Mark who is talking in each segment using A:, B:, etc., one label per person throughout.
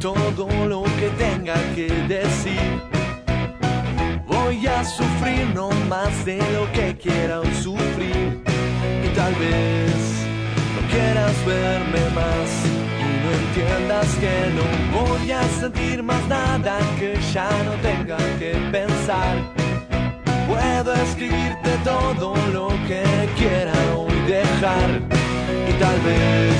A: todo lo que tenga que decir. Voy a sufrir no más de lo que quieran sufrir. Y tal vez no quieras verme más. Y no entiendas que no voy a sentir más nada que ya no tenga que pensar. Puedo escribirte todo lo que quiera hoy dejar. Y tal vez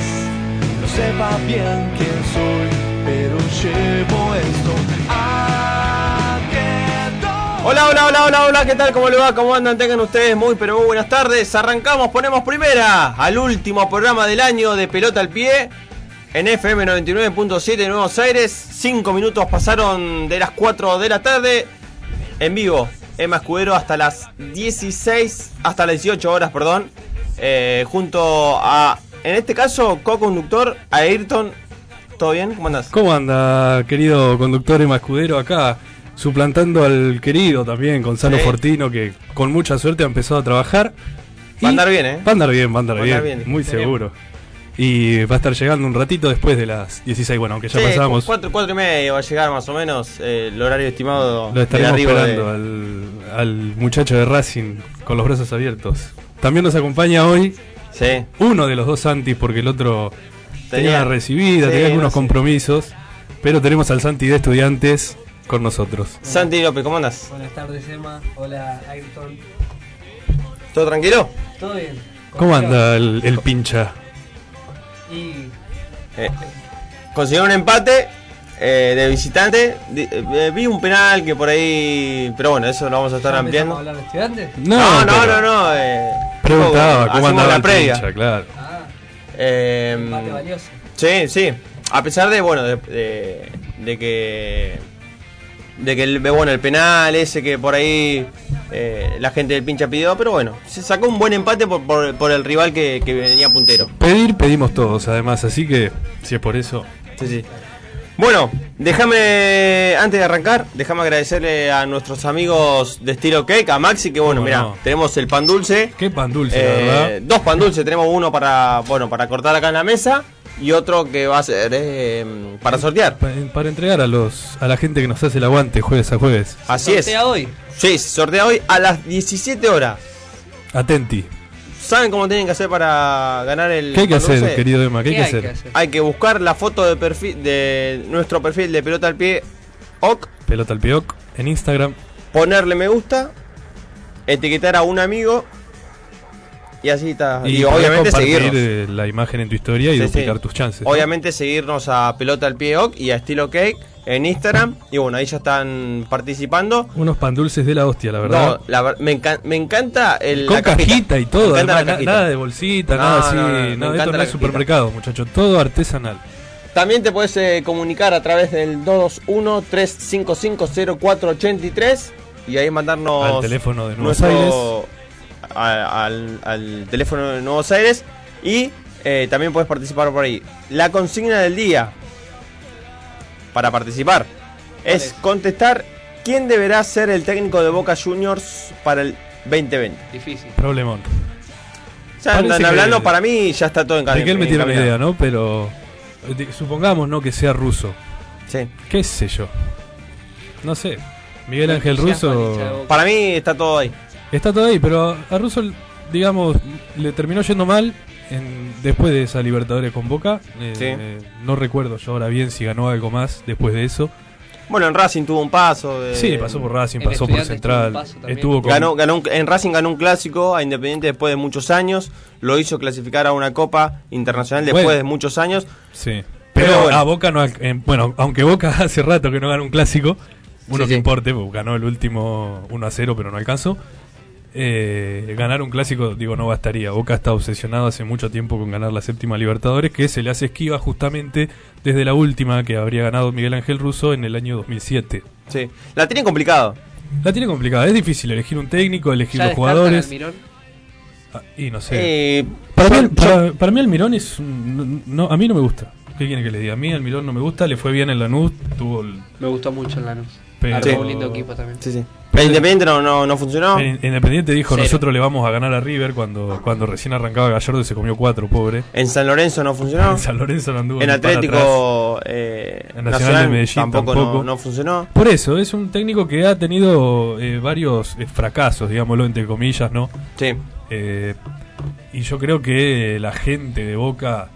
A: no sepa bien quién soy, pero llevo esto a que todo-
B: Hola, hola, hola, hola, hola, ¿qué tal? ¿Cómo le va? ¿Cómo andan? Tengan ustedes muy, pero muy buenas tardes. Arrancamos, ponemos primera al último programa del año de Pelota al Pie en FM 99.7 en Nuevos Aires. Cinco minutos pasaron de las 4 de la tarde en vivo. Emma Escudero hasta las 16, hasta las 18 horas, perdón. Eh, junto a, en este caso, co-conductor Ayrton. ¿Todo bien? ¿Cómo andas?
C: ¿Cómo anda, querido conductor Emma Escudero acá? Suplantando al querido también, Gonzalo
B: Sí.
C: Fortino, que con mucha suerte ha empezado a trabajar.
B: Va a
C: Y-
B: andar bien, ¿eh?
C: Va a andar bien, va a andar
B: Va a andar
C: bien,
B: bien.
C: muy
B: Está
C: seguro. Y va a estar llegando un ratito después de las 16, bueno, aunque ya
B: Sí,
C: pasamos.
B: Cuatro, cuatro y media va a llegar más o menos eh, el horario estimado.
C: Lo estaremos
B: del arribo
C: esperando
B: de-
C: al, al muchacho de Racing con los brazos abiertos. También nos acompaña hoy
B: Sí.
C: uno de los dos Santis, porque el otro tenía,
B: Tenía-
C: una recibida,
B: sí,
C: tenía algunos
B: no sé.
C: compromisos. Pero tenemos al Santi de estudiantes con nosotros.
B: Santi López, ¿cómo andas?
D: Buenas tardes, Emma. Hola, Ayrton.
B: ¿Todo tranquilo?
D: ¿Todo bien?
C: ¿Cómo
D: Confiado.
C: anda el, el pincha?
D: Y
B: Eh, consiguió un empate eh, de visitante. Di- eh, vi un penal que por ahí. Pero bueno, eso lo vamos a estar
D: ¿ya empezamos a
B: ampliando.
D: hablar de estudiantes?
B: no,
C: No,
B: no,
C: pero
B: no. no, eh,
C: Preguntaba cómo
B: hacemos
C: andaba
B: la
C: el
B: previa.
C: pincha, claro.
D: Ah,
B: Eh,
D: empate valioso.
B: Sí, sí. A pesar de, bueno, de, de- de que. De que el, de, bueno, el penal ese que por ahí eh, la gente del pincha pidió, pero bueno, se sacó un buen empate por, por- por el rival que, que venía puntero.
C: Pedir, pedimos todos, además, así que si es por eso.
B: Sí, sí. Bueno, déjame, antes de arrancar, déjame agradecerle a nuestros amigos de Estilo Cake, a Maxi, que bueno,
C: ¿Cómo
B: mira,
C: no?
B: tenemos el pan dulce.
C: Qué pan dulce,
B: Eh,
C: la verdad.
B: Dos pan dulce, tenemos uno para, bueno, para cortar acá en la mesa y otro que va a ser eh, para sortear.
C: Pa- para entregar a los a la gente que nos hace el aguante jueves a jueves.
B: Así es.
D: Sortea hoy.
B: Sí, se sortea hoy a las 17 horas.
C: Atenti.
B: ¿Saben cómo tienen que hacer para ganar el
C: ¿Qué hay que
B: pan dulce?
C: hacer, querido Emma? ¿Qué hay que hacer?
B: Hay que buscar la foto de perfil de nuestro perfil de pelota al pie OC,
C: Pelota al pioc en Instagram.
B: ponerle me gusta, etiquetar a un amigo y así está. Ah, Y,
C: podés
B: obviamente
C: compartir
B: seguirnos.
C: eh, la imagen en tu historia y
B: Sí, sí.
C: duplicar tus chances. ¿no?
B: Obviamente seguirnos a pelota al pie OC y a estilo cake en Instagram y bueno, ahí ya están participando.
C: Unos pan dulces de la hostia, la verdad.
B: No, la ver- me, encan- me encanta el
C: Con
B: la
C: cajita. y todo,
B: Me encanta
C: además,
B: la
C: na-
B: cajita.
C: nada de bolsita,
B: No,
C: nada
B: no,
C: así.
B: no, no, me
C: No,
B: encanta
C: esto
B: la
C: no es
B: cajita.
C: supermercado, muchachos. Todo artesanal.
B: También te puedes eh, comunicar a través del 221-355-0483 y ahí mandarnos.
C: Al teléfono de Nuevos
B: Aires. Al, al teléfono de Nuevos Aires. Y eh, también puedes participar por ahí. La consigna del día para participar es,
D: es?
B: contestar quién deberá ser el técnico de Boca Juniors para el 2020.
D: Difícil.
C: Problemón.
B: Ya
C: Parece
B: andan
C: que-
B: hablando, para mí ya está todo en
C: De que él me tiene una
B: encaminado.
C: idea, ¿no? Pero eh, de- supongamos, ¿no? Que sea ruso.
B: Sí.
C: ¿Qué sé yo? No sé. Miguel Ángel Russo.
B: Para mí está todo ahí.
C: Está todo ahí, pero a Russo, digamos, le terminó yendo mal en- después de esa Libertadores con Boca. Eh,
B: Sí.
C: eh, no recuerdo yo ahora bien si ganó algo más después de eso.
B: Bueno, en Racing tuvo un paso. de-
C: sí, pasó por Racing,
D: en
C: pasó por
D: Estudiantes tuvo
C: Central.
D: un paso también.
C: Estuvo con.
B: Ganó, ganó un- en Racing ganó un clásico a Independiente después de muchos años. Lo hizo clasificar a una Copa Internacional después
C: Bueno.
B: de muchos años.
C: Sí.
B: Pero
C: Pero,
B: bueno.
C: a Boca no. alc- en- bueno, aunque Boca hace rato que no gana un clásico, uno
B: Sí,
C: que
B: sí.
C: importe, porque ganó el último 1 a 0, pero no alcanzó. Eh, ganar un clásico, digo, no bastaría. Boca está obsesionado hace mucho tiempo con ganar la séptima Libertadores, que se le hace esquiva justamente desde la última que habría ganado Miguel Ángel Russo en el año 2007.
B: Sí. La tiene complicado.
C: La tiene complicada, es difícil elegir un técnico, elegir
D: ¿Ya
C: los
D: descartan
C: jugadores.
D: al Mirón?
C: Ah, y no sé.
B: Eh,
C: Para mí,
B: yo-
C: el- para, para mí Almirón es un- no, a mí no me gusta. ¿Qué quiere que le diga? A mí Almirón no me gusta, le fue bien en Lanús, tuvo el-
D: Me gustó mucho el Lanús.
C: Pero-
E: Armó un lindo equipo también.
B: Sí, sí. El Independiente no, no, no funcionó.
C: El- el Independiente dijo,
E: Cero.
C: nosotros le vamos a ganar a River cuando, cuando recién arrancaba Gallardo y se comió cuatro, pobre.
B: En San Lorenzo no funcionó.
C: En San Lorenzo no
B: En
C: anduvo ni para atrás.
B: Atlético eh,
C: En Nacional de
B: Nacional
C: Medellín
B: tampoco,
C: tampoco.
B: No, no funcionó.
C: Por eso, es un técnico que ha tenido eh, varios eh, fracasos, digámoslo entre comillas, ¿no?
B: Sí.
C: Eh, y yo creo que la gente de Boca,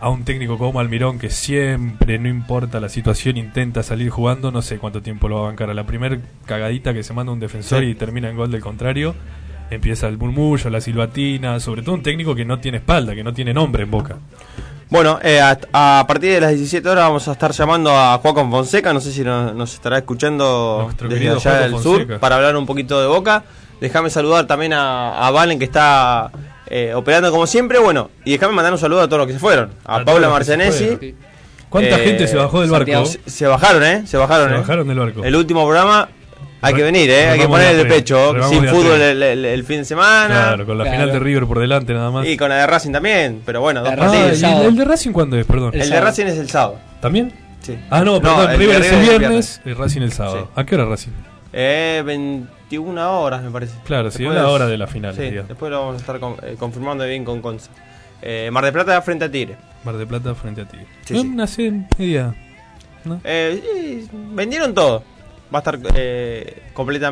C: a un técnico como Almirón, que siempre, no importa la situación, intenta salir jugando, no sé cuánto tiempo lo va a bancar. A la primer cagadita que se manda un defensor
B: Sí.
C: y termina en gol del contrario, empieza el murmullo, la silbatina, sobre todo un técnico que no tiene espalda, que no tiene nombre en Boca.
B: Bueno, eh, a, a partir de las 17 horas vamos a estar llamando a Joaquín Fonseca, no sé si no- nos, estará escuchando
C: Nuestro
B: desde
C: querido
B: allá
C: Joaco
B: del
C: Fonseca.
B: sur para hablar un poquito de Boca. Déjame saludar también a, a Valen que está eh, operando como siempre, bueno, y déjame mandar un saludo a todos los que se fueron, a,
C: A todos
B: Paula
C: los que se
B: Marcenesi.
E: Sí.
C: ¿Cuánta
B: Eh,
C: gente se bajó del barco?
E: Santiago.
B: Se, se bajaron, ¿eh? Se bajaron,
C: Se
B: ¿eh?
C: bajaron del barco.
B: El último programa hay
C: Re-
B: que venir, ¿eh? Hay que
C: remamos de
B: poner
C: a
B: el
C: tres,
B: pecho.
C: remamos
B: Sin
C: de a
B: fútbol
C: tres.
B: el, el- el fin de semana.
C: Claro, con la
E: Claro.
C: final de River por delante nada más.
B: Y con la de Racing también, pero bueno, dos
E: La
C: Ah,
E: Racing.
B: partidos.
C: ¿y el,
E: sábado.
C: Ah, el de Racing cuándo es? Perdón.
B: El, de
E: sábado.
B: Racing es el sábado.
C: ¿También?
B: Sí.
C: Ah, no, perdón.
B: el de
C: River es
B: River es
C: el
B: el
C: viernes, el Racing el sábado.
B: Sí.
C: ¿A qué hora Racing?
B: Eh, 21 horas, me parece.
C: Claro, sí,
B: Después-
C: es la hora de la final.
B: Sí,
C: digamos.
B: después lo vamos a estar con- eh, confirmando bien con Conce. Eh, Mar de Plata frente a Tigre.
C: Mar de Plata frente a ti.
B: Sí,
C: no,
B: sí.
C: una serie media. ¿no?
B: Eh, y vendieron todo. Va a estar eh,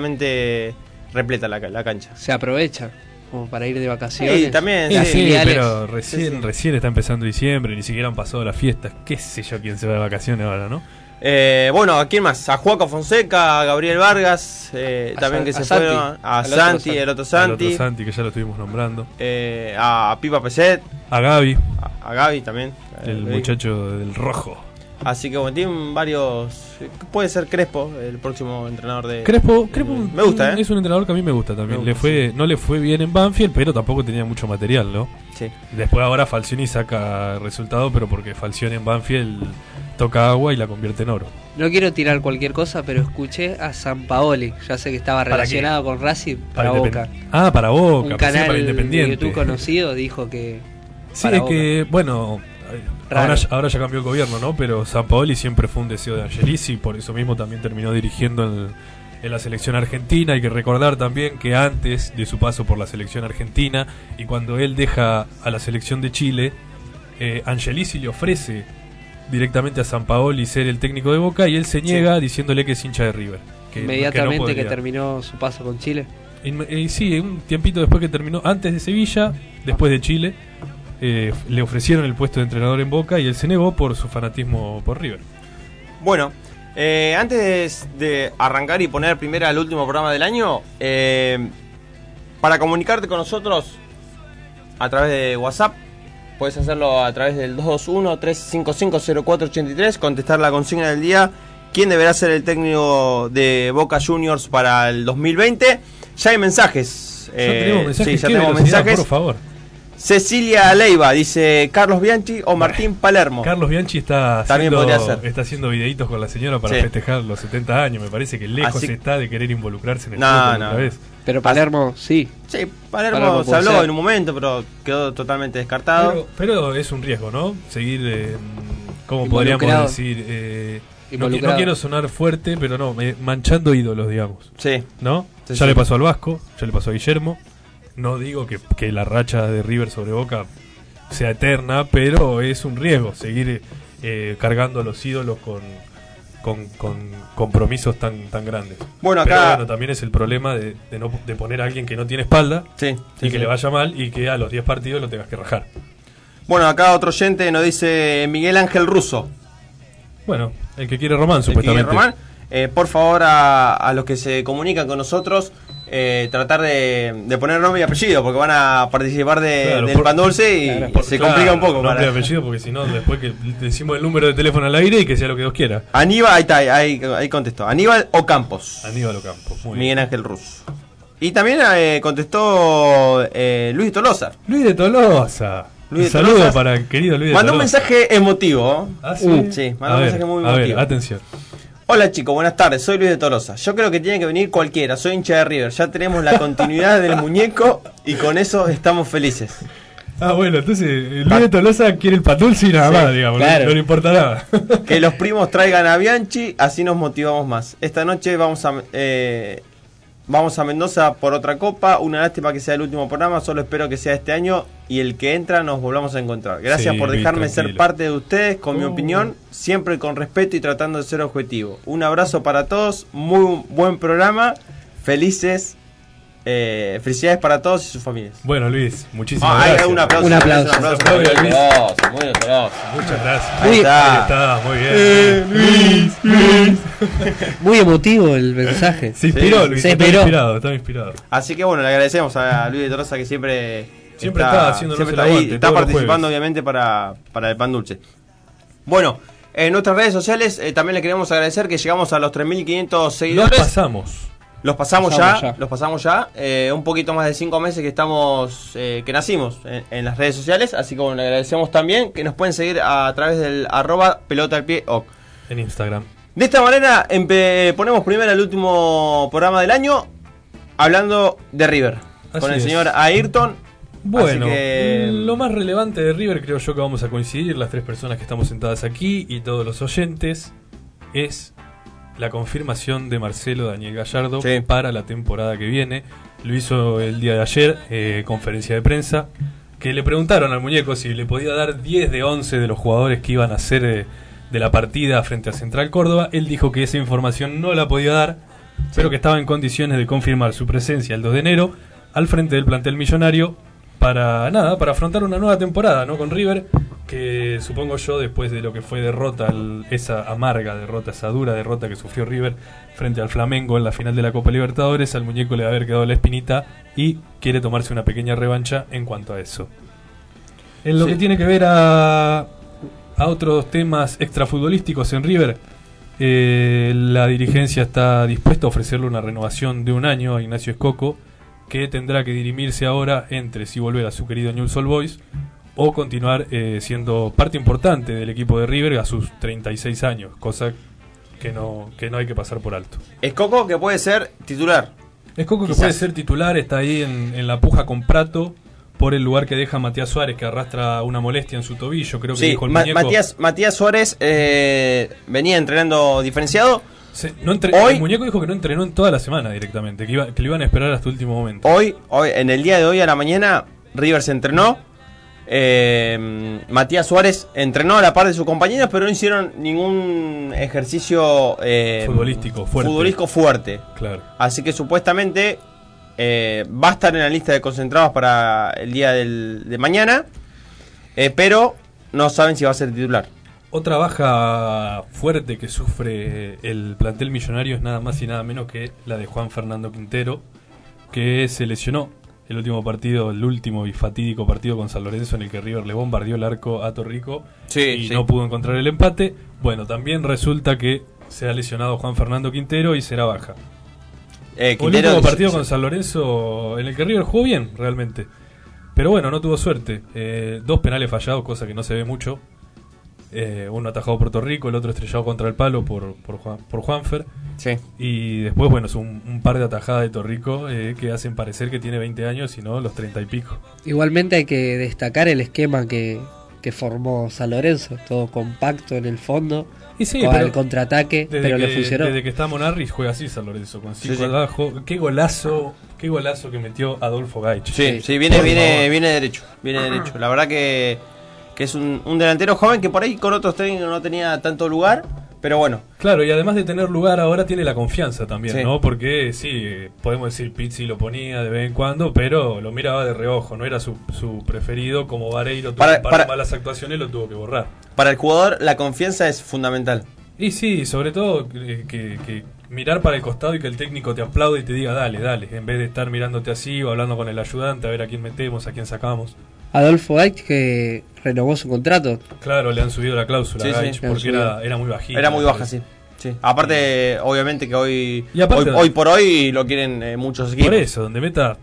B: completamente repleta la, ca- la cancha.
E: Se aprovecha como para ir de vacaciones.
B: Sí, también.
C: Y
E: Las
C: sí,
E: filiales.
C: pero recién,
B: Sí, sí.
C: recién está empezando diciembre, ni siquiera han pasado las fiestas. Qué sé yo quién se va de vacaciones ahora, ¿no?
B: Eh, bueno, ¿a quién más? A Juaco Fonseca, a Gabriel Vargas, eh,
E: A
B: también
E: Sa-
B: que
E: a
B: se
E: Santi.
B: fueron, a
E: Al otro
B: Santi,
E: Santi.
B: el otro
C: Al
B: Santi,
C: otro Santi, que ya lo estuvimos nombrando.
B: eh, a Pipa Peset,
C: A Gaby,
B: a, a Gaby también. eh,
C: el
B: lo vi.
C: muchacho del rojo.
B: Así que bueno, tienen varios... Puede ser Crespo, el próximo entrenador de...
C: Crespo, Crespo
B: Me gusta, ¿eh?
C: es un entrenador que a mí me gusta también.
B: Me
C: le
B: gusta,
C: fue, No le fue bien en Banfield, pero tampoco tenía mucho material, ¿no?
B: Sí.
C: Después ahora Falcioni saca resultado, pero porque Falcioni en Banfield toca agua y la convierte en oro.
E: No quiero tirar cualquier cosa, pero escuché a San Paoli. Ya sé que estaba
C: ¿Para
E: relacionado con Racing, para, Boca.
C: Independ- Ah, para Boca,
E: Un
C: pensé que
E: canal
C: para Independiente.
E: de YouTube conocido dijo que.
C: Sí,
E: para
C: es que, bueno,
E: Raro.
C: ahora, ahora ya cambió el gobierno, ¿no? Pero San Paoli siempre fue un deseo de Angelis y por eso mismo también terminó dirigiendo en, en la selección argentina. Hay que recordar también que antes de su paso por la selección argentina y cuando él deja a la selección de Chile, eh, Angelisi le ofrece directamente a San Paoli ser el técnico de Boca y él se niega diciéndole que es hincha de River. que- que no
E: inmediatamente que,
C: podría.
E: terminó su paso con Chile.
C: Inme- eh, sí, un tiempito después que terminó, antes de Sevilla, después de Chile, eh, le ofrecieron el puesto de entrenador en Boca y él se negó por su fanatismo por River.
B: Bueno, eh, antes de, de arrancar y poner primera el último programa del año, eh, para comunicarte con nosotros a través de WhatsApp, puedes hacerlo a través del 221-355-0483, contestar la consigna del día, quién deberá ser el técnico de Boca Juniors para el 2020. Ya hay mensajes.
C: ya
B: eh,
C: tenemos mensajes,
B: sí, ya
C: qué
B: tenemos
C: velocidad,
B: mensajes.
C: por favor.
B: Cecilia Leiva dice Carlos Bianchi o Martín Palermo.
C: Carlos Bianchi está
B: También
C: haciendo,
B: podría ser.
C: está haciendo videitos con la señora para
B: Sí.
C: festejar los 70 años. Me parece que lejos
B: Así-
C: está de querer involucrarse en el
B: No,
C: fútbol
B: no.
C: otra vez.
E: Pero Palermo, sí.
B: Sí, Palermo,
C: pues,
E: Palermo
B: se
E: puede
B: habló
E: ser.
B: en un momento, pero quedó totalmente descartado.
C: Pero, pero es un riesgo, ¿no? Seguir, eh, ¿cómo podríamos
E: Involucrado.
C: decir? Eh, no, qui- no
E: Involucrado.
C: quiero sonar fuerte, pero no, me- manchando ídolos, digamos.
B: Sí,
C: ¿No?
B: Sí,
C: ya
B: sí.
C: le pasó al Vasco, ya le pasó a Guillermo. No digo que, que la racha de River sobre Boca sea eterna, pero es un riesgo seguir eh, cargando a los ídolos con, con, con compromisos tan, tan grandes.
B: Bueno, acá-
C: Pero bueno, también es el problema de, de no, de poner a alguien que no tiene espalda
B: sí. sí,
C: y que
B: sí.
C: le vaya mal y que a los 10 partidos lo tengas que rajar.
B: Bueno, acá otro oyente nos dice Miguel Ángel Russo.
C: Bueno, el que quiere Román,
B: de Quique
C: supuestamente.
B: Román. Eh, por favor, a, a los que se comunican con nosotros, eh, tratar de, de poner nombre y apellido, porque van a participar de,
C: Claro,
B: del
C: por-
B: pan dulce y
E: Claro,
B: se
C: Claro,
B: complica un poco.
C: nombre y
B: para-
C: apellido, porque si no, después que decimos el número de teléfono al aire y que sea lo que Dios quiera.
B: Aníbal, ahí está, ahí, ahí contestó. Aníbal Ocampos.
C: Aníbal Ocampo. Muy bien.
B: Miguel Ángel Russo. Y también eh, contestó eh, Luis Tolosa.
C: Luis de Tolosa.
B: Luis
C: un
B: de
C: saludo
B: Tolosa.
C: para el querido Luis de
B: Mandó un
C: Tolosa.
B: mensaje emotivo.
C: Ah, sí.
B: Uh, sí, mandó
C: a
B: un
C: ver,
B: mensaje muy
C: a ver,
B: emotivo.
C: atención.
B: Hola chicos, buenas tardes, soy Luis de Tolosa. Yo creo que tiene que venir cualquiera, soy hincha de River, ya tenemos la continuidad del muñeco y con eso estamos felices.
C: Ah, bueno, entonces eh, Luis de Tolosa quiere el patulce y nada
B: Sí,
C: más, digamos. no-
B: claro.
C: No, le importa nada.
B: Que los primos traigan a Bianchi, así nos motivamos más. Esta noche vamos a, eh, vamos a Mendoza por otra copa. Una lástima que sea el último programa, solo espero que sea este año y el que entra nos volvamos a encontrar. Gracias
C: Sí,
B: por
C: Luis,
B: dejarme ser
C: tranquilo.
B: parte de ustedes, con mi
C: Oh.
B: opinión, siempre con respeto y tratando de ser objetivo. Un abrazo para todos, muy buen programa, felices, eh, felicidades para todos y sus familias.
C: Bueno, Luis, muchísimas
B: Ah, hay
C: gracias.
B: un aplauso.
E: Un aplauso.
B: un aplauso.
C: Muy bien, Luis.
A: muy doloroso.
C: Muchas gracias.
B: Ahí
E: Uy.
C: Ahí
B: está.
C: está, muy bien.
E: Muy emotivo el mensaje.
C: Se inspiró,
B: Sí,
C: Luis.
E: se
C: estaba
E: inspiró.
C: inspirado, estaba inspirado.
B: Así que bueno, le agradecemos a Luis de Torosa que siempre,
C: Siempre está haciéndonos
B: siempre
C: el
B: está ahí,
C: aguante,
B: está
C: todos los
B: participando
C: jueves.
B: obviamente para, para el pan dulce. Bueno, en nuestras redes sociales eh, también le queremos agradecer que llegamos a los 3.500
C: Los
B: seguidores.
C: pasamos.
B: los pasamos,
E: Pasamos
B: ya,
E: ya.
B: los pasamos ya. eh, un poquito más de 5 meses que estamos, eh, que nacimos en, en las redes sociales. Así que bueno, le agradecemos también que nos pueden seguir a través del arroba pelota al pie ok.
C: En Instagram.
B: De esta manera empe- ponemos primero el último programa del año hablando de River.
C: Así
B: con el
C: es.
B: señor Ayrton.
C: Bueno,
B: Así que-
C: lo más relevante de River, creo yo que vamos a coincidir, las tres personas que estamos sentadas aquí y todos los oyentes, es la confirmación de Marcelo Daniel Gallardo
B: Sí.
C: para la temporada que viene. Lo hizo el día de ayer, eh, conferencia de prensa, que le preguntaron al muñeco si le podía dar 10 de 11 de los jugadores que iban a ser eh, de la partida frente a Central Córdoba. Él dijo que esa información no la podía dar, pero que estaba en condiciones de confirmar su presencia el 2 de enero al frente del plantel millonario para nada, para afrontar una nueva temporada, ¿no? Con River, que supongo yo después de lo que fue derrota, el- esa amarga derrota, esa dura derrota que sufrió River frente al Flamengo en la final de la Copa Libertadores, al muñeco le va a haber quedado la espinita y quiere tomarse una pequeña revancha en cuanto a eso. En lo
B: Sí.
C: que tiene que ver a, a otros temas extrafutbolísticos en River, eh, la dirigencia está dispuesta a ofrecerle una renovación de un año a Ignacio Escoco, que tendrá que dirimirse ahora entre si volver a su querido Newell's Old Boys o continuar eh, siendo parte importante del equipo de River a sus 36 años, cosa que no, que no hay que pasar por alto.
B: Escoco que puede ser titular.
C: Escoco que
B: Quizás.
C: puede ser titular, está ahí en, en la puja con Prato por el lugar que deja Matías Suárez, que arrastra una molestia en su tobillo, creo que
B: Sí,
C: dijo el
B: Ma-
C: muñeco.
B: Matías, Matías Suárez eh, venía entrenando diferenciado.
C: Se- no entre-
B: Hoy-
C: el muñeco dijo que no entrenó en toda la semana directamente, que, iba- que lo iban a esperar hasta el último momento.
B: Hoy, hoy, en el día de hoy a la mañana, River se entrenó. Eh, Matías Suárez entrenó a la par de sus compañeros, pero no hicieron ningún ejercicio eh,
C: Futbolístico fuerte.
B: futbolístico fuerte.
C: Claro.
B: Así que supuestamente eh, va a estar en la lista de concentrados para el día del- de mañana, eh, pero no saben si va a ser titular.
C: Otra baja fuerte que sufre el plantel millonario es nada más y nada menos que la de Juan Fernando Quintero, que se lesionó el último partido, el último y fatídico partido con San Lorenzo en el que River le bombardeó el arco a Torrico
B: Sí,
C: y
B: sí.
C: no pudo encontrar el empate. Bueno, también resulta que se ha lesionado Juan Fernando Quintero y será baja.
B: Eh,
C: Un
B: Quintero-
C: último partido con San Lorenzo en el que River jugó bien, realmente. Pero bueno, no tuvo suerte. Eh, dos penales fallados, cosa que no se ve mucho. Eh, uno atajado por Torrico, el otro estrellado contra el palo por, por, Juan, por Juanfer.
B: Sí.
C: Y después, bueno, es un, un par de atajadas de Torrico eh, que hacen parecer que tiene 20 años y no los 30 y pico.
E: Igualmente hay que destacar el esquema que, que formó San Lorenzo, todo compacto en el fondo,
C: Y sí,
E: con
C: pero
E: el contraataque,
C: desde,
E: pero
C: que,
E: le funcionó.
C: desde que está Monarris juega así San Lorenzo, con
B: Sí,
C: 5
B: sí.
C: abajo. Qué golazo, qué golazo que metió Adolfo Gaich.
B: Sí,
E: Sí.
B: sí, viene,
C: Por
B: viene,
C: favor.
B: viene derecho. Viene derecho. La verdad que, que es un, un delantero joven que por ahí con otros técnicos no tenía tanto lugar, pero bueno.
C: Claro, y además de tener lugar ahora tiene la confianza también,
B: Sí.
C: ¿no? Porque sí, eh, podemos decir Pizzi lo ponía de vez en cuando, pero lo miraba de reojo, no era su, su preferido, como Vareiro tuvo
B: Para-
C: un par
B: para-
C: de malas actuaciones lo tuvo que borrar.
B: Para el jugador la confianza es fundamental.
C: Y sí, sobre todo eh, que, que mirar para el costado y que el técnico te aplaude y te diga dale, dale, en vez de estar mirándote así o hablando con el ayudante a ver a quién metemos, a quién sacamos.
E: Adolfo Aich que renovó su contrato.
C: Claro, le han subido la cláusula
B: Sí,
C: a
B: sí,
C: Gaich
E: le han
C: porque era, era muy bajita.
B: Era muy
C: me
B: baja,
C: parece.
B: sí. sí. Aparte, obviamente que hoy,
C: Y aparte-
B: hoy, hoy por hoy lo quieren eh, muchos equipos.
C: Por eso, donde meta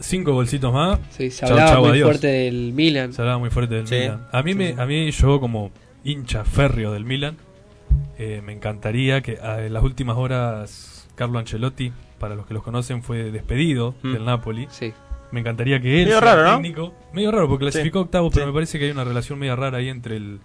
C: cinco bolsitos más,
E: Sí, se
C: chau,
E: hablaba
C: chau,
E: muy
C: adiós.
E: fuerte del Milan.
C: Se hablaba muy fuerte del
B: Sí.
C: Milan. A mí, me, a mí yo como hincha férreo del Milan, eh, me encantaría que ah, en las últimas horas Carlo Ancelotti, para los que los conocen, fue despedido
B: Mm.
C: del Napoli.
E: Sí.
C: Me encantaría que él
B: Medio
C: sea el
B: raro, ¿no?
C: técnico. Medio raro, porque clasificó octavo, pero
B: Sí.
C: me parece que hay una relación media rara ahí entre el,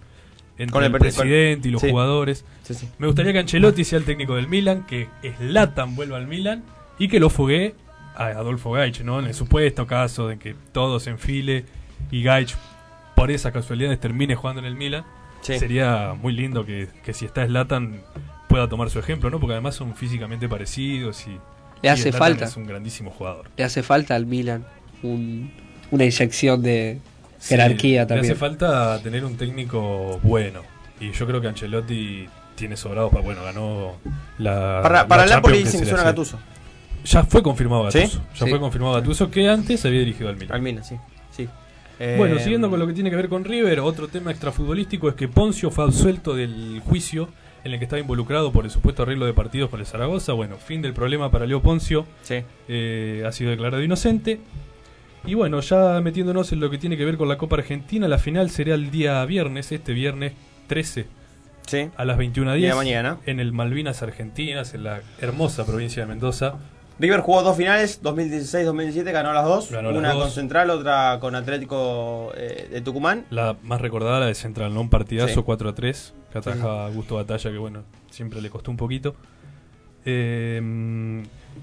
C: entre
B: Con el
C: el
B: pre- con-
C: presidente y los
B: sí.
C: jugadores.
B: Sí, sí.
C: Me gustaría que Ancelotti sea el técnico del Milan, que Slatan vuelva al Milan y que lo foguee a Adolfo Gaich, ¿no? En el supuesto caso de que todo se enfile y Gaich, por esas casualidades, termine jugando en el Milan.
B: Sí.
C: Sería muy lindo que, que si está Slatan pueda tomar su ejemplo, ¿no? Porque además son físicamente parecidos y.
E: Le
C: y
E: hace
C: Zlatan
E: falta.
C: Es un grandísimo jugador.
E: Le hace falta al Milan un- una inyección de
C: Sí,
E: jerarquía
C: Le
E: también.
C: hace falta tener un técnico bueno. Y yo creo que Ancelotti tiene sobrado para. Bueno, ganó la.
B: Para,
C: la
B: para el
C: Champions
B: Napoli
C: que se
B: se
C: le
B: menciona
C: hacía.
B: Gattuso.
C: Ya fue confirmado
B: ¿Sí?
C: Gattuso. Ya
E: Sí.
C: fue confirmado Gattuso que antes había dirigido al
B: Al
C: Milan.
B: Milan, sí. sí.
C: Bueno,
B: Eh,
C: siguiendo con lo que tiene que ver con River, otro tema extrafutbolístico es que Poncio fue absuelto del juicio en el que estaba involucrado por el supuesto arreglo de partidos con el Zaragoza. Bueno, fin del problema para Leo Poncio.
B: Sí.
C: eh, ha sido declarado inocente. Y bueno, ya metiéndonos en lo que tiene que ver con la Copa Argentina, la final será el día viernes, este viernes 13
B: Sí.
C: a las 21.10
B: Día de mañana.
C: en el Malvinas Argentinas, en la hermosa provincia de Mendoza.
B: River jugó dos finales, 2016-2017, ganó las dos.
C: Ganó las
B: una
C: dos.
B: con Central, otra con Atlético eh, de Tucumán.
C: La más recordada, la de Central, ¿no? Un partidazo
B: Sí.
C: 4 a 3, que atajaba a Gusto Batalla, que bueno, siempre le costó un poquito. Eh,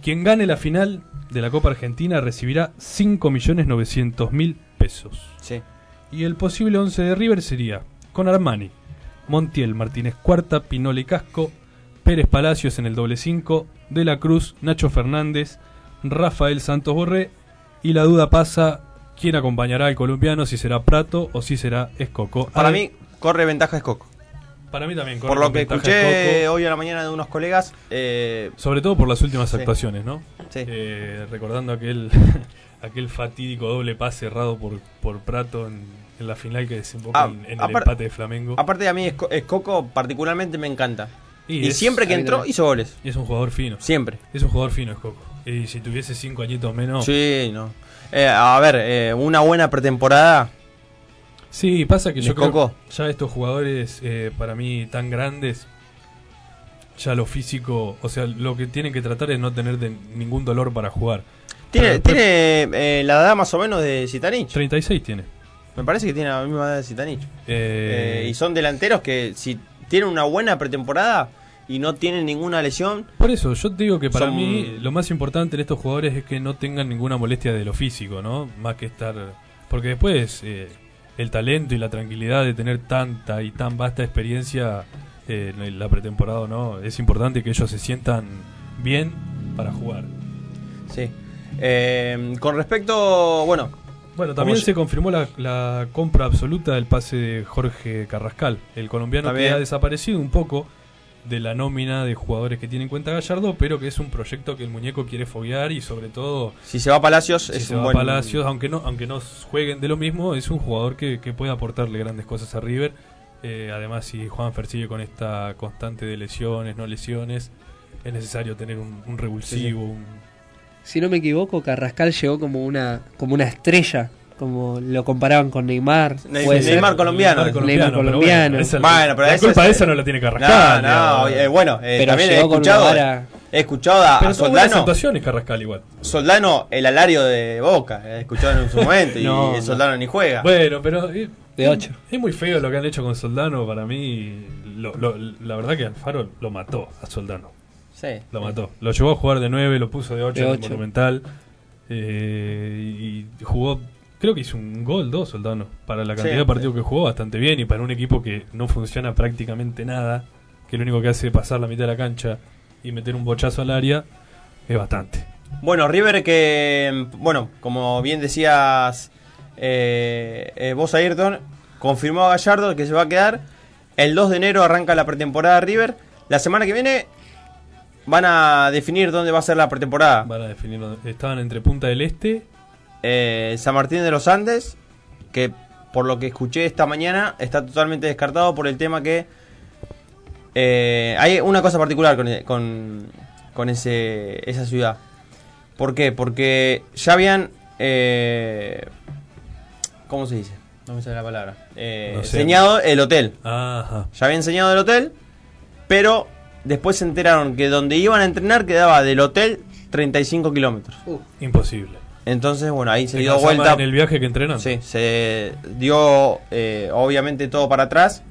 C: quien gane la final de la Copa Argentina recibirá 5.900.000 pesos.
B: Sí.
C: Y el posible 11 de River sería con Armani, Montiel, Martínez Cuarta, Pinole Casco, Pérez Palacios en el doble 5, De la Cruz, Nacho Fernández, Rafael Santos Borré y la duda pasa quién acompañará al colombiano, si será Prato o si será Escoco.
B: Para
C: Al-
B: mí, corre ventaja Escoco.
C: para mí también,
B: Por
C: corre
B: lo
C: con
B: que
C: ventaja
B: escuché
C: Escoco,
B: hoy a la mañana de unos colegas, eh,
C: sobre todo por las últimas
B: Sí.
C: actuaciones, ¿no?
B: sí.
C: Eh, recordando aquel aquel fatídico doble pase errado por, por Prato en, en la final que desemboca
B: Ah,
C: en, en el
B: apar-
C: empate de Flamengo.
B: aparte a mí Esco- Escoco particularmente me encanta. Y,
C: es-
B: siempre que
E: ahí
B: entró
E: tenés.
B: hizo goles.
C: Es un jugador fino.
B: Siempre.
C: Es un jugador fino, es Coco. Y si tuviese cinco añitos menos. Sí,
B: Sí, no. Eh, a ver, eh, una buena pretemporada.
C: pasa que yo
B: ¿Es Coco?
C: creo que ya estos jugadores, eh, para mí, tan grandes, ya lo físico, o sea, lo que tienen que tratar es no tener de- ningún dolor para jugar.
B: Tiene,
C: Pero después-
B: tiene eh, la edad más o menos de Zitanich.
C: 36 tiene.
B: Me parece que tiene la misma edad de Zitanich.
C: Eh,
B: Eh, y son delanteros que si tienen una buena pretemporada y no tienen ninguna lesión,
C: Por eso, yo te digo que para
B: Son-
C: mí lo más importante en estos jugadores es que no tengan ninguna molestia de lo físico, ¿no? Más que estar... Porque después eh, el talento y la tranquilidad de tener tanta y tan vasta experiencia eh, en la pretemporada, o ¿no? Es importante que ellos se sientan bien para jugar.
B: sí. Eh, con respecto, bueno,
C: Bueno, también
B: Como ya-
C: se confirmó la, la compra absoluta del pase de Jorge Carrascal, el colombiano
B: Está bien.
C: que ha desaparecido un poco de la nómina de jugadores que tiene en cuenta Gallardo, pero que es un proyecto que el muñeco quiere foguear y sobre todo...
B: si se va a Palacios,
C: Si
B: es
C: se
B: un
C: va
B: buen.
C: Palacios, aunque no, aunque no jueguen de lo mismo, es un jugador que, que puede aportarle grandes cosas a River. Eh, además, si Juanfer sigue con esta constante de lesiones, no lesiones, es necesario tener un, un revulsivo. un-
E: Si no me equivoco, Carrascal llegó como una, como una estrella, como lo comparaban con Neymar.
B: Ney-
E: puede ser.
B: Neymar colombiano.
E: Neymar
C: pero
E: colombiano.
C: Bueno, esa-
B: Bueno, pero
C: la
B: eso
C: culpa
B: es-
C: de esa no la tiene que
B: No,
C: Carrascal.
B: no,
C: digamos.
B: eh, bueno, eh,
E: Pero
B: también he
E: llegó con una
B: escuchado,
E: vara.
B: he escuchado a, a
C: Pero son buenas
B: Soldano,
C: actuaciones Carrascal igual.
B: Soldano el alario de Boca, he escuchado en su momento,
E: No,
B: y
E: no.
B: Soldano ni juega.
C: Bueno, pero... eh,
E: De ocho.
C: Es muy feo lo que han hecho con Soldano para mí. lo- lo- la verdad que Alfaro lo mató a Soldano.
B: Sí.
C: Lo mató. Lo llevó a jugar de 9, lo puso de 8
E: De
C: en el
E: ocho.
C: Monumental. eh, y jugó, creo que hizo un gol, dos Soldano. Para la cantidad
B: Sí,
C: de partidos que jugó, bastante bien. Y para un equipo que no funciona prácticamente nada, que lo único que hace es pasar la mitad de la cancha y meter un bochazo al área, es bastante.
B: Bueno, River que, bueno, como bien decías eh, eh, vos, Ayrton, confirmó a Gallardo que se va a quedar. El 2 de enero arranca la pretemporada de River. La semana que viene van a definir dónde va a ser la pretemporada.
C: Van a definir. Estaban entre Punta del Este.
B: Eh, San Martín de los Andes, que por lo que escuché esta mañana está totalmente descartado por el tema que... eh, hay una cosa particular con, con- con ese, esa ciudad. ¿Por qué? Porque ya habían... eh, ¿Cómo se dice? No me sale la palabra. Eh,
C: No sé.
B: Enseñado el hotel.
C: Ajá.
B: Ya había enseñado el hotel, pero después se enteraron que donde iban a entrenar quedaba del hotel 35 kilómetros.
E: Uh,
C: Imposible.
B: Entonces, bueno, ahí se
C: Te
B: dio
C: cansás
B: vuelta.
C: más en el viaje que entrenando.
B: Sí, se dio eh, obviamente todo para atrás.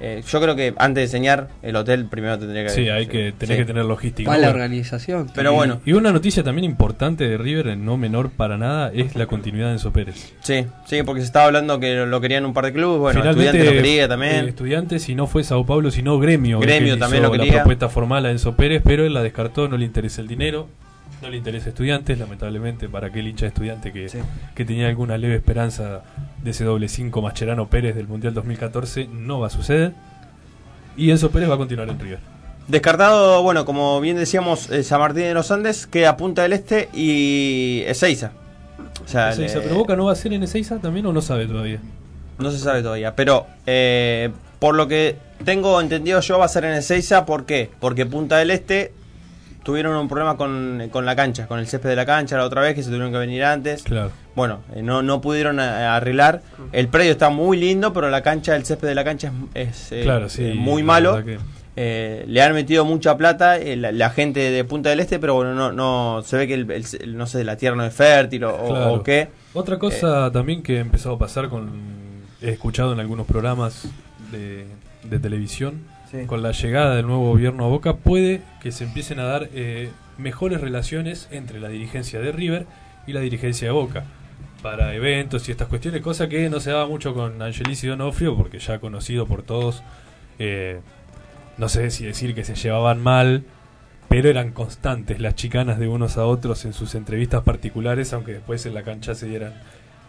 B: Eh, yo creo que antes de diseñar el hotel, primero tendría que.
C: Sí, hay que tenés
B: sí.
C: que tener logística.
E: Para la
C: Bueno,
E: organización.
B: Pero
E: también.
B: bueno,
C: Y una noticia también importante de River, no menor para nada, es la continuidad de Enzo Pérez.
B: Sí, sí, porque se estaba hablando que lo- lo querían un par de clubes. Bueno, estudiantes lo quería también.
C: eh, Estudiantes, si no fue Sao Paulo, sino Gremio. el
B: Gremio
C: que
B: también
C: hizo
B: lo
C: La
B: quería.
C: propuesta formal a Enzo Pérez, pero él la descartó, no le interesa el dinero, no le interesa estudiantes, lamentablemente, para aquel hincha de estudiante que,
B: Sí.
C: que tenía alguna leve esperanza de ese doble 5 Mascherano Pérez del Mundial 2014, no va a suceder. Y Enzo Pérez va a continuar en River.
B: Descartado, bueno, como bien decíamos, eh, San Martín de los Andes, queda Punta del Este y Ezeiza. O sea,
C: Ezeiza,
B: le-
C: ¿Pero Boca no va a ser en Ezeiza también o no sabe todavía?
B: No se sabe todavía, pero eh, por lo que tengo entendido yo va a ser en Ezeiza, ¿por qué? Porque Punta del Este tuvieron un problema con, con la cancha, con el césped de la cancha la otra vez, que se tuvieron que venir antes.
C: Claro.
B: Bueno, eh, no, no pudieron a- a arreglar. El predio está muy lindo, pero la cancha, el césped de la cancha es, es, eh,
C: Claro, sí,
B: eh, muy
C: la
B: malo.
C: verdad que-
B: Eh, le han metido mucha plata eh, la, la gente de Punta del Este, pero bueno, no, no se ve que el, el- no sé, la tierra no es fértil o, o-
C: Claro.
B: o qué. Eh,
C: Otra cosa también que ha empezado a pasar con he escuchado en algunos programas de, de televisión
D: Sí.
C: con la llegada del nuevo gobierno a Boca puede que se empiecen a dar eh, mejores relaciones entre la dirigencia de River y la dirigencia de Boca para eventos y estas cuestiones, cosa que no se daba mucho con Angelici Donofrio porque ya conocido por todos eh, no sé si decir que se llevaban mal, pero eran constantes las chicanas de unos a otros en sus entrevistas particulares, aunque después en la cancha se dieran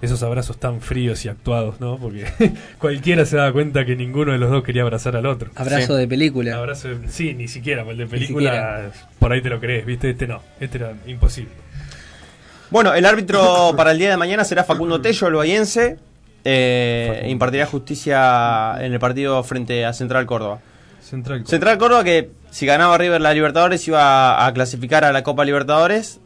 C: esos abrazos tan fríos y actuados, ¿no? Porque cualquiera se daba cuenta que ninguno de los dos quería abrazar al otro.
B: Sí.
E: Abrazo de
C: Un
E: película.
C: abrazo, de- sí, ni siquiera, porque el de
E: siquiera.
C: película, por ahí te lo crees, ¿viste? Este no, este era imposible.
B: Eh, Bueno, el árbitro para el día de mañana será Facundo Tello, el bahiense. Eh,
C: Facundo
B: impartirá justicia en el partido frente a Central Córdoba.
C: Central.
B: Central Córdoba que si ganaba River la Libertadores iba a clasificar a la Copa Libertadores.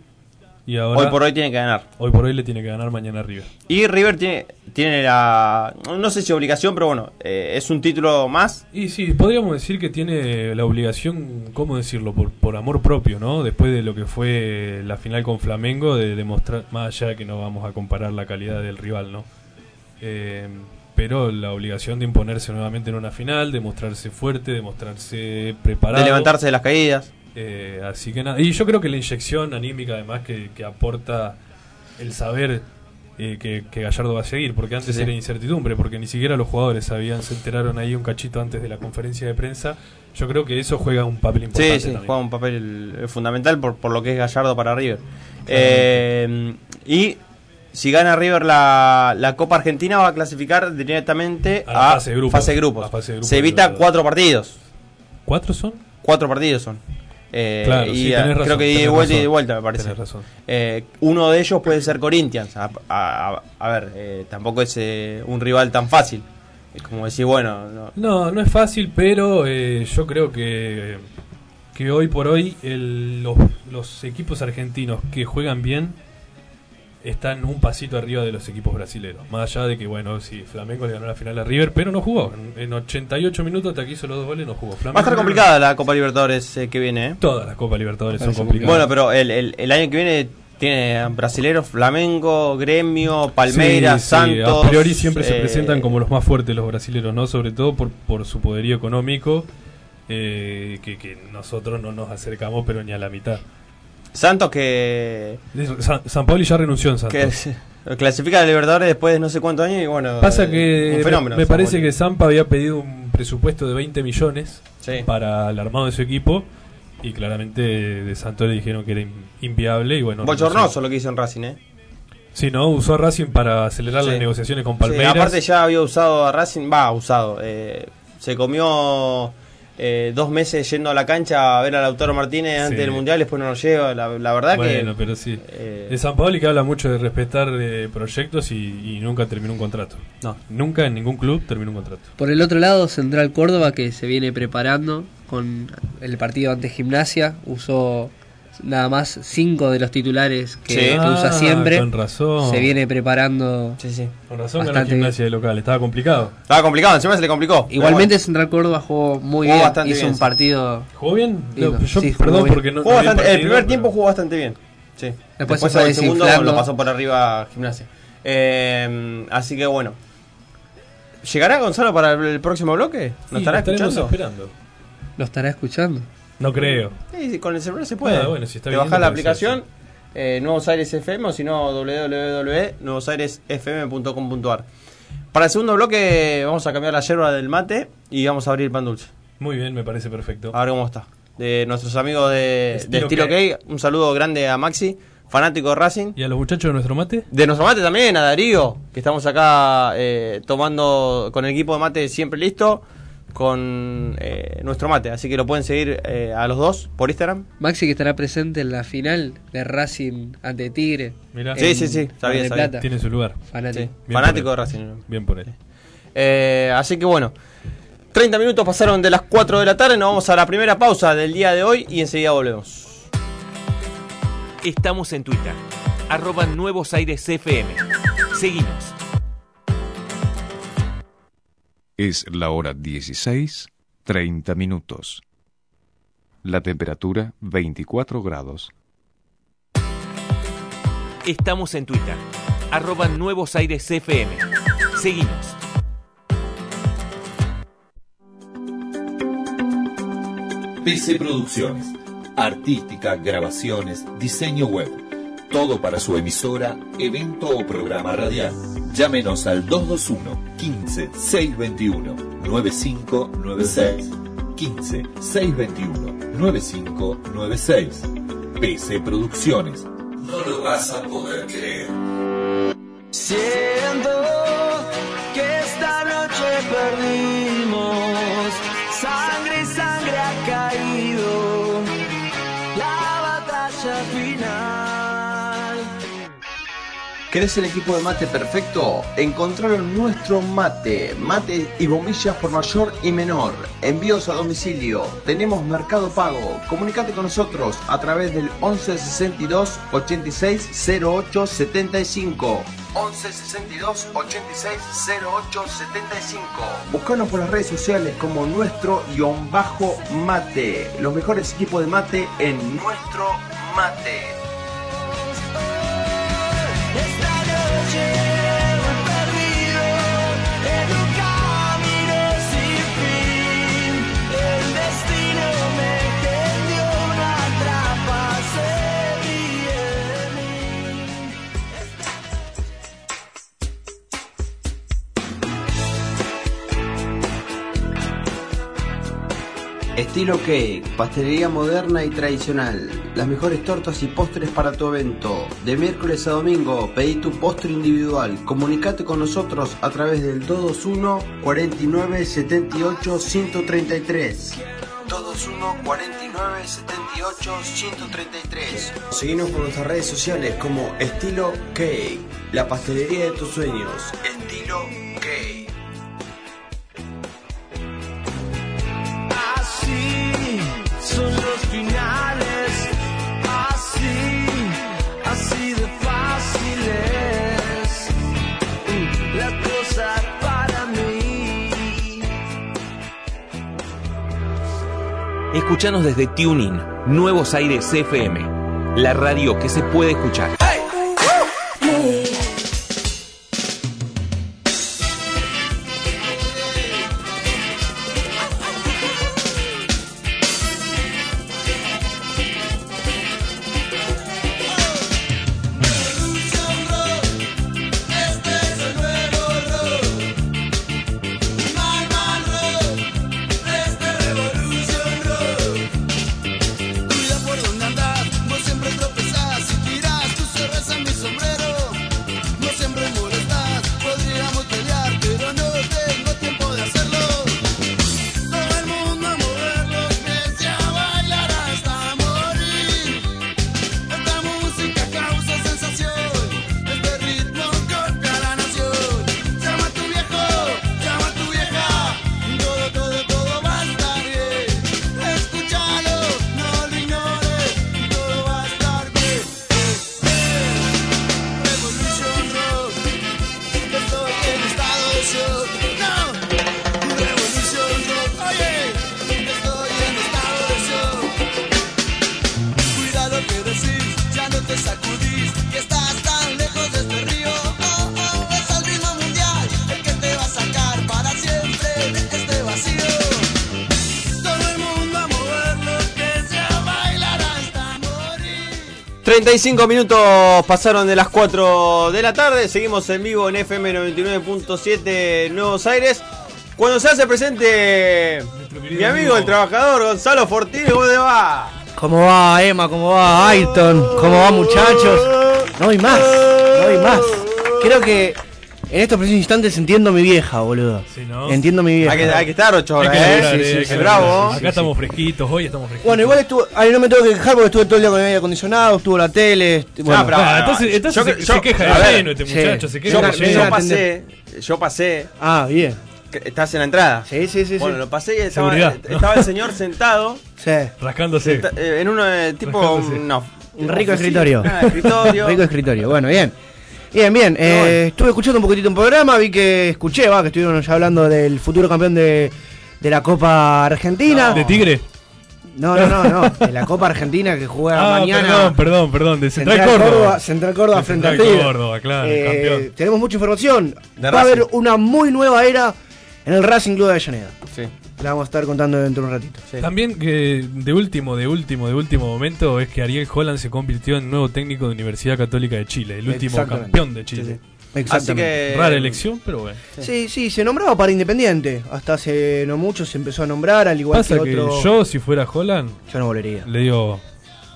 C: Y ahora,
B: hoy por hoy tiene que ganar.
C: hoy por hoy le tiene que ganar mañana River.
B: Y River tiene, tiene la... No sé si obligación, pero bueno, eh, es un título más.
C: Y sí, podríamos decir que tiene la obligación, ¿cómo decirlo? Por, por amor propio, ¿no? Después de lo que fue la final con Flamengo, de demostrar, más allá de que no vamos a comparar la calidad del rival, ¿no? Eh, pero la obligación de imponerse nuevamente en una final, de mostrarse fuerte, de mostrarse preparado.
B: De levantarse de las caídas.
C: Eh, así que nada. Y yo creo que la inyección anímica, además, que, que aporta el saber eh, que, que Gallardo va a seguir, porque antes
B: Sí.
C: era incertidumbre, porque ni siquiera los jugadores sabían, se enteraron ahí un cachito antes de la conferencia de prensa. Yo creo que eso juega un papel importante.
B: Sí, sí,
C: también.
B: juega un papel eh, fundamental por, por lo que es Gallardo para River. Eh, y si gana River la, la Copa Argentina va a clasificar directamente
C: A la
B: a,
C: fase de grupos.
B: Ah, fase de grupos.
C: A fase de grupos
B: Se
C: de
B: evita
C: Libertadores.
B: cuatro partidos.
C: ¿Cuatro son?
B: Cuatro partidos son. Eh,
C: Claro,
B: y
C: sí,
B: eh,
C: tenés razón,
B: creo que ida y
C: tenés
B: vuelta y
C: razón.
B: de vuelta me parece.
C: Tenés razón.
B: Eh, uno de ellos puede ser Corinthians. A, a- a ver, eh, tampoco es eh, un rival tan fácil. Es como decir, bueno, no-
C: No, no es fácil, pero eh, yo creo que, que hoy por hoy el- los, los equipos argentinos que juegan bien están un pasito arriba de los equipos brasileños. Más allá de que, bueno, sí, Flamengo le ganó la final a River, pero no jugó. En, en 88 minutos hasta que hizo los dos goles no jugó.
B: va a estar
C: Flamengo-
B: complicada la Copa Libertadores eh, que viene. ¿eh?
C: Todas las Copas Libertadores son
E: Parece
C: complicadas.
B: Bueno, pero el, el- el año que viene tiene brasileros, Flamengo, Gremio, Palmeiras,
C: Sí, sí,
B: Santos.
C: A priori siempre se
B: eh,
C: presentan como los más fuertes los brasileños, ¿no? Sobre todo por, por su poderío económico, eh, que, que nosotros no nos acercamos, pero ni a la mitad.
B: Santos que.
C: Eso, San, San Pauli ya renunció en Santos.
B: que eh, clasifica a Libertadores después de no sé cuántos años y bueno. eh,
C: Pasa que
B: un
C: me-
B: fenómeno,
C: me,
B: San
C: parece
B: Paoli.
C: que Zampa había pedido un presupuesto de 20 millones
B: Sí.
C: para el armado de su equipo y claramente de Santos le dijeron que era in- inviable y bueno.
B: Bochornoso
C: renunció.
B: lo que hizo en Racing, ¿eh?
C: Sí, no, usó a Racing para acelerar
B: Sí.
C: las negociaciones con
B: Sí,
C: Palmeiras.
B: aparte ya había usado a Racing, va, usado. eh, se comió eh, dos meses yendo a la cancha a ver a Lautaro Martínez antes
C: Sí.
B: del Mundial, después no lo lleva. La, la verdad
C: bueno,
B: que...
C: pero sí.
B: eh,
C: De San Paoli que habla mucho de respetar eh, proyectos y, y nunca terminó un contrato.
B: no.
C: Nunca en ningún club terminó un contrato.
E: Por el otro lado, Central Córdoba que se viene preparando con el partido ante Gimnasia. Usó nada más cinco de los titulares que,
B: Sí.
E: que
B: Ah,
E: usa siempre.
C: Con razón.
E: Se viene preparando.
B: Sí, sí.
C: Con razón ganó
E: Bastante
C: gimnasia de local. Estaba complicado.
B: Estaba complicado, encima se le complicó. pero
E: Igualmente, Central Córdoba jugó muy
B: Jugó
E: bien.
B: bastante
E: Hizo
B: bien,
E: un
B: sí.
E: partido.
C: ¿Jugó bien?
E: Lindo.
C: Yo,
E: Sí, jugó
C: perdón
E: bien.
C: porque no.
B: Jugó
C: no vi el
B: bastante- el
C: partido,
B: primer
C: pero-
B: tiempo jugó bastante bien. Sí.
E: Después
B: Después,
E: se
B: en
E: fue
B: el segundo
E: desinflando.
B: lo pasó por arriba Gimnasia. Eh, así que bueno. ¿Llegará Gonzalo para el, el próximo bloque? ¿Nos
F: Y
B: estará
F: lo estaremos
B: escuchando?
F: esperando.
E: ¿Lo estará escuchando?
C: No creo.
B: Sí, con el celular se puede.
F: Ah, bueno, si
B: Te
F: está viniendo,
B: bajás la
F: puede ser,
B: aplicación, eh, Nuevos Aires FM o si no, www.nuevosairesfm.com.ar. Para el segundo bloque vamos a cambiar la yerba del mate y vamos a abrir el pan dulce.
F: Muy bien, me parece perfecto.
B: A ver cómo está. De nuestros amigos de, de
F: Estilo
B: Estilo K.
F: K.
B: Un saludo grande a Maxi, fanático de Racing.
C: ¿Y a los muchachos de nuestro mate?
B: De nuestro mate también, a Darío, que estamos acá eh, tomando con el equipo de mate siempre listo, con eh, nuestro mate. Así que lo pueden seguir eh, a los dos por Instagram.
E: Maxi que estará presente en la final de Racing ante Tigre.
C: Mirá.
E: en
B: Sí, sí, sí, sabía,
E: Mar del
B: sabía.
E: Plata.
C: Tiene su lugar.
E: Fanático.
B: Sí,
C: Bien
B: fanático de
C: por él.
B: Racing.
C: Bien por él.
B: Eh, así que bueno, 30 minutos pasaron de las 4 de la tarde, nos vamos a la primera pausa del día de hoy y enseguida volvemos.
A: Estamos en Twitter, arroba Nuevos Aires FM. Seguimos.
G: Es la hora 16, 30 minutos. La temperatura 24 grados.
A: Estamos en Twitter, arroba Nuevos Aires FM. Seguimos.
H: PC Producciones. Artística, grabaciones, diseño web. Todo para su emisora, evento o programa radial. Llámenos al 221 15 621 9596. 15 621 9596. PC Producciones. No lo vas a poder creer.
A: Siento que esta noche perdimos, sangre y sangre ha caído, la batalla final.
I: ¿Querés el equipo de mate perfecto? Encontraron nuestro mate, mate y bombillas por mayor y menor. Envíos a domicilio. Tenemos mercado pago. Comunicate con nosotros a través del 11 62 86 08 75. 11 62 86 08 75. Buscanos por las redes sociales como nuestro guión bajo mate. Los mejores equipos de mate en nuestro mate.
J: Estilo Cake, pastelería moderna y tradicional. Las mejores tortas y postres para tu evento. De miércoles a domingo, pedí tu postre individual. Comunicate con nosotros a través del 221 49 78 133. 221 49 78 133.
I: Seguimos por nuestras redes sociales como Estilo Cake, la pastelería de tus sueños.
J: Estilo Cake.
A: Así son los finales, así, así de fáciles. Mm, Las cosas para mí. Escuchanos desde Tuning, Nuevos Aires FM, la radio que se puede escuchar.
K: Cuida por donde andas, vos siempre tropezás y tirás tus
A: este este Oh, este
B: 35 minutos pasaron de las 4 de la tarde. Seguimos en vivo en FM 99.7 Nuevos Aires. Cuando se hace presente mi amigo, el trabajador Gonzalo Fortín, ¿cómo te va?
K: ¿Cómo va Emma? ¿Cómo va Ayrton? ¿Cómo va muchachos? No hay más, no hay más. Creo que en estos precisos instantes entiendo a mi vieja, boludo.
C: ¿no?
K: Entiendo a mi vieja.
B: Hay que, hay que estar 8 horas,
K: Hay que
B: ¿eh?
K: laburar, eh, hay que
B: bravo.
K: laburar.
C: Acá estamos fresquitos, hoy estamos fresquitos.
K: Bueno, igual estuvo, ahí no me tengo que quejar porque estuve todo el día con el aire acondicionado, estuvo la tele. est- bueno.
B: Ah, pero, ah,
C: entonces- entonces se- se queja de
B: a ver,
C: lleno este muchacho, se queja
B: yo,
C: de lleno.
B: yo pasé, yo pasé.
K: Ah, bien.
B: Estás en la entrada.
K: Sí, sí, sí.
B: Bueno,
K: sí.
B: lo pasé y estaba,
K: Seguridad.
B: estaba el señor sentado
K: Sí.
C: Rascándose.
B: senta- eh, en un eh, tipo no,
K: Un rico escritorio.
B: Ah, escritorio.
K: rico escritorio. Bueno, bien. Bien, bien. Eh, Estuve escuchando un poquitito un programa, vi que escuché, va, que estuvieron ya hablando del futuro campeón de, de la Copa Argentina.
C: ¿De Tigre?
K: No, no, no, no. De la Copa Argentina que juega
C: Ah,
K: mañana.
C: perdón, perdón, perdón. De Central, Córdoba.
K: Central Córdoba
C: De
K: frente a
C: Central
K: Tigre.
C: Córdoba, claro, el
K: Eh,
C: campeón.
K: Tenemos mucha información.
B: De
K: Va a
B: Racing.
K: haber una muy nueva era en el Racing Club de Avellaneda.
B: Sí.
K: La vamos a estar contando dentro de un ratito.
C: También que de último, de último, de último momento es que Ariel Holland se convirtió en nuevo técnico de Universidad Católica de Chile, el último
K: Exactamente.
C: campeón de Chile.
K: Exactamente. Así que-
C: Rara elección, pero bueno.
K: Sí, sí, se nombraba para Independiente. Hasta hace no mucho se empezó a nombrar, al igual
C: Pasa que,
K: que otro.
C: yo, si fuera Holland,
K: yo no volvería.
C: Le digo,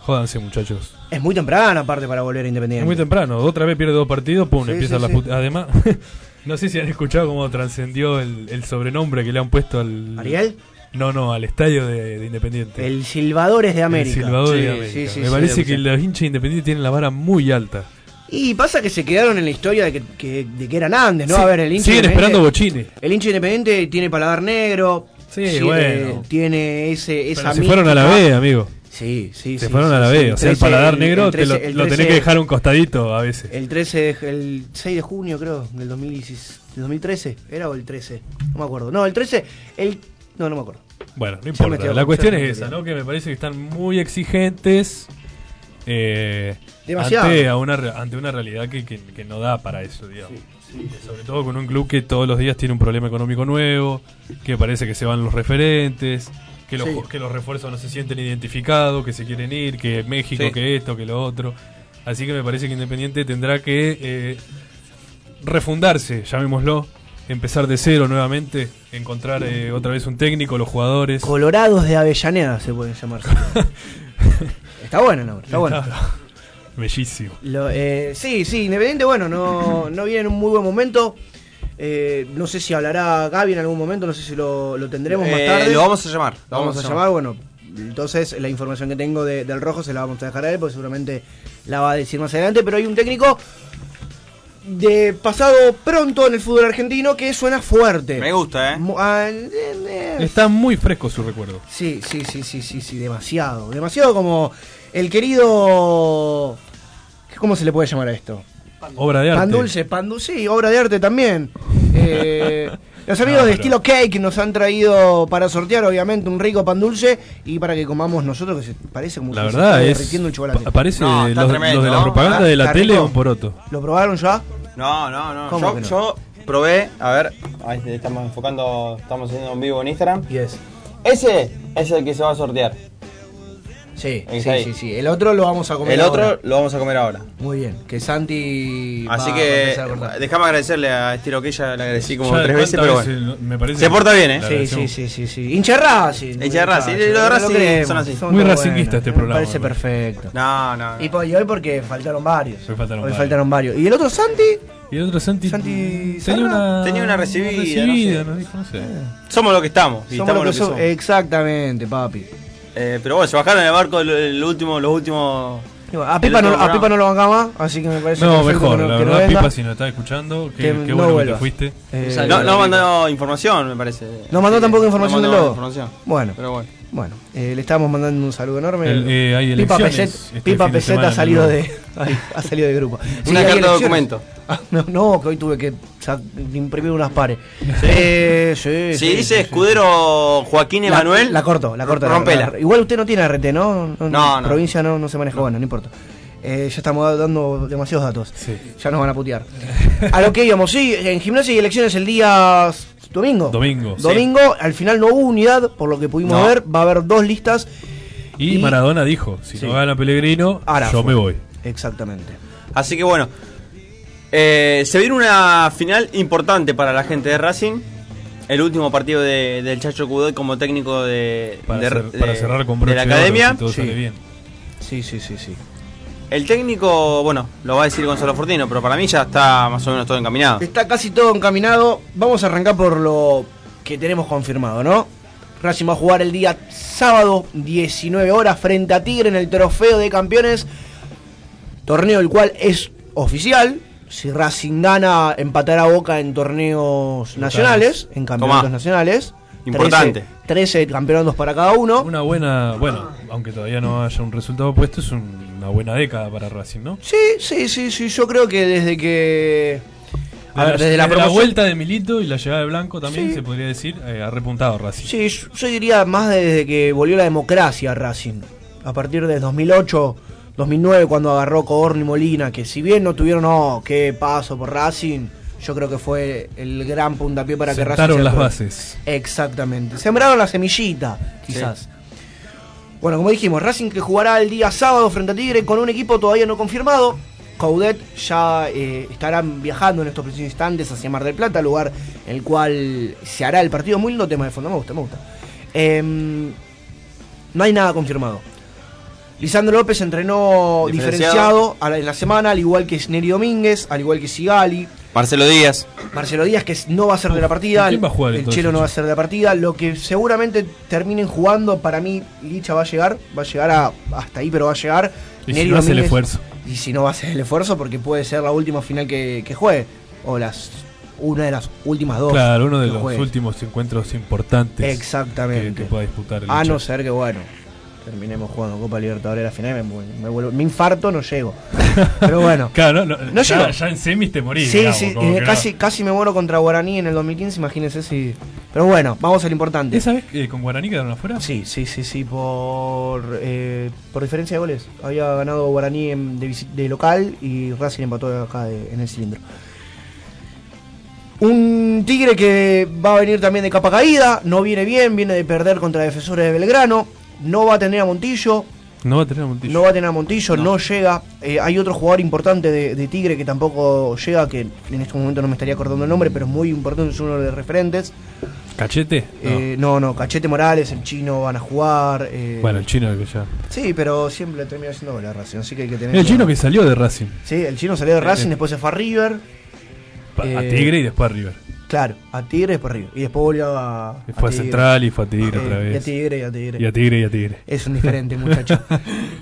C: jódanse, muchachos.
K: Es muy temprano, aparte, para volver a
C: Es
K: Independiente.
C: muy temprano, otra vez pierde dos partidos, pum,
K: Sí,
C: empieza
K: sí,
C: la
K: sí.
C: puta. Además, no sé si han escuchado cómo trascendió el, el sobrenombre que le han puesto al.
K: ¿Ariel?
C: No, no, al estadio de, de Independiente.
K: El Silvadores de América.
C: El Silvador
K: Sí,
C: de América.
K: sí, sí,
C: Me
K: sí,
C: parece
K: sí.
C: que los hinchas de Independiente tienen la vara muy alta.
K: Y pasa que se quedaron en la historia de que, que- de que eran Andes, ¿no?
C: Sí,
K: a ver, el hincha.
C: siguen
K: independiente-
C: esperando Bochini.
K: El hincha independiente tiene paladar negro.
C: Sí,
K: tiene-
C: bueno.
K: Tiene ese, esa.
C: Pero se fueron a la
K: mística.
C: B, amigo.
K: Sí, sí,
C: Se
K: sí,
C: fueron
K: sí,
C: a la
K: sí,
C: B.
K: el
C: o sea, el
K: 13,
C: paladar
K: el
C: negro
K: 13,
C: te
K: el
C: lo, lo tenés
K: 13.
C: que dejar a un costadito a veces.
K: El 13 de- el 6 de junio, creo, del 2016 del 2013. ¿Era o el 13? No me acuerdo. No, el 13. El, no, no me acuerdo.
C: Bueno, no
K: Ya me
C: importa.
K: estoy-
C: La
K: ya
C: cuestión
K: me
C: es
K: estoy
C: esa, ¿no? Que me parece que están muy exigentes. eh,
K: Demasiado.
C: Ante, a una, re- ante una realidad que, que- que no da para eso, digamos. Eh, Sobre todo con un club que todos los días tiene un problema económico nuevo, que parece que se van los referentes, que los,
F: Sí.
C: ju- que los refuerzos no se sienten identificados, que se quieren ir, que México,
F: Sí.
C: que esto, que lo otro. Así que me parece que Independiente tendrá que eh, refundarse, llamémoslo, empezar de cero nuevamente, encontrar eh, otra vez un técnico, los jugadores.
K: Colorados de Avellaneda se pueden llamar. está bueno, no, está bueno.
C: Bellísimo.
K: Lo, eh, sí, sí, Independiente, bueno, no, no viene en un muy buen momento. Eh, no sé si hablará Gaby en algún momento, no sé si lo, lo tendremos más
B: Eh,
K: tarde.
B: lo vamos a llamar,
K: Lo vamos, a llamar, bueno. Entonces, la información que tengo de- del rojo se la vamos a dejar a él, porque seguramente la va a decir más adelante. Pero hay un técnico de pasado pronto en el fútbol argentino que suena fuerte.
B: Me gusta, ¿eh?
K: Mu- ah, eh, eh,
C: Está muy fresco su recuerdo.
K: Sí, sí, sí, sí, sí, sí, demasiado. Demasiado como el querido. ¿Cómo se le puede llamar a esto?
C: Obra de arte.
K: Pan dulce, pan dulce, sí, obra de arte también. Eh, los amigos
C: No,
K: de
C: Ah, pero-
K: estilo cake nos han traído para sortear, obviamente, un rico pan dulce y para que comamos nosotros, que se parece como
C: La
K: que se
C: verdad
K: está
C: es.
K: derritiendo un chocolate.
C: pa- Parece
B: No,
C: los,
B: está tremendo,
C: los de la
B: ¿no?
C: propaganda
B: ¿Está-
C: de la
B: está
C: tele
B: rico?
C: un poroto.
K: ¿Lo probaron ya?
B: No, no, no.
K: ¿Cómo
B: Yo,
K: que no?
B: yo probé, a ver, ahí estamos enfocando, estamos haciendo en vivo en Instagram.
K: Yes.
B: Ese es el que se va a sortear.
K: Sí,
B: Está
K: sí,
B: ahí.
K: sí, sí. El otro lo vamos a comer.
B: El otro
K: ahora.
B: lo vamos a comer ahora.
K: Muy bien, que Santi. va-
B: Así
K: va a
B: que
K: empezar a cortar.
B: déjame agradecerle a Estilo que ella le agradecí como
C: Ya
B: tres
C: cuántas
B: veces, pero
C: veces
B: bueno.
C: lo- me parece
B: se
C: que
B: porta bien,
C: le
B: ¿eh?
K: Sí, sí, sí, sí, sí. Hincha de Racing.
B: Hincha de Racing,
K: muchachos,
B: los de
K: no
B: Racing
K: creemos,
B: son así.
C: Muy
K: todos
C: racingista
K: buenos,
C: este
K: me
C: programa,
K: Parece
C: me
K: perfecto.
B: No, no.
K: Y, po- y hoy porque faltaron varios.
C: Hoy faltaron
K: Hoy
C: varios.
K: faltaron varios. ¿Y el otro Santi?
C: Y el otro Santi.
K: Santi
C: tenía,
K: Sarra?
C: una,
B: Tenía una recibida,
C: recibida,
B: no sé.
C: nos dijo, no sé.
B: Somos lo que estamos. Y
K: Somos
B: estamos
K: lo que
B: somos.
K: somos. Exactamente, papi.
B: Eh, pero bueno, se bajaron el barco el, el último, los últimos.
K: Digo, A
B: el
K: Pipa,
B: otro
K: no, a
B: programa.
K: Pipa no lo bancaba, así que me parece
C: No,
K: perfecto
C: mejor,
K: que no-
C: la
K: que no
C: verdad,
K: venga.
C: Pipa, si nos está escuchando, Oh, qué,
K: Que
C: qué
K: no
C: bueno que
K: vuelva.
C: te fuiste.
K: Eh,
B: No, no mandó información, me parece.
K: No mandó tampoco información
B: no
K: del
B: mandó
K: logo.
B: información.
K: Bueno.
B: Pero bueno.
K: Bueno, eh, le estábamos mandando un saludo enorme.
C: El- eh, hay
K: Pipa
C: elecciones
K: Peset,
C: este
K: Pipa
C: fin de
K: Peset
C: semana,
K: ha salido
C: ¿no?
K: de ay, ha salido de grupo.
B: Una
K: hay
B: carta de
K: elecciones.
B: documento.
K: Ah, no, no, que hoy tuve que sa- imprimir unas pares. Eh, sí,
B: Si
K: sí,
B: dice
K: sí, sí.
B: escudero Joaquín
K: La-
B: Emanuel.
K: La corto, la corto. la-
B: Rompela.
K: la- igual usted no tiene RT, ¿no?
B: No, no.
K: Provincia no, no se maneja, bueno, no importa. Eh, ya estamos dando demasiados datos. Ya nos van a putear. a lo que íbamos, sí, en gimnasia y elecciones el día s- domingo.
C: Domingo.
K: Domingo, al final no hubo unidad, por lo que pudimos
C: No.
K: ver, va a haber dos listas.
C: Y, Maradona dijo: si no gana Pellegrino,
K: Ahora
C: yo
K: fue.
C: me voy.
K: Exactamente.
B: Así que bueno, eh, se viene una final importante para la gente de Racing. El último partido de- del Chacho Cudoy como técnico de,
C: Para,
B: de-
C: cer-
B: de-
C: para cerrar con
B: de
C: broche
B: la
C: de oro,
B: academia.
C: si todo sale bien.
K: Sí, sí, sí, sí.
B: El técnico, bueno, lo va a decir Gonzalo Fortino, pero para mí ya está más o menos todo
C: Ah.
B: encaminado.
K: Está casi todo encaminado. Vamos a arrancar por lo que tenemos confirmado, ¿no? Racing va a jugar el día sábado, 19 horas, frente a Tigre en el Trofeo de Campeones. Torneo el cual es oficial. Si Racing gana, empatará a Boca en torneos nacionales, en campeonatos
C: Tomá.
K: nacionales.
C: Importante.
K: 13, 13 campeonatos para cada uno.
C: Una buena, bueno, aunque todavía no haya un resultado puesto, es un- una buena década para Racing, ¿no?
K: Sí, sí, sí, sí. Yo creo que desde que. A ver, desde la promoción-
C: vuelta de Milito y la llegada de Blanco también
K: Sí.
C: se podría decir, eh, ha repuntado Racing.
K: Sí, yo yo diría más desde que volvió la democracia a Racing. A partir de 2008, 2009, cuando agarró Coborno y Molina, que si bien no tuvieron, no, qué paso por Racing, yo creo que fue el gran puntapié para que Racing...
C: Sentaron
K: se
C: las
K: acuerde.
C: bases.
K: Exactamente. Sembraron la semillita, quizás. Bueno, como dijimos, Racing que jugará el día sábado frente a Tigre con un equipo todavía no confirmado. Caudet ya eh, estarán viajando en estos precisos instantes hacia Mar del Plata, lugar en el cual se hará el partido. Muy lindo tema de fondo, me gusta, me gusta. Em, no hay nada confirmado. Lisandro López entrenó
B: Diferenciado.
K: diferenciado, a la- en la semana, al igual que Neri Domínguez, al igual que Sigali.
B: Marcelo Díaz.
K: Marcelo Díaz, que no va a ser de la partida.
B: ¿Quién va a jugar
K: el
B: entonces,
K: Chelo no va a ser de la partida. Lo que seguramente terminen jugando, para mí, Licha va a llegar. Va a llegar a- hasta ahí, pero va a llegar.
C: Y si no hace el esfuerzo.
K: Y si no va a hacer el esfuerzo, porque puede ser la última final que, que juegue. O las una de las últimas dos.
C: Claro, uno de
K: que
C: los
K: juegue.
C: últimos encuentros importantes
K: Exactamente.
C: que, que pueda disputar el
K: A
C: hincha.
K: no ser que, bueno, terminemos jugando Copa Libertadores a la final y me, vuel- me, vuelvo- me infarto, no llego. Pero bueno.
C: Claro, no, no,
K: No
C: ya,
K: llego.
C: ya en semis te morís.
K: Sí,
C: digamos,
K: sí,
C: como
K: eh,
C: que no.
K: casi, casi me muero contra Guaraní en el 2015, imagínense si... Pero bueno, vamos al importante.
C: ¿Esa vez eh, con Guaraní quedaron afuera?
K: Sí, sí, sí, sí, por, eh, por diferencia de goles. Había ganado Guaraní en- de, visi- de local y Racing empató acá de- en el cilindro. Un Tigre que va a venir también de capa caída, no viene bien, viene de perder contra Defensores de Belgrano, no va a tener a Montillo,
C: No va a tener a Montillo.
K: no va a tener a Montillo, no, llega. Eh, hay otro jugador importante de, de Tigre que tampoco llega, que en este momento no me estaría acordando el nombre, pero es muy importante, es uno de los referentes.
C: ¿Cachete? No.
K: Eh, no. no, Cachete Morales, el chino van a jugar. eh,
C: bueno, el chino que ya.
K: Sí, pero siempre termina haciendo gol a Racing, así que hay que tener.
C: El chino que salió de Racing.
K: Sí, el chino salió de
C: Eh,
K: Racing,
C: eh.
K: después se fue a River.
C: Pa- A
K: Eh,
C: Tigre y después a River.
K: Claro, a Tigre, después a River. Y después volvió a. a
C: Fue a
K: Tigre.
C: Central y fue a Tigre
K: Eh,
C: otra vez.
K: Y a Tigre, y a Tigre.
C: Y a Tigre y a Tigre.
K: Es un diferente muchacho.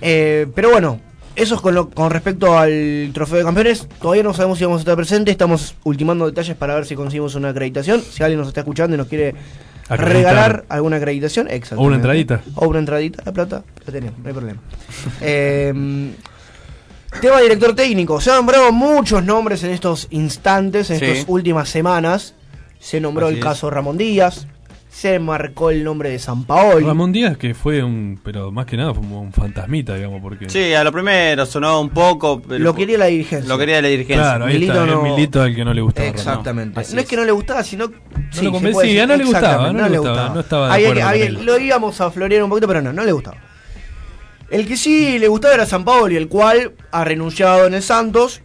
K: Eh, pero bueno, eso es con, lo- con respecto al trofeo de campeones. Todavía no sabemos si vamos a estar presentes. Estamos ultimando detalles para ver si conseguimos una acreditación. Si alguien nos está escuchando y nos quiere
C: Acreditar.
K: regalar alguna acreditación, exacto.
C: O una entradita.
K: O una entradita, la plata, la tenemos, no hay problema. Eh, tema de director técnico. Se han nombrado muchos nombres en estos instantes, en
B: Sí.
K: estas últimas semanas. Se nombró
C: Así
K: el
C: es.
K: caso Ramón Díaz. Se marcó el nombre de San Paolo.
C: Ramón Díaz, que fue un. Pero más que nada, fue un fantasmita, digamos, porque.
B: Sí, a lo primero sonó un poco. pero-
K: Lo quería la dirigencia.
B: Lo quería la dirigencia.
C: Claro, ahí está, el Milito al que no le gustaba.
K: Exactamente. No es que no le gustaba, sino.
C: lo
K: se
C: convencía,
K: puede decir,
C: no le gustaba,
K: exactamente,
C: no le gustaba, no estaba de
K: Había
C: acuerdo
K: que-
C: con
K: había-
C: él.
K: Lo íbamos a florear un poquito, pero no, no le gustaba. El que sí le gustaba era San Paolo, el cual ha renunciado en el Santos.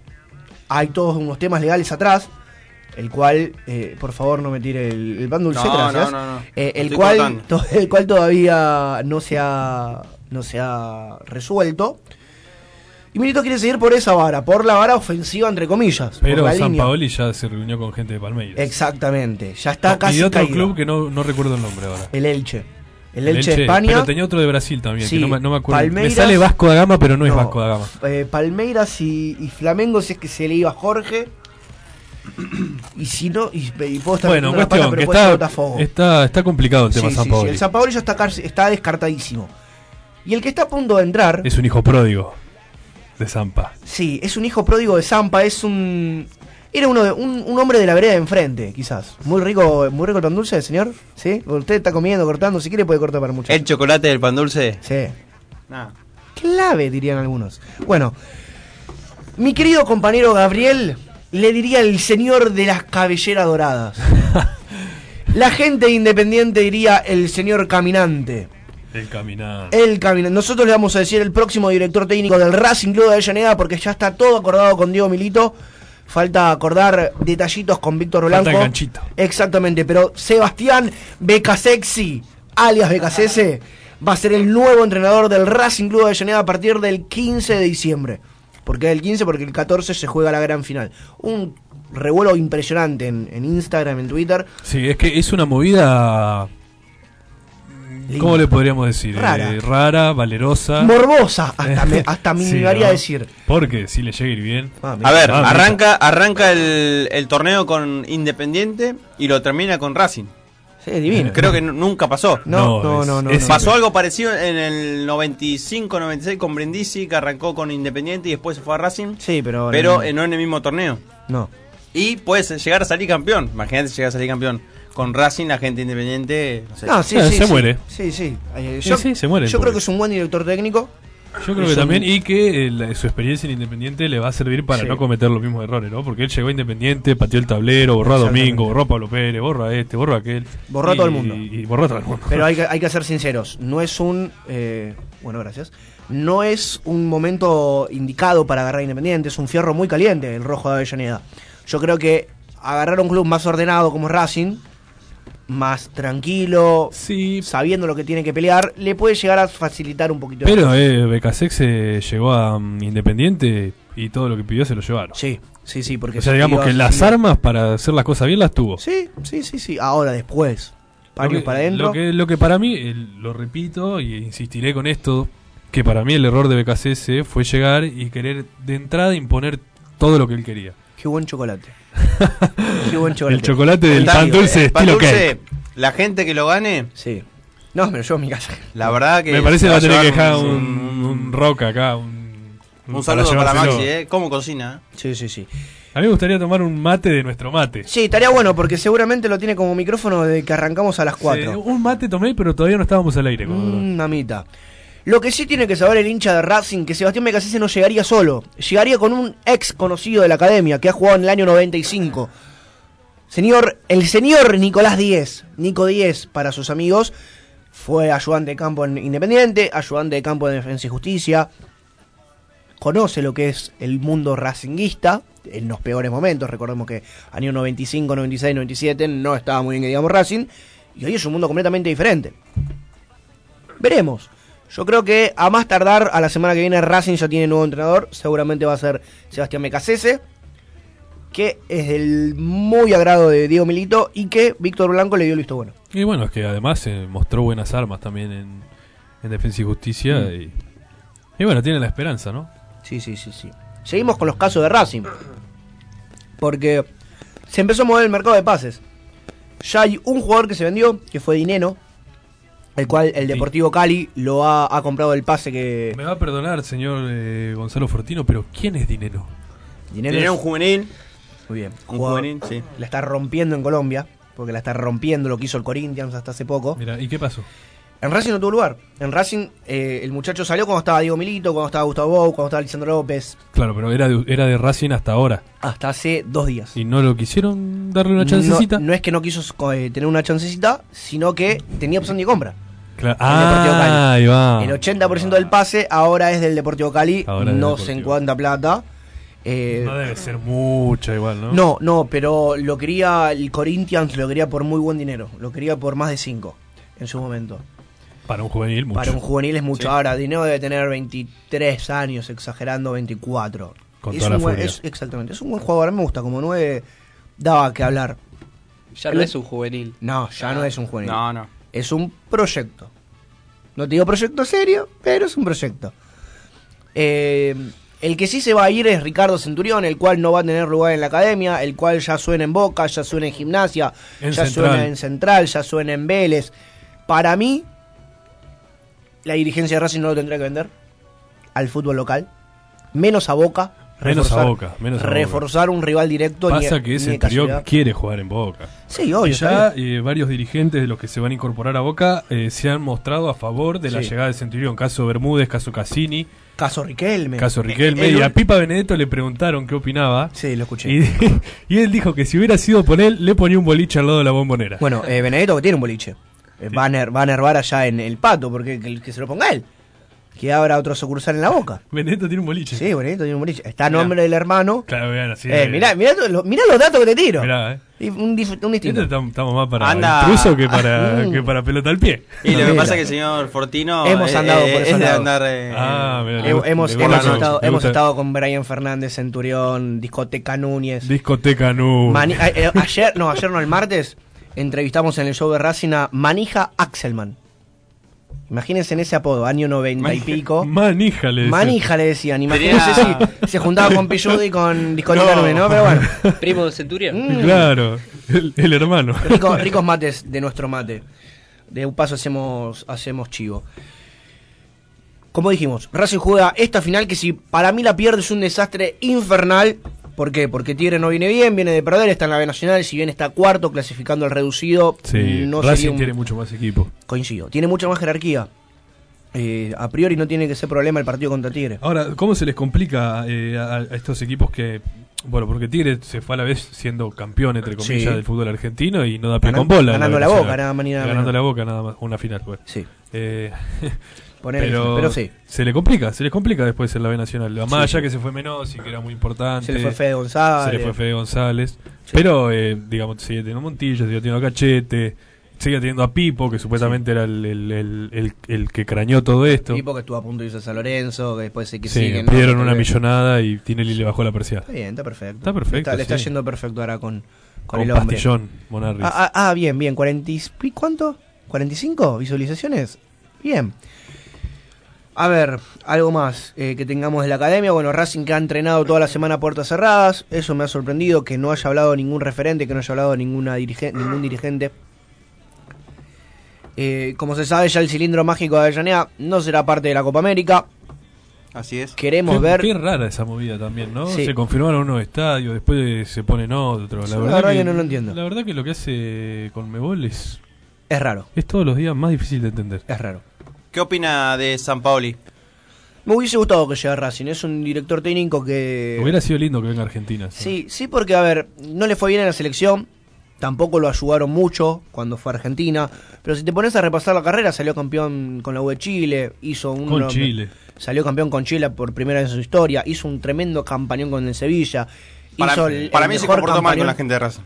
K: Hay todos unos temas legales atrás. El cual, eh, por favor, no me tire el, el pan dulce,
B: No, no,
K: gracias.
B: no, no.
K: Eh, el,
B: Estoy
K: cual,
B: cortando.
K: to- el cual todavía no se ha, no se ha resuelto. Y Milito quiere seguir por esa vara, por la vara ofensiva, entre comillas. por
C: Pero
K: la
C: San
K: línea.
C: Paoli ya se reunió con gente de Palmeiras.
K: Exactamente, ya está casi
C: y de otro
K: caído.
C: club que no, no recuerdo el nombre ahora.
K: El Elche. El Elche, de España.
C: Pero tenía otro de Brasil también,
K: Sí,
C: que no me, no me acuerdo.
K: Palmeiras-
C: Me sale Vasco da Gama, pero no, es
K: No.
C: Vasco da Gama.
K: eh, Palmeiras y, y Flamengo, si es que se le iba a Jorge. Y si no, y, y puedo estar
C: Bueno,
K: metiendo la
C: cuestión,
K: pata, pero
C: que
K: puede ser
C: está,
K: Botafogo.
C: está, está complicado el
K: Sí,
C: tema
K: sí,
C: San
K: sí,
C: Paoli.
K: El San Paolo ya está, car- está descartadísimo. Y el que está a punto de entrar,
C: Es un hijo pródigo de Zampa.
K: sí, es un hijo pródigo de Zampa, es un. Era uno de, un, un hombre de la vereda de enfrente, quizás. Muy rico, muy rico el pan dulce, señor. ¿Sí? Usted está comiendo, cortando, si quiere puede cortar para muchos.
B: El chocolate del pan dulce.
K: Sí. clave, dirían algunos. Bueno, mi querido compañero Gabriel le diría el señor de las cabelleras doradas. La gente independiente diría el señor caminante.
C: El caminar.
K: El camino. Nosotros le vamos a decir el próximo director técnico del Racing Club de Avellaneda porque ya está todo acordado con Diego Milito. Falta acordar detallitos con Víctor
C: Falta el
K: Blanco.
C: ganchito.
K: Exactamente, pero Sebastián Becasexi, alias Becasese, va a ser el nuevo entrenador del Racing Club de Avellaneda a partir del 15 de diciembre. ¿Por qué el 15? Porque el 14 se juega la gran final. Un revuelo impresionante en, en Instagram, en Twitter.
C: Sí, es que es una movida. ¿Cómo le podríamos decir?
K: Rara.
C: Eh, rara, valerosa.
K: Morbosa, hasta me, hasta me
C: Ah. Sí,
K: llegaría
C: ¿no?
K: a decir.
C: Porque si le llega a ir bien.
B: A ver,
C: Ah, mira.
B: arranca, arranca el, el torneo con Independiente y lo termina con Racing.
K: Sí, divino.
B: Creo que nu- nunca pasó.
K: No, No, no, es- no, no, es-
B: Pasó algo parecido en el 95-96 con Brindisi, que arrancó con Independiente y después se fue a Racing.
K: Sí, pero.
B: Pero eh, no en el mismo torneo.
K: No.
B: Y puedes eh, llegar a salir campeón. Imagínate si llegas a salir campeón. Con Racing, la gente independiente. No, sé.
K: No, sí, sí, sí. Sí, sí. Eh,
C: Sí,
K: Yo,
C: sí, se muere el
K: Yo creo
C: público.
K: que es un buen director técnico.
C: Yo creo
K: Es
C: que
K: un-
C: también, y que eh, la- su experiencia en Independiente le va a servir para
K: Sí.
C: no cometer los mismos errores, ¿no? Porque él llegó a Independiente, pateó el tablero, borró a
K: Exactamente.
C: Domingo, borró a Pablo Pérez, borró a este, borró a aquel.
K: Borró a
C: Y-
K: todo el mundo.
C: Y, borró a todo el mundo.
K: Pero hay que, hay que ser sinceros. No es un. eh, bueno, gracias. No es un momento indicado para agarrar a Independiente. Es un fierro muy caliente el rojo de Avellaneda. Yo creo que agarrar a un club más ordenado como Racing, más tranquilo, sabiendo lo que tiene que pelear, le puede llegar a facilitar un poquito.
C: Pero eh, Becasex se llegó a mm, Independiente y todo lo que pidió se lo llevaron.
K: Sí, sí, sí, porque
C: O sea,
K: se
C: digamos
K: pidió
C: que
K: así.
C: las armas para hacer las cosas bien las tuvo.
K: Sí, sí, sí, sí. Ahora, después. Paños
C: que-
K: para adentro.
C: Lo que, lo que para mí, eh, lo repito y insistiré con esto, que para mí el error de BKCS fue llegar y querer de entrada imponer todo lo que él quería.
K: Qué buen chocolate. Qué buen chocolate. eh,
C: El chocolate del
B: Está-
C: pan dulce
B: el pan
C: estilo
B: dulce,
C: cake.
B: La gente que lo gane.
K: Sí. No, me lo llevo a mi casa.
B: La verdad que.
C: Me parece
B: se
C: que va a tener que
B: llevar
C: dejar un, un rock acá. Un,
B: un saludo para
C: llevárselo.
B: Maxi, ¿eh? ¿Cómo cocina?
K: Sí, sí, sí.
C: A mí me gustaría tomar un mate de nuestro mate.
K: Sí, estaría bueno porque seguramente lo tiene como micrófono desde que arrancamos a las 4.
C: Sí, un mate tomé, pero todavía no estábamos al aire. cuando-
K: Mm, mamita. Lo que sí tiene que saber el hincha de Racing, que Sebastián Becasese no llegaría solo. Llegaría con un ex conocido de la academia que ha jugado en el año 95. Señor, el señor Nicolás Díez, Nico Díez para sus amigos, fue ayudante de campo en Independiente, ayudante de campo en Defensa y Justicia. Conoce lo que es el mundo racinguista en los peores momentos. Recordemos que año 95, 96, 97 no estaba muy bien que digamos Racing. Y hoy es un mundo completamente diferente. Veremos. Yo creo que a más tardar, a la semana que viene, Racing ya tiene nuevo entrenador. Seguramente va a ser Sebastián Mecasese, que es del muy agrado de Diego Milito y que Víctor Blanco le dio el visto bueno.
C: Y bueno, es que además eh, mostró buenas armas también en, en Defensa y Justicia.
K: Mm.
C: Y, y bueno, tiene la esperanza, ¿no?
K: Sí, sí, sí, sí. Seguimos con los casos de Racing. Porque se empezó a mover el mercado de pases. Ya hay un jugador que se vendió, que fue Dineno, el cual el Deportivo Cali lo ha, ha comprado el pase que...
C: Me va a perdonar, señor eh, Gonzalo Fortino, pero ¿quién es Dinero?
K: Dinero
B: Dinero
K: es-
B: un juvenil.
K: Muy bien.
B: Un
K: jugador-
B: juvenil, sí.
K: La está rompiendo en Colombia, porque la está rompiendo lo que hizo el Corinthians hasta hace poco.
C: Mira, ¿y qué pasó?
K: En Racing no tuvo lugar. En Racing eh, el muchacho salió cuando estaba Diego Milito, cuando estaba Gustavo Bou, cuando estaba Lisandro López.
C: Claro, pero era de, era de Racing hasta ahora.
K: Hasta hace dos días.
C: ¿Y no lo quisieron darle una chancecita?
K: No, no es que no quiso eh, tener una chancecita, sino que tenía opción de compra.
C: Claro.
K: El Deportivo Cali.
C: Ah, ahí va.
K: El 80% del pase ahora es del Deportivo Cali.
C: Ahora es del
K: no
C: Deportivo.
K: sé en cuánta plata. Eh,
C: No debe ser mucha igual, ¿no?
K: No, no, pero lo quería, el Corinthians lo quería por muy buen dinero. Lo quería por más de 5 en su momento.
C: Para un juvenil, mucho.
K: Para un juvenil es mucho.
C: Sí.
K: Ahora, Dinero debe tener 23 años, exagerando 24.
C: Con
K: es
C: toda
K: un
C: la
K: buen-
C: furia.
K: es- exactamente, es un buen jugador, a mí me gusta, como 9 daba que hablar.
E: Ya no es un juvenil.
K: No, ya no es un juvenil.
E: No, no.
K: Es un proyecto. No te digo proyecto serio, pero es un proyecto. Eh, el que sí se va a ir es Ricardo Centurión, el cual no va a tener lugar en la academia, el cual ya suena en Boca, ya suena en Gimnasia,
C: En
K: ya
C: Central.
K: suena en Central, ya suena en Vélez. Para mí, la dirigencia de Racing no lo tendría que vender al fútbol local, menos a Boca.
C: Menos a Boca, menos a Boca.
K: reforzar un rival directo. ni-
C: Pasa
K: ni
C: que
K: de
C: ese interior
K: casualidad.
C: quiere jugar en Boca.
K: Sí, obvio,
C: Y
K: está
C: Ya eh, varios dirigentes de los que se van a incorporar a Boca eh, se han mostrado a favor de la
K: Sí.
C: llegada de Centurión. Caso Bermúdez, caso Cassini,
K: Caso Riquelme.
C: caso Riquelme.
K: Eh, eh,
C: y a Pipa Benedetto le preguntaron qué opinaba.
K: Sí, lo escuché.
C: Y, y él dijo que si hubiera sido por él, le ponía un boliche al lado de la bombonera.
K: Bueno, eh, Benedetto que tiene un boliche. eh, Banner, Banner Bar allá en el pato, porque que, que se lo ponga él. Que abra otro sucursal en la boca.
C: Benedetto tiene un boliche.
K: Sí, Benedetto tiene un boliche. Está a nombre del hermano.
C: Claro, vean, así.
K: Eh, mirá, mirá, todo lo- mirá los datos que te tiro.
C: Mirá, eh.
K: Dif- Un, dif- un distinto.
C: Este tam- Estamos más para
K: Anda.
C: intruso que para,
K: Mm.
C: que para pelota al pie.
L: Y lo que pasa es que el señor Fortino
K: Hemos
L: eh,
K: andado
L: eh,
K: por esos
L: es de
K: lados.
L: andar. eh,
C: Ah, mira, le
K: Hem-
C: gusta-
K: hemos
C: le gusta
K: hemos
C: la noche,
K: estado,
C: le
K: hemos
C: gusta-
K: estado con Brian Fernández, Centurión, Discoteca Núñez.
C: Discoteca Nu.
K: Mani- a- eh, ayer, no, ayer no, el martes, entrevistamos en el show de Racing a Manija Axelman. Imagínense en ese apodo, año 90 y pico.
C: Manija le decía.
K: Manija le decían,
C: Tenía-
K: imagínense si se juntaba con Pilludo y con Discoteca
E: No.
K: Núñez, ¿no? Pero bueno.
E: Primo de Centurión.
C: Claro, el, el hermano.
K: Mm. Rico- ricos mates de nuestro mate. De un paso hacemos, hacemos chivo. Como dijimos, Racing juega esta final que si para mí la pierde es un desastre infernal. ¿Por qué? Porque Tigre no viene bien, viene de perder, está en la B Nacional, si bien está cuarto clasificando al reducido,
C: Sí,
K: no
C: Racing
K: sería un-
C: tiene mucho más equipo.
K: coincido. Tiene mucha más jerarquía. Eh, a priori no tiene que ser problema el partido contra Tigre.
C: Ahora, ¿cómo se les complica eh, a, a estos equipos que... Bueno, porque Tigre se fue a la vez siendo campeón, entre comillas,
K: Sí.
C: del fútbol argentino y no da pie
K: Ganan-
C: con bola. en
K: ganando la
C: B
K: Boca,
C: Nacional.
K: nada más ni nada
C: Ganando
K: menos.
C: la boca, nada más. Una final, bueno.
K: Sí.
C: Eh,
K: Ponele, pero sí.
C: Se le complica, se les complica después en la B Nacional. La
K: Sí.
C: Maya, que se fue menos y que era muy importante.
K: Se le fue Fede González.
C: Se le fue Fede González. Pero, eh, digamos, sigue teniendo Montillo, sigue teniendo a Cachete, sigue teniendo a Pipo, que supuestamente era el, el- el- el- el que crañó todo esto.
K: Tipo que estuvo a punto de irse a San Lorenzo, que después se que
C: Sí,
K: siguen, ¿no?
C: pidieron una
K: Tal vez.
C: millonada y Tinelli le bajó la persiana.
K: Está bien, está perfecto.
C: Está perfecto,
K: Le está, le está
C: sí.
K: yendo perfecto ahora con, con,
C: Con
K: el hombre.
C: Pastillón, Monarri.
K: Ah, ah, ah, bien, bien. 40, y pi- ¿Cuánto? ¿45 visualizaciones? Bien. A ver, algo más eh, que tengamos de la academia. Bueno, Racing que ha entrenado toda la semana a puertas cerradas. Eso me ha sorprendido que no haya hablado ningún referente, que no haya hablado ninguna dirige- ningún dirigente. Eh, como se sabe, ya el cilindro mágico de Avellaneda no será parte de la Copa América.
L: Así es.
K: Queremos
C: qué,
K: ver.
C: qué rara esa movida también, ¿no?
K: Sí.
C: Se confirmaron unos estadios, después se ponen otros. La,
K: la
C: verdad,
K: verdad
C: que,
K: que no lo entiendo.
C: La verdad que lo que hace Conmebol es...
K: Es raro.
C: Es todos los días más difícil de entender.
K: Es raro.
L: ¿Qué opina de San Paoli?
K: Me hubiese gustado que llegara Racing. Es un director técnico que.
C: Hubiera sido lindo que venga Argentina.
K: Sí, sí, porque, a ver, no le fue bien en la selección. Tampoco lo ayudaron mucho cuando fue a Argentina. Pero si te pones a repasar la carrera, salió campeón con la U de Chile. Hizo un.
C: Con Chile.
K: Salió campeón con Chile por primera vez en su historia. Hizo un tremendo campañón con el Sevilla.
L: Para,
K: hizo el-
L: para
K: el
L: mí se
K: mejor
L: comportó mal
K: campañón-
L: con la gente de raza.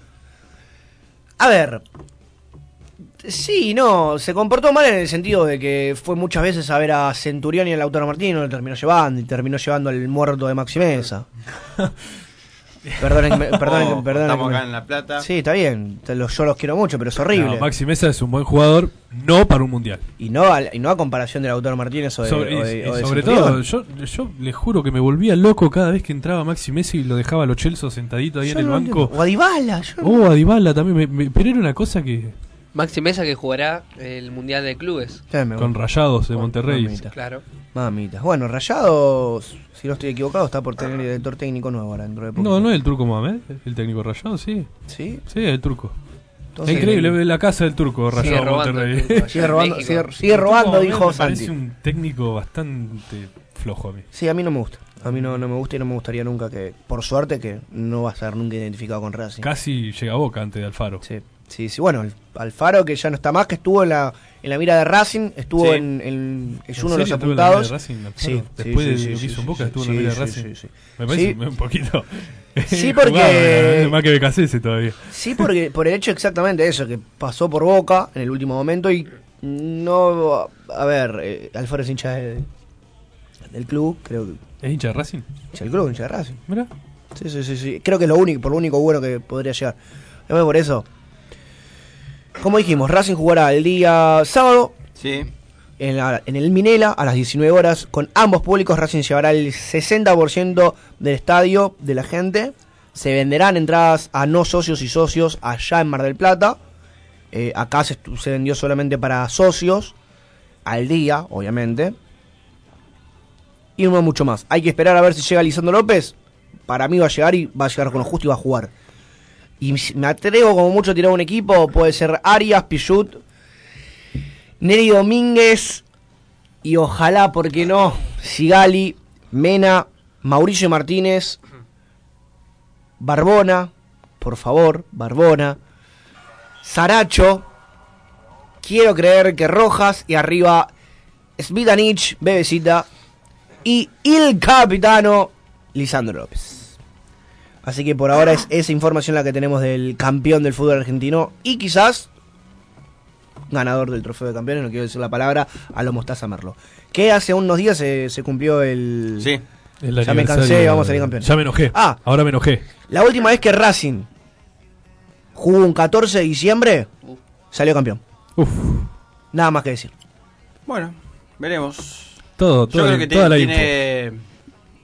K: a ver. Sí, no, se comportó mal en el sentido de que fue muchas veces a ver a Centurión y al Lautaro Martino, lo terminó llevando y terminó llevando al muerto de Maximeza. Perdonen, que me- perdonen, que-
L: Oh,
K: perdonen
L: estamos
K: que me-
L: acá en La Plata.
K: Sí, está bien, te lo- yo los quiero mucho, pero es horrible.
C: No, Maxi Mesa es un buen jugador, no para un mundial.
K: y, no a, y no a comparación del Lautaro Martínez o de,
C: Sobre,
K: o de-
C: y-
K: o de
C: y sobre
K: Centurión.
C: todo, yo, yo le juro que me volvía loco cada vez que entraba Maxi Messi y lo dejaba a los Chelsea sentadito ahí
K: Yo
C: en el
K: no
C: banco.
K: entiendo. O a Dybala, yo no-
C: Oh, a Dybala también. me- me- pero era una cosa que.
E: Maxi Mesa que jugará el Mundial de Clubes.
K: Ya me voy.
C: Con Rayados de Monterrey.
K: mamita.
E: Claro.
K: Mamitas. Bueno, Rayados, si no estoy equivocado, está por tener director técnico nuevo ahora dentro de poco.
C: No, no es el turco Mohamed, el técnico Rayado, sí.
K: Sí.
C: Sí, el turco.
K: Entonces-
C: es increíble, la casa del turco,
K: Sigue
C: Rayado
K: robando el turco
C: Monterrey.
K: allá Sigue en robando, México. sigue- sigue robando,
C: El turco Mohamed
K: dijo
C: me parece
K: Santi.
C: un técnico bastante flojo a mí.
K: Sí, a mí no me gusta. A mí no, no me gusta y no me gustaría nunca que, por suerte, que no va a ser nunca identificado con Racing.
C: Casi llega a boca antes de Alfaro.
K: Sí. Sí, sí, bueno, el- Alfaro que ya no está más, que estuvo en la, en la mira de Racing, estuvo
C: Sí.
K: en, en- es
C: ¿En
K: uno de los
C: serio estuvo en la mira de
K: apuntados.
C: Racing, Alfaro?
K: sí,
C: Después
K: sí,
C: de
K: sí,
C: lo que
K: sí,
C: hizo
K: sí,
C: en Boca,
K: sí,
C: estuvo en
K: sí,
C: la mira de
K: sí,
C: Racing.
K: sí, sí.
C: Me parece
K: Sí.
C: un poquito.
K: Sí,
C: jugado,
K: porque-
C: ¿no? Más que Becasese todavía.
K: Sí, porque por el hecho exactamente de eso, que pasó por Boca en el último momento y no... A ver, eh, Alfaro es hincha del, del club, creo que...
C: ¿Es hincha de Racing?
K: Hincha del club, hincha de Racing.
C: Mira.
K: Sí, sí, sí, sí. Creo que es lo único, por lo único bueno que podría llegar. Además, por eso... Como dijimos, Racing jugará el día sábado
L: Sí.
K: en, la- en el Minela a las 19 horas con ambos públicos. Racing llevará el 60% del estadio de la gente. Se venderán entradas a no socios y socios allá en Mar del Plata. Eh, acá se, estu- se vendió solamente para socios al día, obviamente. Y no mucho más. Hay que esperar a ver si llega Lisandro López. Para mí va a llegar y va a llegar con lo justo y va a jugar. Y si me atrevo como mucho a tirar un equipo. Puede ser Arias, Pichut, Neri Domínguez y ojalá, ¿por qué no? Sigali, Mena, Mauricio Martínez, Barbona, por favor, Barbona, Saracho, Quiero creer que Rojas y arriba Smitanich, Bebecita y el capitano Lisandro López. Así que por ahora es esa información la que tenemos del campeón del fútbol argentino y quizás ganador del trofeo de campeones, no quiero decir la palabra, a lo Mostaza Merlo. Que hace unos días se, se cumplió el...
B: Sí.
C: El
K: ya me
C: aniversario
K: cansé,
C: de-
K: vamos a salir campeones.
C: Ya me enojé.
K: Ah,
C: Ahora me enojé.
K: la última vez que Racing jugó un 14 de diciembre, salió campeón. Nada más que decir.
B: Bueno, veremos.
C: Todo,
B: Yo creo que
K: toda la
B: tiene, tiene,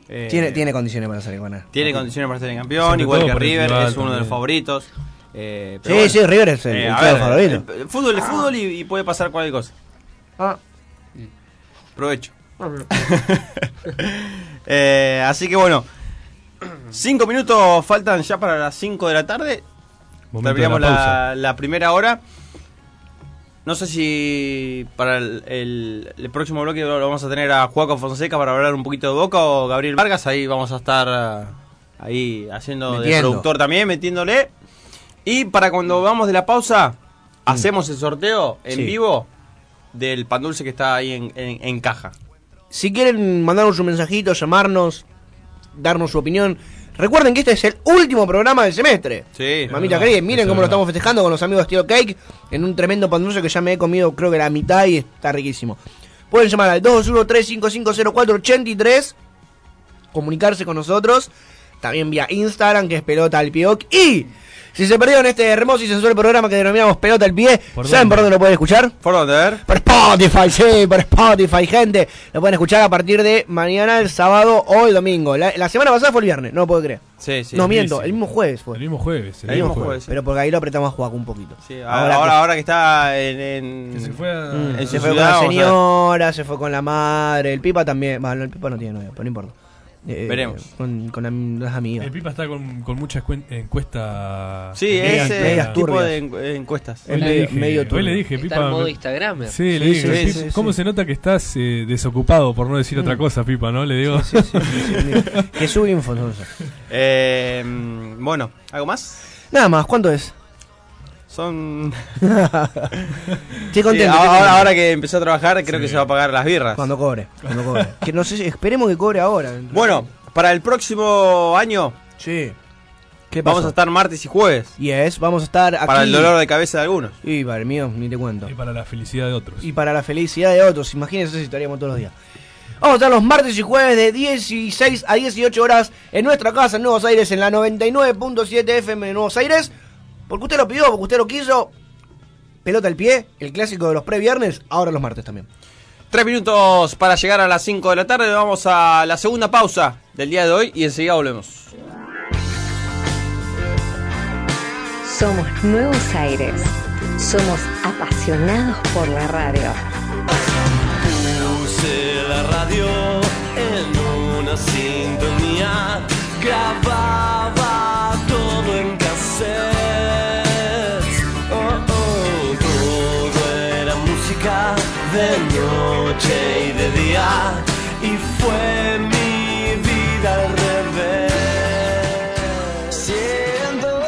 B: eh,
K: tiene, tiene condiciones para salir campeón.
B: tiene condiciones para ser el campeón,
K: Sobre
B: igual
K: todo
B: que
K: por el
B: River,
K: rival
B: es uno de los
K: también.
B: favoritos. eh,
K: Sí, sí, River es el- el
B: a eh,
K: claro favorito.
B: el- el fútbol es fútbol y, y puede pasar cualquier cosa.
K: Ah.
B: Provecho. Eh, así que bueno, cinco minutos faltan ya para las 5 de la tarde.
C: Momento
B: Terminamos
C: de la
B: la,
C: pausa.
B: la primera hora. No sé si para el, el- el próximo bloque lo lo vamos a tener a Juaco Fonseca para hablar un poquito de Boca o Gabriel Vargas. Ahí vamos a estar ah, ahí haciendo de
M: Metiendo.
B: productor también, metiéndole. Y para cuando vamos de la pausa, hacemos el sorteo en
K: Mm. Sí.
B: vivo del pan dulce que está ahí en, en- en caja.
K: Si quieren mandarnos un mensajito, llamarnos, darnos su opinión. Recuerden que este es el último programa del semestre.
B: Sí,
K: Mamita querida, miren cómo lo estamos festejando con los amigos de Tiro Cake en un tremendo pan dulce que ya me he comido creo que la mitad y está riquísimo. Pueden llamar al 221-3550483, comunicarse con nosotros, también vía Instagram que es Pelota al Pioc y si se perdieron este hermoso y sensual programa que denominamos Pelota al Pie,
B: ¿Por
K: ¿saben
B: dónde?
K: por dónde lo pueden escuchar?
B: ¿Por dónde? A ver.
K: Por Spotify, sí, por Spotify, gente. Lo pueden escuchar a partir de mañana, el sábado o el domingo. La, la semana pasada fue el viernes, no lo puedo creer.
B: Sí, sí.
K: no miento, el mismo jueves fue.
C: El mismo jueves.
B: el mismo jueves, sí.
K: Pero porque ahí lo apretamos a Juaco un poquito.
B: Sí, Ahora, ahora, ahora que está en. en-
K: Mm,
B: en
K: se
B: su
K: fue con
B: ciudad,
K: la
B: vamos a ver.
K: señora, se fue con la madre, el Pipa también. Bueno, el Pipa no tiene novia, pero no importa. Eh,
C: Veremos.
K: Con, con am- las amigas.
B: Eh.
C: El Pipa está con, con muchas cuen- encuestas.
B: Sí,
C: medias-
B: ese
C: medias
B: tipo
C: turbias.
B: de encu- eh, encuestas.
C: Hoy
B: Es
C: le
B: medio-
C: dije-
B: medio
C: Hoy
B: turbio.
C: le dije,
N: Está
C: Pipa.
N: en modo
C: me-
N: Instagramer.
C: Sí, le
N: Sí,
C: dije.
N: sí,
C: Pip,
N: sí,
C: ¿Cómo
N: sí.
C: se nota que estás eh, desocupado, por no decir otra
K: Mm.
C: cosa, Pipa, no? Le digo.
K: que sube info entonces.
B: Eh, mm, bueno, ¿algo más?
K: Nada más, ¿cuánto es?
B: Son.
K: Estoy contento,
B: Sí,
K: estoy contento.
B: ahora, ahora que empezó a trabajar, creo que se va a pagar las birras.
K: Cuando cobre, cuando cobre. que no sé, si- esperemos que cobre ahora.
B: Bueno, para el próximo año.
K: Sí.
B: Vamos
K: pasó?
B: a estar martes y jueves.
K: Yes, vamos a estar aquí.
B: Para el dolor de cabeza de algunos.
K: Y para el mío, ni te cuento.
C: Y para la felicidad de otros.
K: Y para la felicidad de otros, imagínense si estaríamos todos los días. Vamos a estar los martes y jueves de 16 a 18 horas en nuestra casa en Nuevos Aires, en la 99.7 FM de Nuevos Aires. Porque usted lo pidió, porque usted lo quiso. Pelota al pie, el clásico de los previernes, ahora los martes también.
B: Tres minutos para llegar a las 5 de la tarde. Vamos a la segunda pausa del día de hoy y enseguida volvemos.
O: Somos Nuevos Aires. Somos apasionados por la radio.
A: Puse la radio en una sintonía, grababa todo en cassette. Oh, oh, todo era música de noche y de día, y fue mi vida al revés. Siento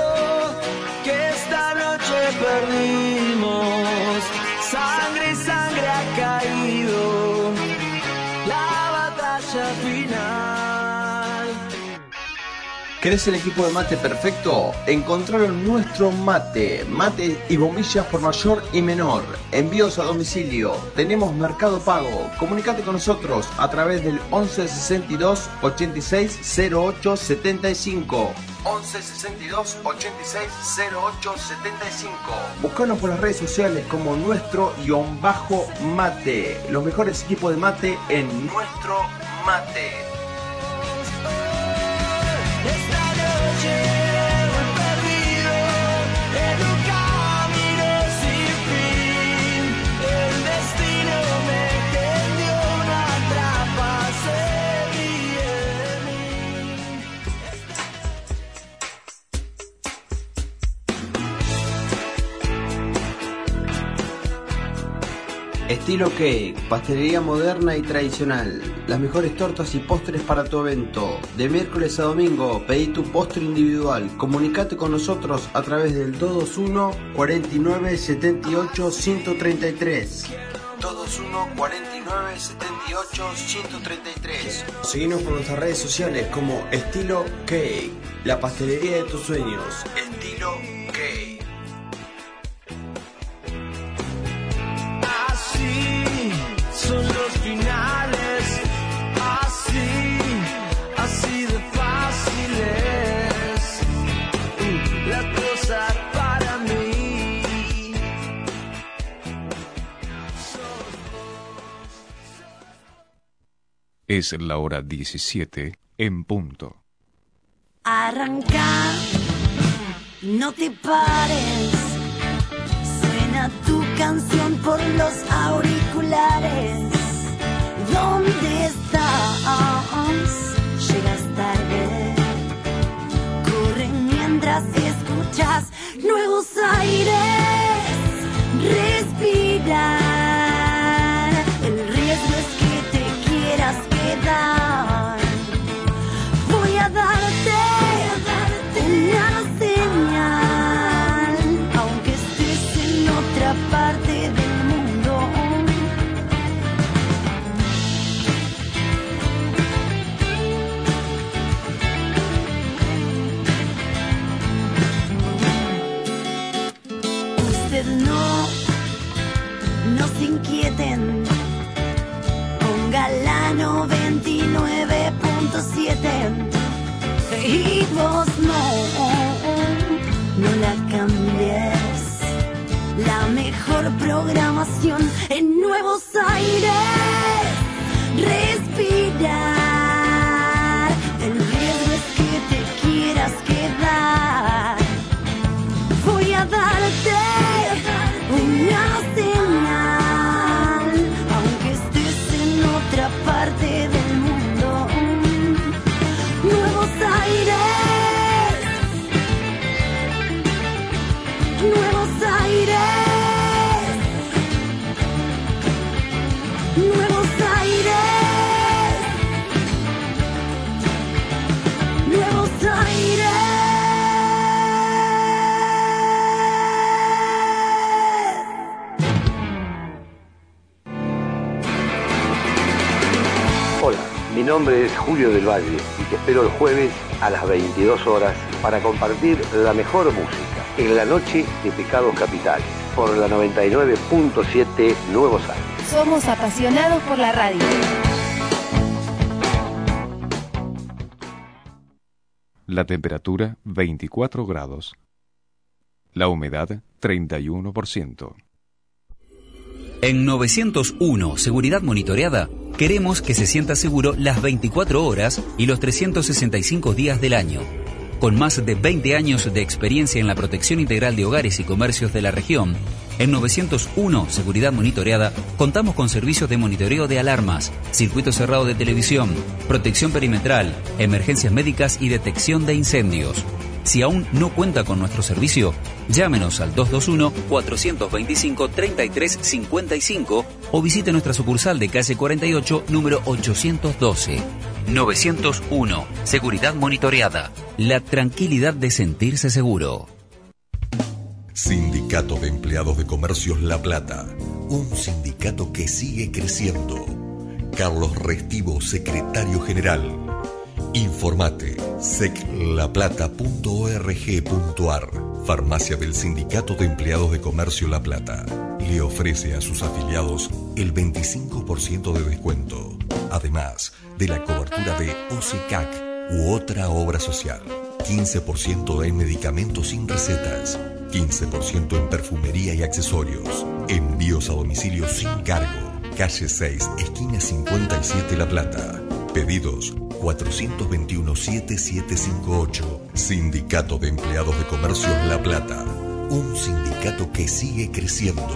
A: que esta noche perdimos, sangre y sangre ha caído, la batalla final.
I: ¿Querés el equipo de mate perfecto? Encontraron nuestro mate, mate y bombillas por mayor y menor. Envíos a domicilio. Tenemos mercado pago. Comunicate con nosotros a través del 11 62 86 08 75. 11 62 86 08 75. Buscanos por las redes sociales como nuestro guión bajo mate. Los mejores equipos de mate en nuestro mate.
A: En un camino sin fin, el destino me tendió una trampa, seguí en mí.
J: Estilo Cake, pastelería moderna y tradicional. Las mejores tortas y postres para tu evento. De miércoles a domingo, pedí tu postre individual. Comunicate con nosotros a través del 221 49 78 133. 221 49 78 133. Seguimos por nuestras redes sociales como Estilo Cake, la pastelería de tus sueños. Estilo Cake.
A: Así son los finales, así, así de fáciles. Mm, La cosa para mí.
G: Es la hora 17 en punto.
P: Arranca, no te pares. Suena tu canción por los auriculares. ¿Dónde estás? Llegas tarde. Corre mientras escuchas nuevos aires. Respirar. El riesgo es que te quieras quedar. Voy a darte, una señal, aunque estés en otra parte del mundo. Usted no, no se inquieten. Ponga la 99.7 y vos no, no la cambies. La mejor programación en Nuevos Aires. Respirar. El riesgo es que te quieras quedar. Voy a darte una señal, aunque estés en otra parte del mundo. Nuevos aires, nuevos aires, nuevos aires, nuevos aires.
Q: Hola, mi nombre es Julio del Valle y te espero el jueves a las 22 horas para compartir la mejor música en la noche de Pecados Capitales por la 99.7 Nuevos Aires.
R: Somos apasionados por la radio.
G: La temperatura 24 grados. La humedad 31%.
S: En 901 Seguridad Monitoreada, queremos que se sienta seguro las 24 horas y los 365 días del año. Con más de 20 años de experiencia en la protección integral de hogares y comercios de la región, en 901 Seguridad Monitoreada contamos con servicios de monitoreo de alarmas, circuito cerrado de televisión, protección perimetral, emergencias médicas y detección de incendios. Si aún no cuenta con nuestro servicio, llámenos al 221-425-3355 o visite nuestra sucursal de calle 48, número 812. 901. Seguridad monitoreada. La tranquilidad de sentirse seguro.
T: Sindicato de Empleados de Comercios La Plata, un sindicato que sigue creciendo. Carlos Restivo, secretario general. Informate seclaplata.org.ar. Farmacia del Sindicato de Empleados de Comercio La Plata. Le ofrece a sus afiliados el 25% de descuento, además de la cobertura de OCCAC u otra obra social. 15% en medicamentos sin recetas, 15% en perfumería y accesorios, envíos a domicilio sin cargo. Calle 6, esquina 57 La Plata. Pedidos 421-7758. Sindicato de Empleados de Comercios La Plata. Un sindicato que sigue creciendo.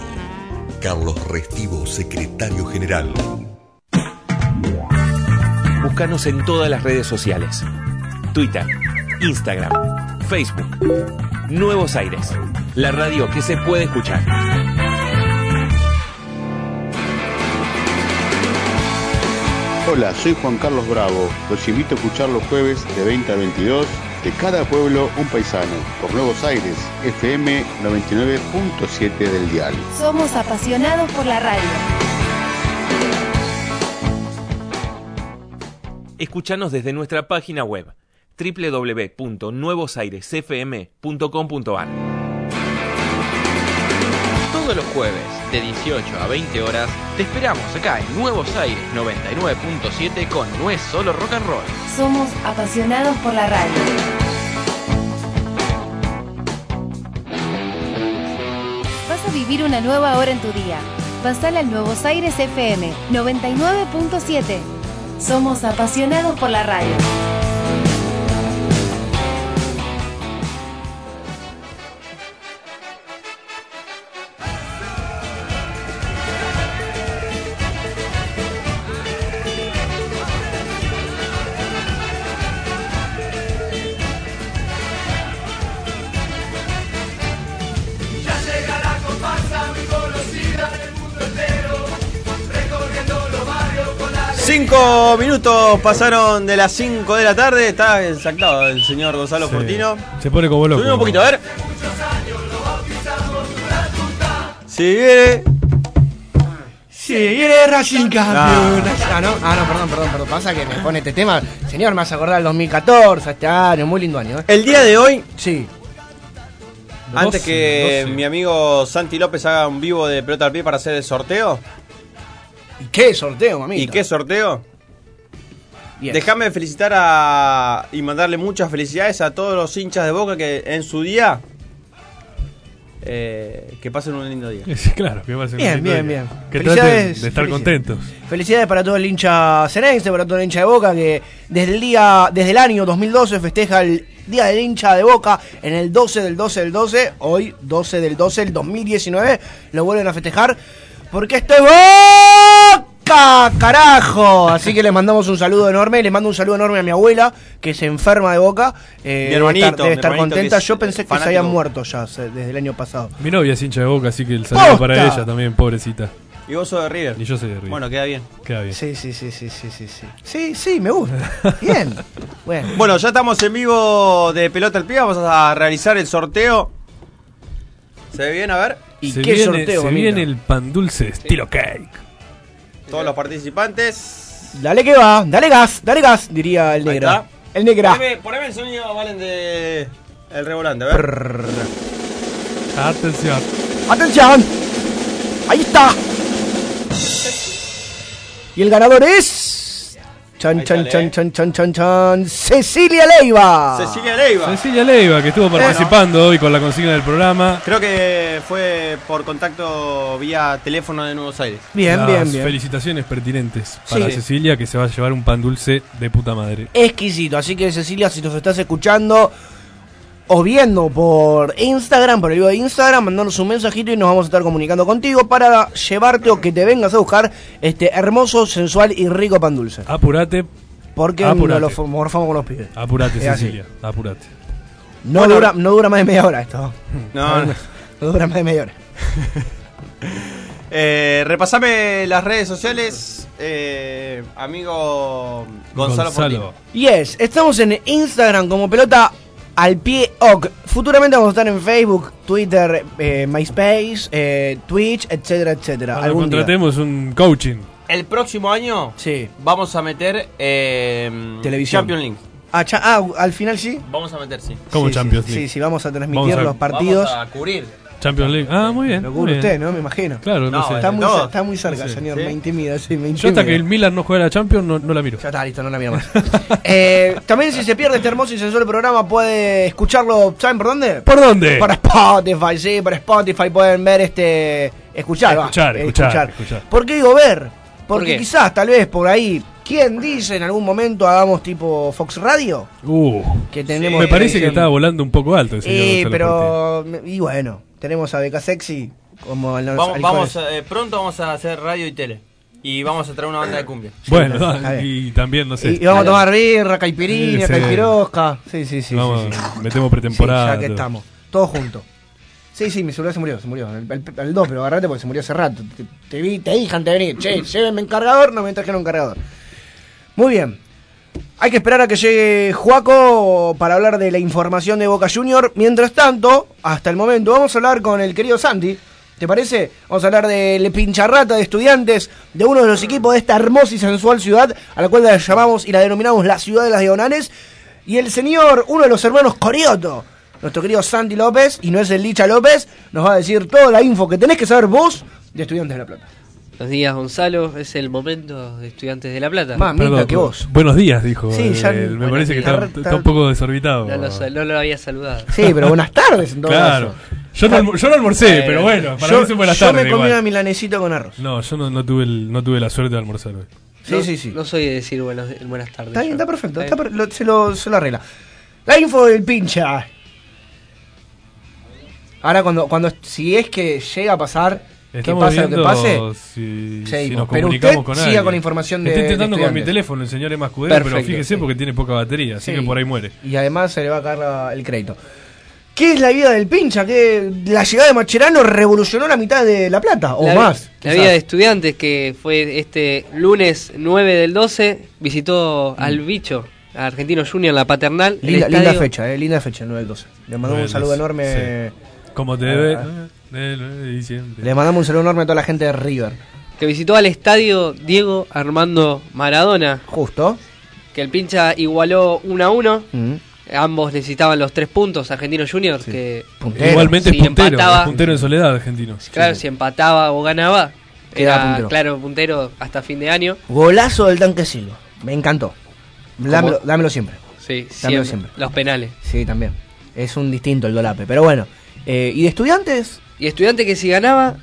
T: Carlos Restivo, secretario general.
U: Búscanos en todas las redes sociales. Twitter, Instagram, Facebook. Nuevos Aires. La radio que se puede escuchar.
V: Hola, soy Juan Carlos Bravo. Los invito a escuchar los jueves de 20 a 22 de cada pueblo un paisano por Nuevos Aires, FM 99.7 del dial.
R: Somos apasionados por la radio.
U: Escuchanos desde nuestra página web www.nuevosairesfm.com.ar.
W: Todos los jueves de 18 a 20 horas te esperamos acá en Nuevos Aires 99.7 con No es solo rock and roll.
R: Somos apasionados por la radio. Vas a vivir una nueva hora en tu día. Pasala al Nuevos Aires FM 99.7. Somos apasionados por la radio.
P: Ya llegará con pasa mi conocida en el mundo entero, recorriendo los barrios con la
B: Cinco minutos pasaron de las 5 de la tarde. Está exactado el señor Gonzalo
C: Sí.
B: Fortino.
C: Se pone como loco.
B: Subimos un poquito, a ver. Si viene.
K: Sí, eres Racing campeón.
B: Ah.
K: Ah, no, ah, no, perdón, perdón, perdón. Pasa que me pone este tema. Señor, me vas a acordar del 2014, este año, muy lindo año. ¿eh?
B: El día de hoy.
K: Sí.
B: Antes que mi amigo Santi López haga un vivo de pelota al pie para hacer el sorteo.
K: ¿Y qué sorteo, mamita?
B: ¿Y qué sorteo?
K: Bien.
B: Déjame felicitar a, y mandarle muchas felicidades a todos los hinchas de Boca que en su día eh, que pasen un lindo día.
C: Claro, que va a ser
K: Bien,
C: un lindo
K: bien,
C: día.
K: bien.
C: Que traten
K: Felicidades,
C: de estar
K: felicidades.
C: contentos.
K: Felicidades para todo el hincha Cenense, para todo el hincha de Boca que desde el día desde el año 2012 festeja el Día del Hincha de Boca en el 12 del 12 del 12, hoy 12 del 12 del 2019 lo vuelven a festejar porque estoy Boca, carajo. Así que les mandamos un saludo enorme, les mando un saludo enorme a mi abuela que se enferma de Boca, eh,
B: Mi hermanito,
K: debe estar, debe
B: mi
K: estar
B: hermanito
K: contenta.
B: que es,
K: Yo pensé
B: eh,
K: que se
B: fanático.
K: habían muerto ya se- desde el año pasado.
C: Mi novia es hincha de boca, así que el saludo
K: ¡Posta!
C: para ella también, pobrecita.
B: Y vos sos de River.
C: Y yo soy de River.
B: Bueno, queda bien.
C: Queda bien.
K: Sí, sí, sí, sí, sí, sí, sí. Sí, sí, me gusta. Bien. Bueno.
B: Bueno, ya estamos en vivo de pelota al pie, vamos a realizar el sorteo. ¿Se ve bien? A ver.
C: se viene, se viene el pan dulce estilo cake.
B: Todos los participantes.
K: Dale que va, dale gas, dale gas, diría el negro.
B: está.
K: El negra.
B: Poneme, poneme el sonido, Valen, de el revolante, a ver.
C: Atención.
K: ¡Atención! ¡Ahí está! Y el ganador es. Chan, chan, chan, chan, chan, chan, chan. Cecilia Leiva.
B: eh. Cecilia Leiva.
C: Cecilia Leiva, que estuvo participando hoy con la consigna del programa.
B: Creo que fue por contacto vía teléfono de Nuevos Aires.
C: Las Felicitaciones pertinentes para
K: Sí.
C: Cecilia, que se va a llevar un pan dulce de puta madre.
K: Exquisito. Así que, Cecilia, si nos estás escuchando o viendo por Instagram, por el vivo de Instagram, mandanos un mensajito y nos vamos a estar comunicando contigo para llevarte o que te vengas a buscar este hermoso, sensual y rico pan dulce.
C: Apurate.
K: Porque
C: Apurate.
K: nos lo fo- morfamos con los pibes.
C: Apurate,
K: Es así.
C: Cecilia, apurate.
K: No,
B: Bueno,
K: dura, no dura más de media hora esto.
B: No, no.
K: No dura más de media hora.
B: Eh, repasame las redes sociales, eh, amigo Gonzalo, Fortino.
K: Yes, estamos en Instagram como pelota al pie ok. Futuramente vamos a estar en Facebook, Twitter, eh, MySpace, eh, Twitch, etcétera, etcétera.
C: Cuando
K: Algún día.
C: contratemos un coaching.
B: El próximo año vamos a meter eh,
K: Televisión.
B: Champion League.
K: Ah, cha- ah, al final sí.
B: Vamos a meter, sí.
C: Como
K: Sí,
C: Champions
K: sí,
C: League.
K: Sí, sí, vamos a transmitir
C: Vamos a-
K: los partidos.
B: Vamos a cubrir.
C: Champions League. Ah, muy bien.
K: Lo
C: muy
K: cubre
C: bien.
K: usted, ¿no? Me imagino.
C: Claro, no, sé.
K: Está, muy,
C: No.
K: cer- está muy cerca, señor. Me intimida, sí, me intimida.
C: Yo hasta que el Milan no juega la Champions no, no la miro.
K: Ya está, listo, no la miro más. Eh, también si se pierde este hermoso y sensual programa puede escucharlo, ¿saben por dónde?
C: ¿Por dónde?
K: Por Spotify, sí, por Spotify pueden ver este... Escuchar, va,
C: Escuchar,
K: eh,
C: escuchar, escuchar.
K: ¿Por qué digo ver? Porque
C: qué?
K: quizás, tal vez, por ahí, ¿quién dice en algún momento hagamos tipo Fox Radio?
C: Uh,
K: Que tenemos
C: me parece que
K: televisión.
C: estaba volando un poco alto. el señor
K: Eh,
C: Gonzalo Fortín.
K: pero... Y bueno, tenemos a Beca Sexy como el
B: Vamos, vamos a- eh, pronto vamos a hacer radio y tele. Y vamos a traer una banda de cumbia.
C: Bueno, y también, no sé.
K: Y, y vamos a tomar birra, caipirinha,
C: Sí, sí.
K: caipirosca. Sí, sí, sí.
C: Vamos,
K: sí, sí.
C: metemos pretemporada,
K: Sí, ya que
C: todo.
K: estamos. Todo junto. Sí, sí, mi celular se murió, se murió. El, el- el 2, pero agarrate porque se murió hace rato. Te, te vi, te dije antes de venir. Che, llévenme un cargador, no me trajeron un cargador. Muy bien. Hay que esperar a que llegue Juaco para hablar de la información de Boca Junior. Mientras tanto, hasta el momento, vamos a hablar con el querido Santi. ¿Te parece? Vamos a hablar del pincharrata de estudiantes de uno de los equipos de esta hermosa y sensual ciudad, a la cual la llamamos y la denominamos la ciudad de las diagonales. Y el señor, uno de los hermanos Corioto, nuestro querido Santi López, y no es el Licha López, nos va a decir toda la info que tenés que saber vos de Estudiantes de La Plata.
E: Buenos días, Gonzalo. Es el momento de Estudiantes de La Plata.
K: Mamita
C: Perdón,
K: que vos.
C: Buenos días, dijo.
K: Sí,
C: el-
K: ya-
C: el- me
K: buenos
C: parece que
K: días.
C: está, está un poco desorbitado.
E: No lo, sal- no lo había saludado.
K: Sí, pero buenas tardes en todo
C: Claro.
K: caso.
C: Yo no, alm- yo no almorcé,
K: Eh,
C: pero bueno, para
K: yo,
C: mí son buenas
K: yo
C: tardes.
K: me comí
C: igual.
K: una milanesita con arroz.
C: No, yo no, no tuve el- no tuve la suerte de almorzar hoy.
K: Sí,
E: No-
K: sí, sí.
E: No soy de decir buenos- buenas tardes.
K: Está bien,
E: yo.
K: está perfecto. está per- lo- se, lo, se lo arregla. La info del pincha. Ahora, cuando, cuando si es que llega a pasar,
C: Estamos
K: que pase lo que
C: viendo
K: pase,
C: si, si
K: seguimos.
C: nos
K: Pero
C: comunicamos
K: usted
C: con
K: siga
C: alguien.
K: con la información de-
C: Estoy
K: de este
C: intentando con mi
K: estudiantes.
C: teléfono el señor más Escudero, pero
K: Perfecto,
C: fíjese porque tiene poca batería, así
K: Sí.
C: que por ahí muere.
K: y además se le va a caer la- el crédito. ¿Qué es la vida del pincha? que La llegada de Macherano revolucionó la mitad de La Plata, o
E: La vi-
K: más.
E: La
K: quizás.
E: vida de estudiantes que fue este lunes 9 del 12, visitó al bicho, a Argentino Junior, en la paternal. el
K: Mm. Linda, linda
E: estadio-
K: fecha, eh, linda fecha, el 9-12. Le mandamos un
C: Bueno,
K: saludo
C: sí.
K: enorme.
C: Como te
K: Ah,
C: debe.
K: ah.
C: eh, eh, diciembre.
K: Le mandamos un saludo enorme a toda la gente de River.
E: Que visitó al estadio Diego Armando Maradona.
K: Justo.
E: Que el pincha igualó 1 a 1.
K: Mm.
E: Ambos necesitaban los tres puntos. Argentino Junior, que
K: Puntero.
C: Igualmente
E: si
C: es puntero, es
E: empataba,
C: puntero en soledad argentino.
E: claro, si empataba o ganaba,
K: Queda
E: era
K: puntero.
E: claro puntero hasta fin de año.
K: Golazo del tanque Silva. Me encantó. Dámelo,
E: ¿Cómo?
K: dámelo siempre.
E: Sí,
K: Dámelo
E: siempre. Los penales.
K: Sí, también. Es un distinto el dolape. Pero bueno. Eh, ¿Y de estudiantes?
E: Y estudiante que si ganaba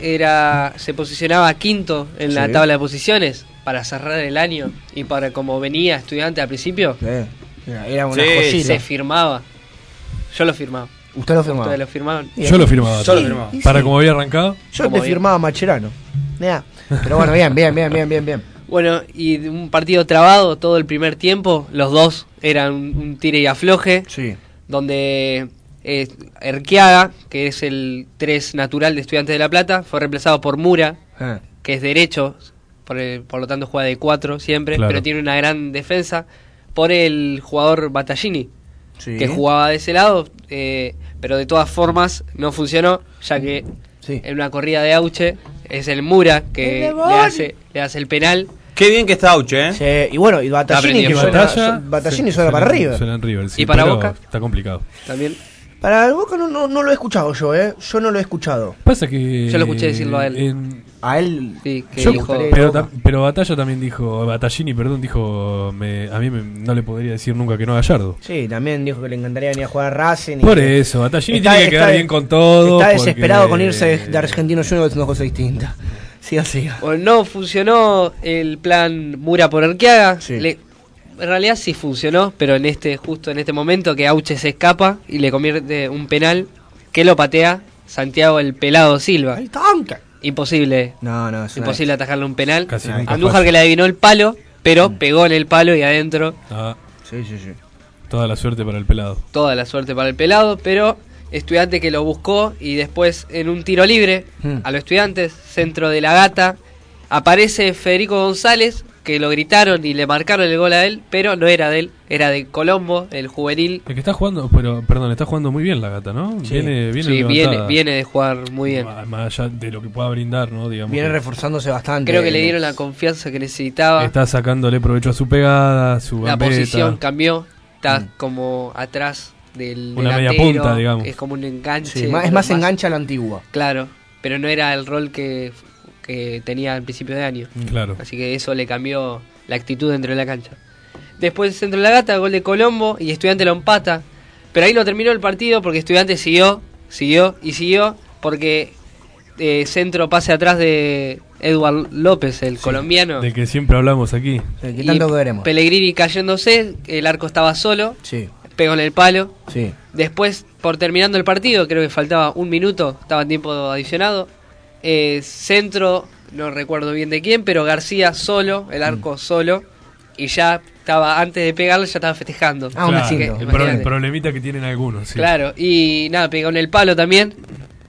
E: era se posicionaba quinto en la
K: Sí.
E: tabla de posiciones para cerrar el año y para como venía estudiante al principio
K: Eh, mira, era una
E: se-
K: joyita.
E: se firmaba. Yo lo firmaba.
K: Usted lo firmaba.
E: Ustedes lo firmaban.
K: Bien.
C: Yo lo firmaba.
K: Sí,
C: también.
K: y
C: Para
K: sí.
C: como había arrancado.
K: Yo te firmaba Macherano. Mirá. Pero bueno, bien, bien, bien, bien, bien, bien.
E: Bueno, y de un partido trabado todo el primer tiempo, los dos eran un, un tire y afloje.
K: Sí.
E: Donde eh, Erquiaga, que es el 3 natural de Estudiantes de La Plata, fue reemplazado por Mura,
K: Ah.
E: que es derecho, por, el- por lo tanto juega de 4 siempre,
K: Claro.
E: pero tiene una gran defensa, por el jugador Battaglini,
K: Sí.
E: que jugaba de ese lado, eh, pero de todas formas no funcionó, ya que en una corrida de Auche es el Mura
K: ¡El
E: que le
K: demonio!
E: hace, le hace el penal.
L: Qué bien que está Auche, ¿eh?
K: Sí, y bueno, y Battaglini
L: Aprendiendo.
K: que suena,
L: Batalla,
K: su- Battaglini suena para River.
C: Suena en River, sí,
E: ¿Y para
C: pero
E: Boca?
C: Está complicado.
E: También.
K: Para el Boca no, no, no lo he escuchado yo, ¿eh? Yo no lo he escuchado.
C: Pasa que.
E: Yo lo escuché decirlo a él.
C: en-
K: A él.
E: Sí, que
C: Yo-
E: dijo,
C: pero, ta- pero Batalla también dijo, Batallini, perdón, dijo, me- a mí me- no le podría decir nunca que no a Gallardo.
K: Sí, también dijo que le encantaría venir a jugar a Racing. y
C: Por
K: que-
C: eso, Battaglini tiene que quedar bien con todo,
K: Está
C: porque-
K: desesperado con irse de, de Argentino Junior, es una cosa distinta. Siga, siga.
E: Bueno, no funcionó el plan Mura por Arqueaga. Le- en realidad sí funcionó, pero en este justo en este momento que Auche se escapa y le convierte un penal que lo patea Santiago el pelado Silva.
K: ¡Tanca!
E: Imposible.
K: No, no, es una-
E: Imposible atajarle un penal.
K: Casi nunca
E: Andújar
K: falla.
E: que le adivinó el palo, pero
K: Mm.
E: pegó en el palo y adentro.
C: Ah,
K: Sí, sí, sí.
C: toda la suerte para el pelado.
E: Toda la suerte para el pelado, pero estudiante que lo buscó y después en un tiro libre
K: Mm.
E: a los estudiantes, centro de la gata, aparece Federico González, que lo gritaron y le marcaron el gol a él, pero no era de él, era de Colombo, el juvenil.
C: El que está jugando, pero, perdón, está jugando muy bien la gata, ¿no?
E: Sí.
C: Viene, viene,
E: Sí, viene,
C: levantada.
E: viene de jugar muy bien.
C: Más más allá de lo que pueda brindar, ¿no? Digamos
K: Viene
C: que
K: reforzándose bastante.
E: Creo que le dieron la confianza que necesitaba.
C: Está sacándole provecho a su pegada, a su
E: la
C: gambeta.
E: posición cambió, está
K: Mm.
E: como atrás del
C: Una media
E: delantero,
C: punta, digamos.
E: Es como un enganche.
K: Sí, más- es más enganche a la antigua.
E: Claro, pero no era el rol que, que tenía al principio de año.
C: Claro.
E: Así que eso le cambió la actitud dentro de la cancha. Después centro de la gata, gol de Colombo y Estudiante lo empata. Pero ahí no terminó el partido porque Estudiante siguió, siguió y siguió porque eh, centro pase atrás de Edward López, el colombiano.
C: Del que siempre hablamos aquí.
K: Sí,
E: Y Pellegrini cayéndose, el arco estaba solo,
K: Sí,
E: pegó en el palo.
K: sí.
E: Después, por terminando el partido, creo que faltaba un minuto, estaba tiempo adicionado. eh, centro, no recuerdo bien de quién, pero García solo, el arco solo, y ya estaba, antes de pegarle, ya estaba festejando.
C: Claro,
E: Así que,
C: el
E: imagínate.
C: pro- problemita que tienen algunos. sí.
E: Claro, y nada, pegó en el palo también.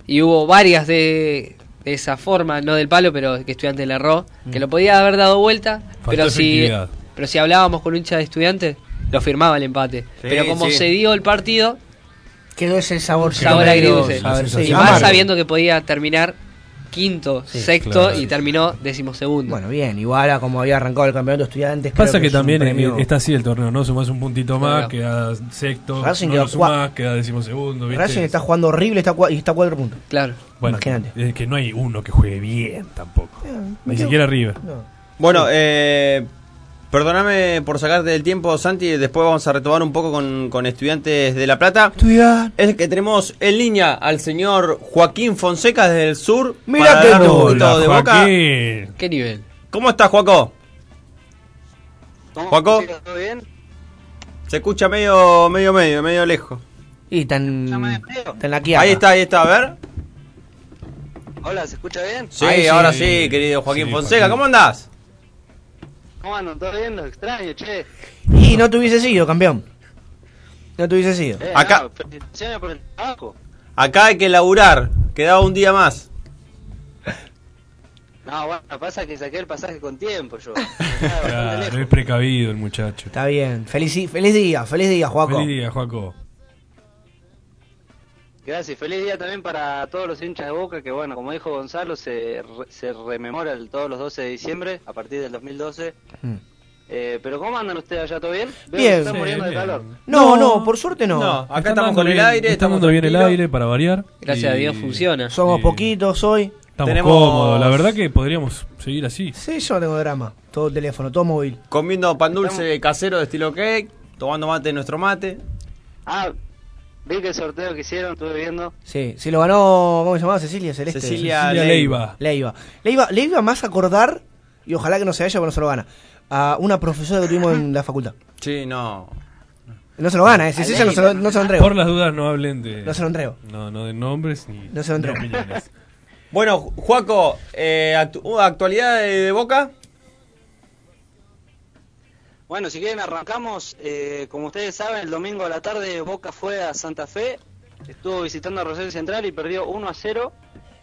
E: Y hubo varias de, de esa forma, no del palo, pero que estudiante le erró, que lo podía haber dado vuelta,
C: Faltó
E: pero si
C: efectividad.
E: Pero si hablábamos con un hincha de estudiantes, lo firmaba el empate. Pero como
K: sí.
E: se dio el partido,
K: Quedó ese sabor.
E: sabor agridulce.
K: Sí,
E: Y más
K: amargo.
E: sabiendo que podía terminar quinto,
K: Sí,
E: sexto
K: claro.
E: y terminó decimosegundo.
K: Bueno, bien, igual a como había arrancado el campeonato de estudiantes. creo
C: Pasa que,
K: es un
C: también eh,
K: premio-
C: está así el torneo, ¿no? Sumás un puntito
K: Claro.
C: más, queda sexto,
K: Racing
C: no
K: quedó
C: lo sumás, queda decimosegundo, ¿viste?
K: Racing está jugando horrible está cua- y está a cuatro puntos.
E: Claro.
C: Bueno,
K: Imagínate. Eh,
C: es que no hay uno que juegue bien tampoco. Ni siquiera River.
B: Bueno, eh, perdóname por sacarte del tiempo, Santi. Después vamos a retomar un poco con, con estudiantes de La Plata. Es que tenemos en línea al señor Joaquín Fonseca desde el sur.
E: Mirá
B: para
E: qué
B: darnos un
E: hola,
B: poquito de boca.
C: Joaquín.
E: ¿Qué nivel?
B: ¿Cómo estás, Joaco? ¿Joaco?
X: ¿Todo bien?
B: Se escucha medio, medio, medio, medio lejos.
K: Y tan, tan la quiaca.
B: Ahí está, ahí está, a ver.
X: Hola, ¿se escucha bien?
B: Sí, ahora sí, querido Joaquín
X: Sí,
B: Fonseca,
X: Joaquín.
B: ¿cómo andás?
X: ¿Cómo andan? ¿Todo bien? Los extraño, che.
K: Y no te hubiese sido, campeón. No te hubiese sido.
X: Eh,
B: Acá-
X: no, felicitaciones por el trabajo.
B: Acá hay que laburar, quedaba un día más.
X: No, bueno, pasa que saqué el pasaje con tiempo yo.
C: Claro, es precavido el muchacho.
K: Está bien. Feliz, feliz día, feliz día, Juaco.
C: Feliz día, Joaco.
X: Gracias, feliz día también para todos los hinchas de Boca que, bueno, como dijo Gonzalo, se, re- se rememora el- todos los 12 de diciembre a partir del 2012.
K: Mm.
X: Eh, pero ¿cómo andan ustedes allá? ¿Todo bien? Veo que
K: Bien.
X: Están muriendo de calor.
K: No, no, por suerte no.
B: acá estamos
C: andando
B: con el
C: bien,
B: aire,
C: Está
B: estamos
C: andando bien el
B: tranquilos.
C: aire para variar.
E: Gracias a Dios funciona.
K: Somos poquitos hoy.
C: Estamos
B: Tenemos-
C: cómodos. La verdad que podríamos seguir así.
K: Sí, yo no tengo drama. Todo teléfono, todo móvil.
B: Comiendo pan dulce casero de estilo cake, tomando mate de nuestro mate.
X: Ah, vi que el sorteo que hicieron, estuve viendo.
K: Sí, se lo ganó, ¿cómo se llamaba? Cecilia Celeste.
X: Cecilia
C: Cecilia Leiva.
K: Leiva. Leiva, Leiva más acordar, y ojalá que no se haya porque no se lo gana, a una profesora que tuvimos en la facultad.
B: Sí, no.
K: No se lo gana, eh. si es ella no se lo, no se lo entrego.
C: Por las dudas no hablen de.
K: No se lo entrego.
C: No, no de nombres ni.
K: No se lo entrego.
C: ni opiniones.
B: Bueno, Ju- Juaco, eh, actu- uh, actualidad de, de Boca.
X: Bueno, si quieren arrancamos, eh, como ustedes saben, el domingo a la tarde Boca fue a Santa Fe, estuvo visitando a Rosario Central y perdió 1 a 0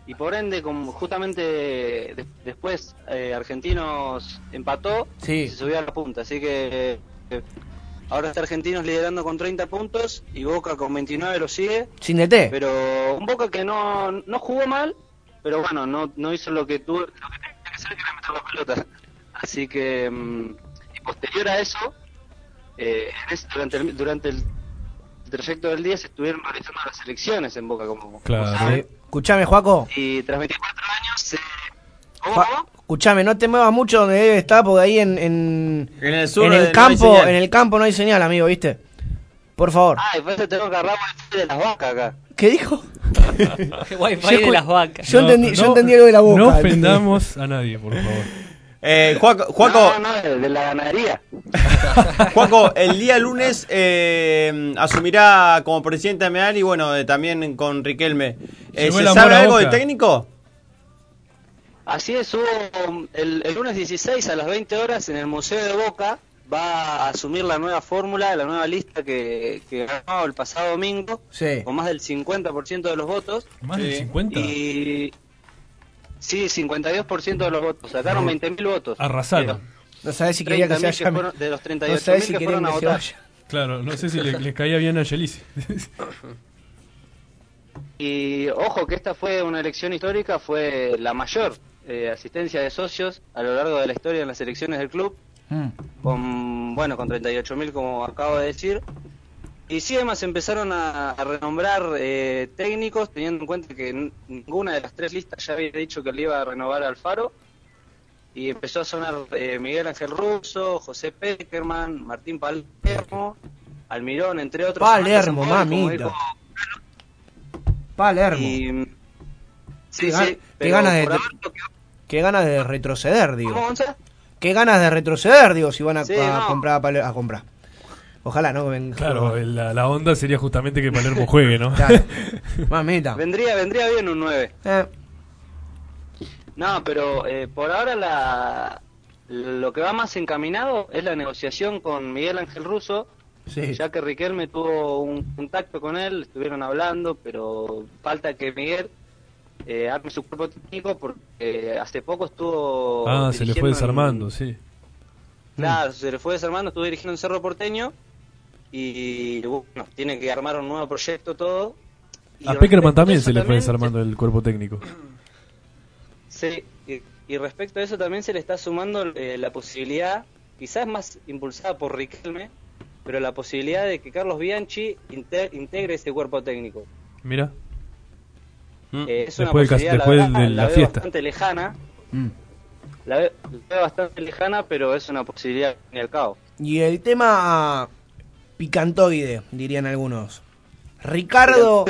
X: y por ende, como justamente de- después eh, Argentinos empató
K: Sí.
X: y se subió a la punta, así que eh, ahora está Argentinos liderando con 30 puntos y Boca con 29 lo sigue,
K: Sin DT.
X: pero un Boca que no, no jugó mal, pero bueno, no, no hizo lo que tuvo, lo que tenía que hacer que era meter la pelota. Así que, mm, y posterior a eso, eh, en ese- durante, el, durante el trayecto del día se estuvieron realizando las elecciones en Boca, como
K: Claro. Escuchame, Juaco.
X: y tras 24 años, eh,
K: Jua- Escuchame, no te muevas mucho donde debe estar, porque ahí en, en,
B: En el sur
K: en
B: no
K: el
B: hay
K: campo,
B: señal.
K: en el campo no hay señal, amigo, ¿viste? Por favor.
X: ay, pues te tengo que agarrar wifi de las vacas acá.
K: ¿Qué dijo?
E: Wi-Fi de
K: escu-
E: las vacas.
K: Yo
C: No,
K: entendí, yo
C: no-
K: entendí algo de la boca.
C: No
K: ¿entendés?
C: ofendamos a nadie, por favor.
B: Eh, Juaco, Juaco,
X: No, no, de, de la ganadería.
B: Juaco, el día lunes eh, asumirá como presidente Meal y bueno, eh, también con Riquelme. Eh,
C: Llegó
B: ¿Se
C: el amor
B: sabe
C: a
B: algo
C: Boca.
B: del técnico?
X: Así es, hubo um, el, el lunes 16 a las 20 horas en el Museo de Boca va a asumir la nueva fórmula, la nueva lista que, que ganó el pasado domingo
K: Sí.
X: con más del 50% de los votos.
C: Más del 50.
X: Y sí, 52% de los votos, sacaron 20.000 votos.
C: Arrasaron.
K: No sabés si quería que se
X: 30.000 que
K: vayan.
X: fueron- de los 38.000
K: no sabés si
X: que
K: querían
X: fueron a
K: que se
X: votar.
K: vayan.
C: Claro, no sé si le- les caía bien a Angelisi.
X: Y ojo que esta fue una elección histórica, fue la mayor eh, asistencia de socios a lo largo de la historia en las elecciones del club.
C: Mm.
X: con Mm, bueno con 38.000 como acabo de decir y sí además empezaron a, a renombrar eh, técnicos teniendo en cuenta que n- ninguna de las tres listas ya había dicho que le iba a renovar a Alfaro y empezó a sonar eh, Miguel Ángel Russo, José Peckerman, Martín Palermo, Almirón entre otros.
K: Palermo,
X: Antes, como
K: mamita.
X: dijo-
K: Palermo.
X: y, mm, sí,
K: gan-
X: sí,
K: qué
X: pero
K: ganas de-
X: por ahora lo que-
K: Qué ganas de retroceder, digo.
X: ¿Cómo, Gonza?
K: Qué ganas de retroceder, digo, si van a,
X: Sí,
K: a
X: no.
K: comprar a Palermo- a comprar. Ojalá, ¿no? Que venga-
C: Claro, el- la, la onda sería justamente que Palermo juegue, ¿no?
K: Claro. Mamita.
X: Vendría, vendría bien un 9.
K: Eh.
X: No, pero eh, por ahora la lo que va más encaminado es la negociación con Miguel Ángel Russo, ya que Riquelme tuvo un contacto con él, estuvieron hablando, pero falta que Miguel eh, arme su cuerpo técnico porque eh, hace poco estuvo...
C: Ah, se le
X: dirigiendo
C: fue
X: en-
C: desarmando, sí.
X: Claro, se le fue desarmando, estuve dirigiendo en Cerro Porteño y bueno, tiene que armar un nuevo proyecto todo. Y
C: A Peckerman
X: respecto a
C: también
X: eso
C: se le fue desarmando el cuerpo técnico.
X: Sí, y, y respecto a eso también se le está sumando eh, la posibilidad, quizás más impulsada por Riquelme, pero la posibilidad de que Carlos Bianchi inte- integre ese cuerpo técnico.
C: Mira.
X: Eh, es una
C: Mm. Después del cas-
X: posibilidad, la
C: después
X: verdad,
C: de
X: la
C: la
X: veo
C: fiesta.
X: bastante lejana.
C: Mm.
X: La ve- la veo, bastante lejana, pero es una posibilidad al fin y al cabo.
K: Y el tema picantoide, dirían algunos. Ricardo.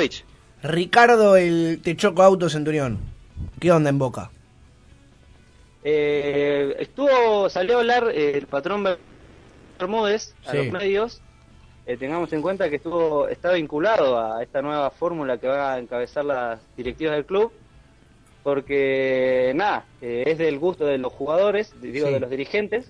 K: Ricardo el Techoco Auto Centurión. ¿Qué onda en boca?
X: Eh, estuvo, salió a hablar eh, el patrón Ber- Bermúdez a
K: Sí.
X: los medios. Eh, tengamos en cuenta que estuvo está vinculado a esta nueva fórmula que va a encabezar las directivas del club, porque nada, eh, es del gusto de los jugadores, digo
K: Sí.
X: de los dirigentes,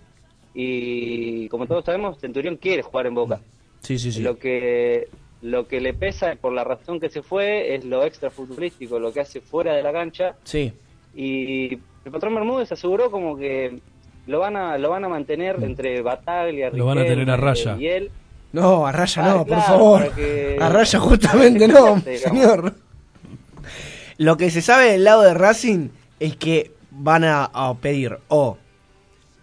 X: y como todos sabemos, Centurión quiere jugar en Boca.
K: Sí, sí,
X: Lo que lo que le pesa por la razón que se fue es lo extra futbolístico, lo que hace fuera de la cancha
K: Sí.
X: y el patrón Bermúdez aseguró como que lo van a lo van a mantener entre Bataglia,
K: Mm. Lo van a
X: Riquelme,
K: tener a raya.
X: Y él
K: No, a Raya
X: Ah,
K: no, por
X: claro,
K: favor.
X: para que-
K: A Raya justamente no,
X: Sí, digamos.
K: señor. Lo que se sabe del lado de Racing es que van a, a pedir o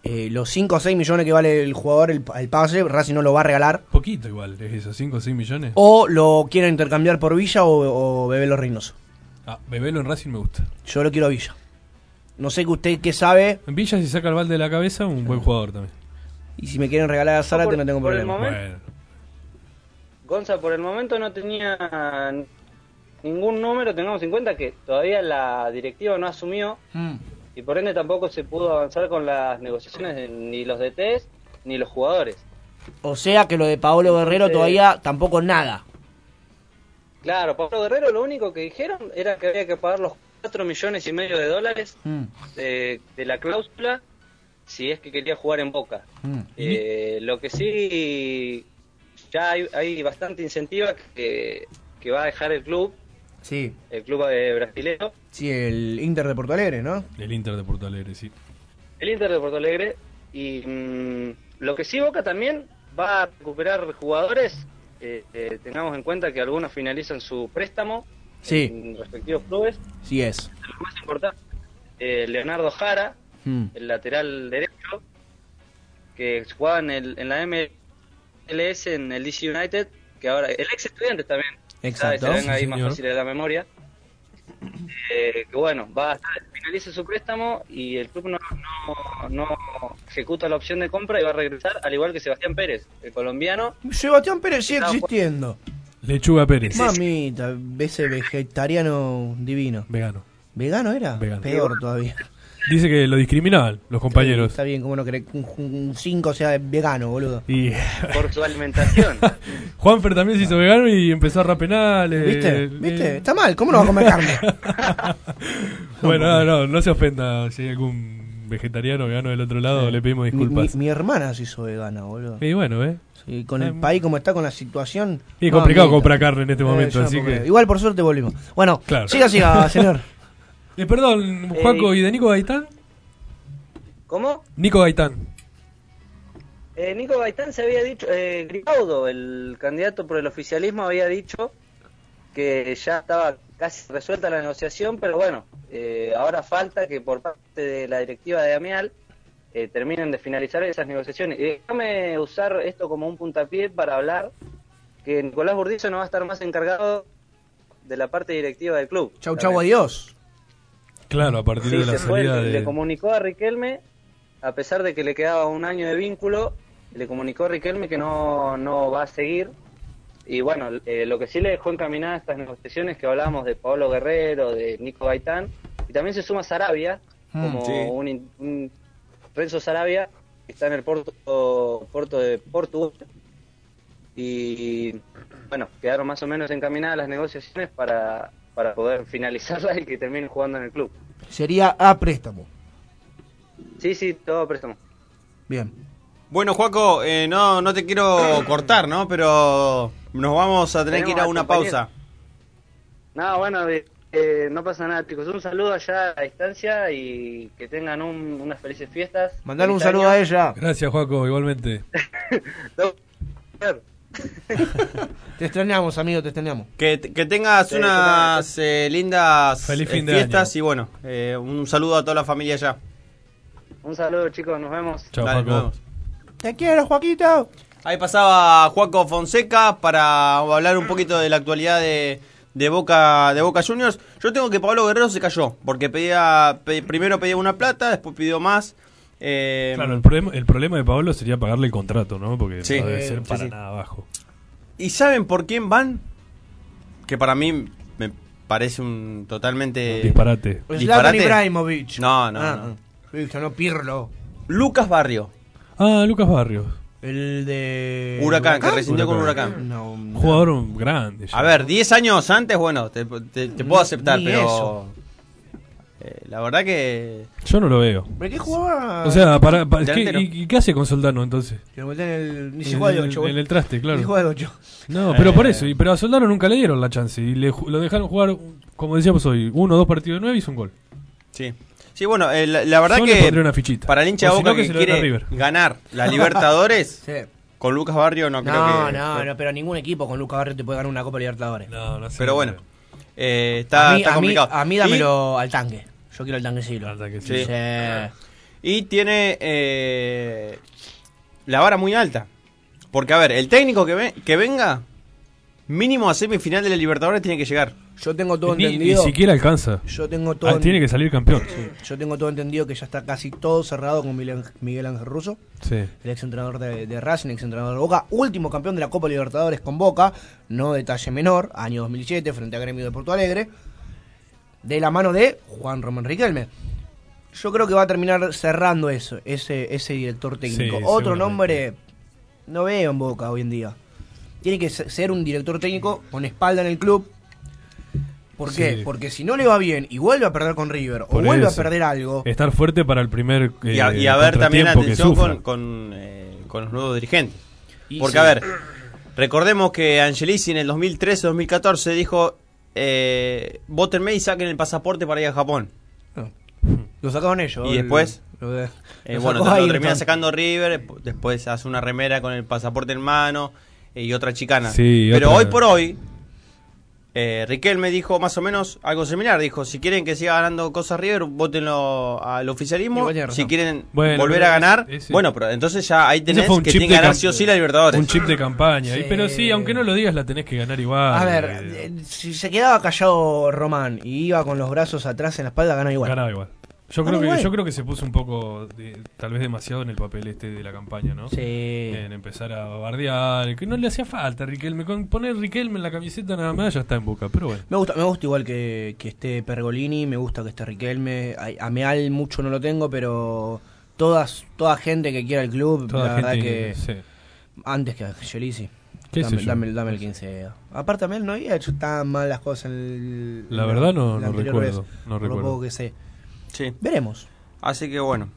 K: eh, los 5 o 6 millones que vale el jugador el, el pase, Racing no lo va a regalar,
C: Poquito igual, es eso, 5 o 6 millones.
K: o lo quieren intercambiar por Villa o, o Bebelo Reynoso.
C: Ah, Bebelo en Racing me gusta.
K: Yo lo quiero a Villa. No sé que usted qué sabe.
C: Villa si saca el balde de la cabeza, un buen jugador también.
K: Y si me quieren regalar a Zárate no tengo
X: por el
K: problema.
X: momento- Gonza por el momento no tenía ningún número, tengamos en cuenta que todavía la directiva no asumió
K: Mm.
X: y por ende tampoco se pudo avanzar con las negociaciones de ni los DTs ni los jugadores.
K: O sea que lo de Paolo Guerrero
X: Entonces-
K: todavía tampoco nada.
X: Claro, Pablo Guerrero lo único que dijeron era que había que pagar los 4 millones y medio de dólares
K: Mm.
X: de, de la cláusula si es que quería jugar en Boca.
C: Mm.
X: Eh, lo que sí, ya hay, hay bastante incentiva que, que va a dejar el club,
K: Sí,
X: el club eh, brasileño,
K: sí, el Inter de Porto Alegre, ¿no?
C: El Inter de Porto Alegre, sí.
X: el Inter de Porto Alegre. Y mm, lo que sí, Boca también va a recuperar jugadores. Eh, eh, tengamos en cuenta que algunos finalizan su préstamo
K: Sí,
X: en respectivos clubes.
K: sí es.
X: Lo más importante, eh, Leonardo Jara,
C: Hmm.
X: el lateral derecho, que jugaba en, el, en la MLS, en el DC United, que ahora el ex estudiante también, ¿sabes?
K: Exacto.
X: se ven ahí
K: Sí,
X: más
K: señor.
X: fácil de la memoria. Eh, que bueno, va a estar, finaliza su préstamo y el club no, no, no ejecuta la opción de compra y va a regresar, al igual que Sebastián Pérez, el colombiano.
K: Mm. Sebastián Pérez sigue
X: Estaba
K: existiendo.
C: Lechuga Pérez.
K: Mamita, ese vegetariano divino.
C: Vegano.
K: ¿Vegano era? Peor todavía.
C: Dice que lo discriminaban los compañeros.
K: Está bien, como no querés que un 5 sea vegano, boludo.
C: Y
X: Por su alimentación.
C: Juanfer también se hizo vegano y empezó a rapenar. eh,
K: ¿Viste? ¿Viste? Está mal, ¿cómo no va a comer carne?
C: Bueno, no, no, no se ofenda si hay algún vegetariano vegano del otro lado, le pedimos
K: Mi, mi-
C: disculpas.
K: mi hermana se hizo vegana, boludo.
C: Y bueno, ¿eh?
K: Sí, con
C: Ay,
K: el país como está, con la situación.
C: Y complicado
K: mamita.
C: comprar carne en este momento,
K: ya
C: así
K: porque-
C: que-
K: Igual por suerte volvimos. Bueno,
C: Claro.
K: siga, siga, señor.
C: Eh, perdón, Juaco, ¿y de Nico Gaitán?
X: ¿Cómo?
C: Nico Gaitán.
X: Eh, Nico Gaitán se había dicho, eh, Gribaudo, el candidato por el oficialismo, había dicho que ya estaba casi resuelta la negociación, pero bueno, eh, ahora falta que por parte de la directiva de Amial eh, terminen de finalizar esas negociaciones. Y déjame usar esto como un puntapié para hablar que Nicolás Burdizo no va a estar más encargado de la parte directiva del club.
K: Chau, chau, adiós.
C: Claro, a partir
X: Sí,
C: de la
X: se fue,
C: salida
X: le-
C: de...
X: le comunicó a Riquelme, a pesar de que le quedaba un año de vínculo, le comunicó a Riquelme que no, no va a seguir. Y bueno, eh, lo que sí le dejó encaminada estas negociaciones que hablábamos de Pablo Guerrero, de Nico Gaitán, y también se suma Sarabia,
A: Mm,
X: como
A: sí.
X: un, in- un Renzo Sarabia, que está en el Porto, Porto de Portugal. Y bueno, quedaron más o menos encaminadas las negociaciones para, para poder finalizarlas y que terminen jugando en el club.
K: Sería a préstamo.
X: Sí, sí, todo préstamo.
B: Bueno, Juaco, eh, no, no te quiero cortar, ¿no? Pero nos vamos a tener que ir a
X: Tenemos este
B: una
X: compañero.
B: pausa.
X: No, bueno, de- Eh, no pasa nada, chicos. Un saludo allá a distancia y que tengan un- unas felices fiestas.
K: Mandale un
X: Feliz
K: saludo
X: año.
K: a ella.
C: Gracias, Juaco, igualmente.
K: Te extrañamos, amigo, te extrañamos.
B: Que, que tengas
K: Sí,
B: unas eh, lindas
K: Feliz
B: eh,
K: fin de
B: fiestas y bueno, eh, un saludo a toda la familia allá.
X: Un saludo, chicos. Nos vemos.
B: Dale, nos vemos.
K: Te quiero, Joaquito.
B: Ahí pasaba Juaco Fonseca para hablar un poquito de la actualidad de, de Boca de Boca Juniors. Yo tengo que Pablo Guerrero se cayó porque pedía pe- primero pedía una plata, después pidió más. eh,
C: Claro, el problema, el problema de Pablo sería pagarle el contrato, ¿no? Porque
B: Sí.
C: no debe
B: Eh,
C: ser
B: sí,
C: para
B: sí.
C: nada abajo.
B: ¿Y saben por quién van? Que para mí me parece un totalmente
C: Disparate.
B: disparate.
K: Pues Zlatan Ibrahimovic.
B: No, no,
K: Ah,
B: no.
K: Listo, no Pirlo.
B: Lucas Barrio.
C: Ah, Lucas Barrios.
K: El de.
B: Huracán, que rescindió con Huracán.
K: No,
C: Jugador grande. ya.
B: A ver, 10 años antes, bueno, te, te- te puedo aceptar,
K: ni
B: pero.
K: eso.
B: eh, la verdad que.
C: Yo no lo veo.
K: ¿Pero qué
B: Ah,
K: jugaba?
C: O
B: eh,
C: sea, para, para- ¿qué-
K: Delantero.
C: y, y qué hace con Soldano entonces?
K: Que lo metía en el. Ni
C: En
K: se juega de
C: el-
K: 8,
C: en el traste, claro.
K: Ni juega de 8.
C: No, pero
B: Eh.
C: por eso. y- pero a Soldano nunca le dieron la chance. Y le ju- lo dejaron jugar, como decíamos hoy, uno o dos partidos de nueve y hizo un gol.
B: Sí. Sí, bueno, eh, la, la verdad
C: Yo le
B: que.
C: pondría una fichita.
B: Para el hincha de
C: O si
B: boca
C: no, que
B: que,
C: se lo den a
B: quiere
C: River.
B: ganar la Libertadores.
K: Sí.
B: Con Lucas Barrio no, creo
K: No,
B: que.
K: no, no, pero ningún equipo con Lucas Barrio te puede ganar una Copa Libertadores.
C: No, no
B: Pero bueno. eh, está,
K: a mí,
B: está
K: a mí-
B: complicado.
K: A mí,
B: Y-
K: dámelo al tanque. Yo quiero al tanque siglo. Al
C: tanque
B: Sí. Y tiene eh, la vara muy alta. Porque, a ver, el técnico que, ve- que venga, mínimo a semifinal de la Libertadores tiene que llegar.
K: Yo tengo todo
C: Ni, ni
K: entendido.
C: siquiera alcanza.
K: Yo tengo todo.
C: Ah, tiene que salir campeón.
K: Sí, Yo tengo todo entendido que ya está casi todo cerrado con Miguel Ángel- Miguel Ángel Russo.
C: Sí.
K: el ex entrenador de, de Racing, ex entrenador de Boca, último campeón de la Copa Libertadores con Boca, no detalle menor, año 2007 frente a Gremio de Porto Alegre, de la mano de Juan Román Riquelme. Yo creo que va a terminar cerrando eso, ese, ese director técnico.
I: Sí,
K: Otro
I: seguramente.
K: nombre no veo en Boca hoy en día. Tiene que se- ser un director técnico con espalda en el club. ¿Por qué?
C: Sí.
K: Porque si no le va bien y vuelve a perder con River
C: Por
K: o vuelve
C: eso.
K: a perder algo,
C: Estar fuerte para el primer.
B: Y a,
C: eh,
B: y a ver también
C: contratiempo que
B: atención
C: sufra.
B: con, con, eh, con los nuevos dirigentes.
K: Y
B: Porque,
K: sí.
B: a ver, recordemos que Angelici en el 2013-2014 dijo, eh, votenme y saquen el pasaporte para ir a Japón.
K: lo sacaron ellos.
B: Y después,
K: Lo de-
B: Eh, bueno,
K: lo sacó
B: entonces lo
K: Ayrton.
B: termina sacando River, eh, después hace una remera con el pasaporte en mano eh, y otra chicana.
C: Sí,
B: Pero
C: otra-
B: hoy por hoy, eh, Riquelme dijo más o menos algo similar. Dijo, si quieren que siga ganando cosas River, votenlo al oficialismo.
K: Igual tiene razón.
B: Si quieren
C: Bueno,
B: volver
C: pero
B: a ganar,
C: ese-
B: bueno, pero entonces ya ahí tenés
C: Ese fue un
B: que
C: chip
B: tienen que
C: de
B: ganar
C: cam-
B: sí o sí la Libertadores.
C: Un chip de campaña. y-
B: Sí.
C: pero sí, aunque no lo digas, la tenés que ganar igual.
K: A ver,
C: Eh,
K: eh, si se quedaba callado Román y iba con los brazos atrás en la espalda, ganaba igual.
C: Ganaba igual. Yo
K: Ganaba
C: creo, que,
K: igual.
C: yo creo que se puso un poco, de- tal vez demasiado en el papel este de la campaña, ¿no? En empezar a bardear, que no le hacía falta a Riquelme. Con poner Riquelme en la camiseta nada más ya está en boca, pero bueno.
K: Me gusta, me gusta igual que, que esté Pergolini, me gusta que esté Riquelme. Ay, A Meal mucho no lo tengo, pero todas, toda gente que quiera el club,
C: Toda
K: la
C: gente
K: verdad
C: que-
K: que.
C: sí.
K: Antes que a Angelici.
C: ¿Qué sé
K: Dame,
C: yo?
K: dame- dame el 15. Aparte, a Meal no había hecho tan mal las cosas en el-
C: La verdad no-
K: la
C: no
K: anterior
C: recuerdo,
K: vez,
C: no
K: por lo
C: recuerdo.
K: poco que sé.
B: Sí.
K: Veremos.
B: Así que bueno.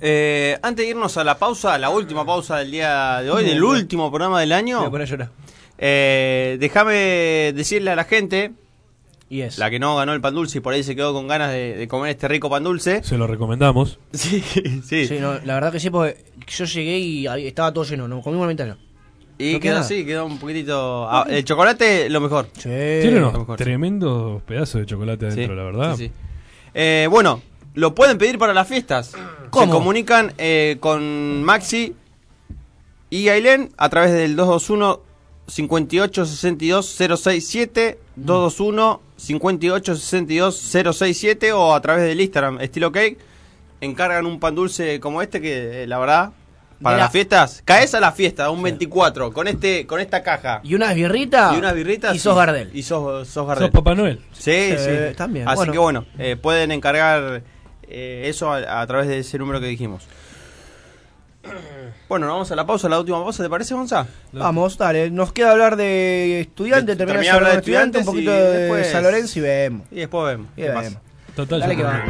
B: Eh, antes de irnos a la pausa, la última pausa del día de hoy,
K: No,
B: del
K: no.
B: último programa del año.
K: Me voy a poner a llorar.
B: Eh, Déjame decirle a la gente,
K: Yes.
B: la que no ganó el pan dulce y por ahí se quedó con ganas de, de comer este rico pan dulce.
C: Se lo recomendamos.
B: Sí, sí.
K: Sí, no, la verdad que sí, porque yo llegué y ahí estaba todo lleno, no comí una ventana.
B: Y quedó
K: No queda.
B: así, quedó un poquitito... ah, el chocolate, lo mejor.
C: Tiene unos
B: Lo mejor, sí.
C: tremendos pedazos de chocolate adentro,
B: Sí,
C: la verdad.
B: sí, sí. Eh, bueno, lo pueden pedir para las fiestas. Se
C: ¿Cómo?
B: comunican eh, con Maxi y Ailén a través del 221 58 62 067 221 58 62 067 o a través del Instagram estilo cake encargan un pan dulce como este que eh, la verdad para
K: Mirá.
B: las fiestas caes a la fiesta un 24 con este con esta caja
K: Y unas birritas.
B: y unas birritas
K: Y sos Gardel.
B: y sos, sos Gardel
C: Sos Papá Noel.
B: Sí, sí.
K: Eh, también,
B: Así
K: bueno.
B: que bueno, eh, pueden encargar eh, eso a, a través de ese número que dijimos. Bueno, nos vamos a la pausa, la última pausa, ¿te parece, Gonza?
K: Vamos, dale. Nos queda hablar de estudiante, terminar
B: terminé
K: de
B: de hablar
K: hablar de
B: de
K: estudiante, un
B: estudiantes
K: poquito
B: y
K: de
B: después-
K: San Lorenzo y vemos.
B: Y después vemos.
K: Y
B: ¿Qué
K: vemos.
B: pasa?
C: Total,
K: Dale que va.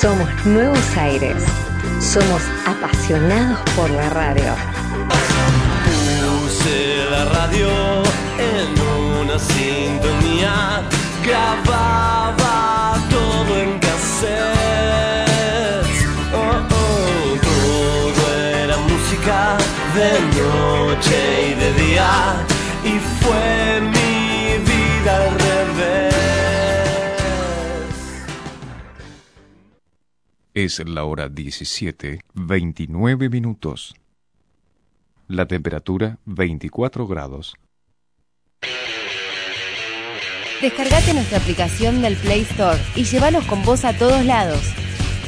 O: Somos Nuevos Aires. Somos apasionados por la radio.
L: Puse la radio en una sintonía, grababa todo en cassette. Oh, oh, todo era música de noche y de día, y fue mi vida al revés.
G: Es la hora 17, 29 minutos. La temperatura 24 grados.
R: Descargate nuestra aplicación del Play Store y llévanos con vos a todos lados.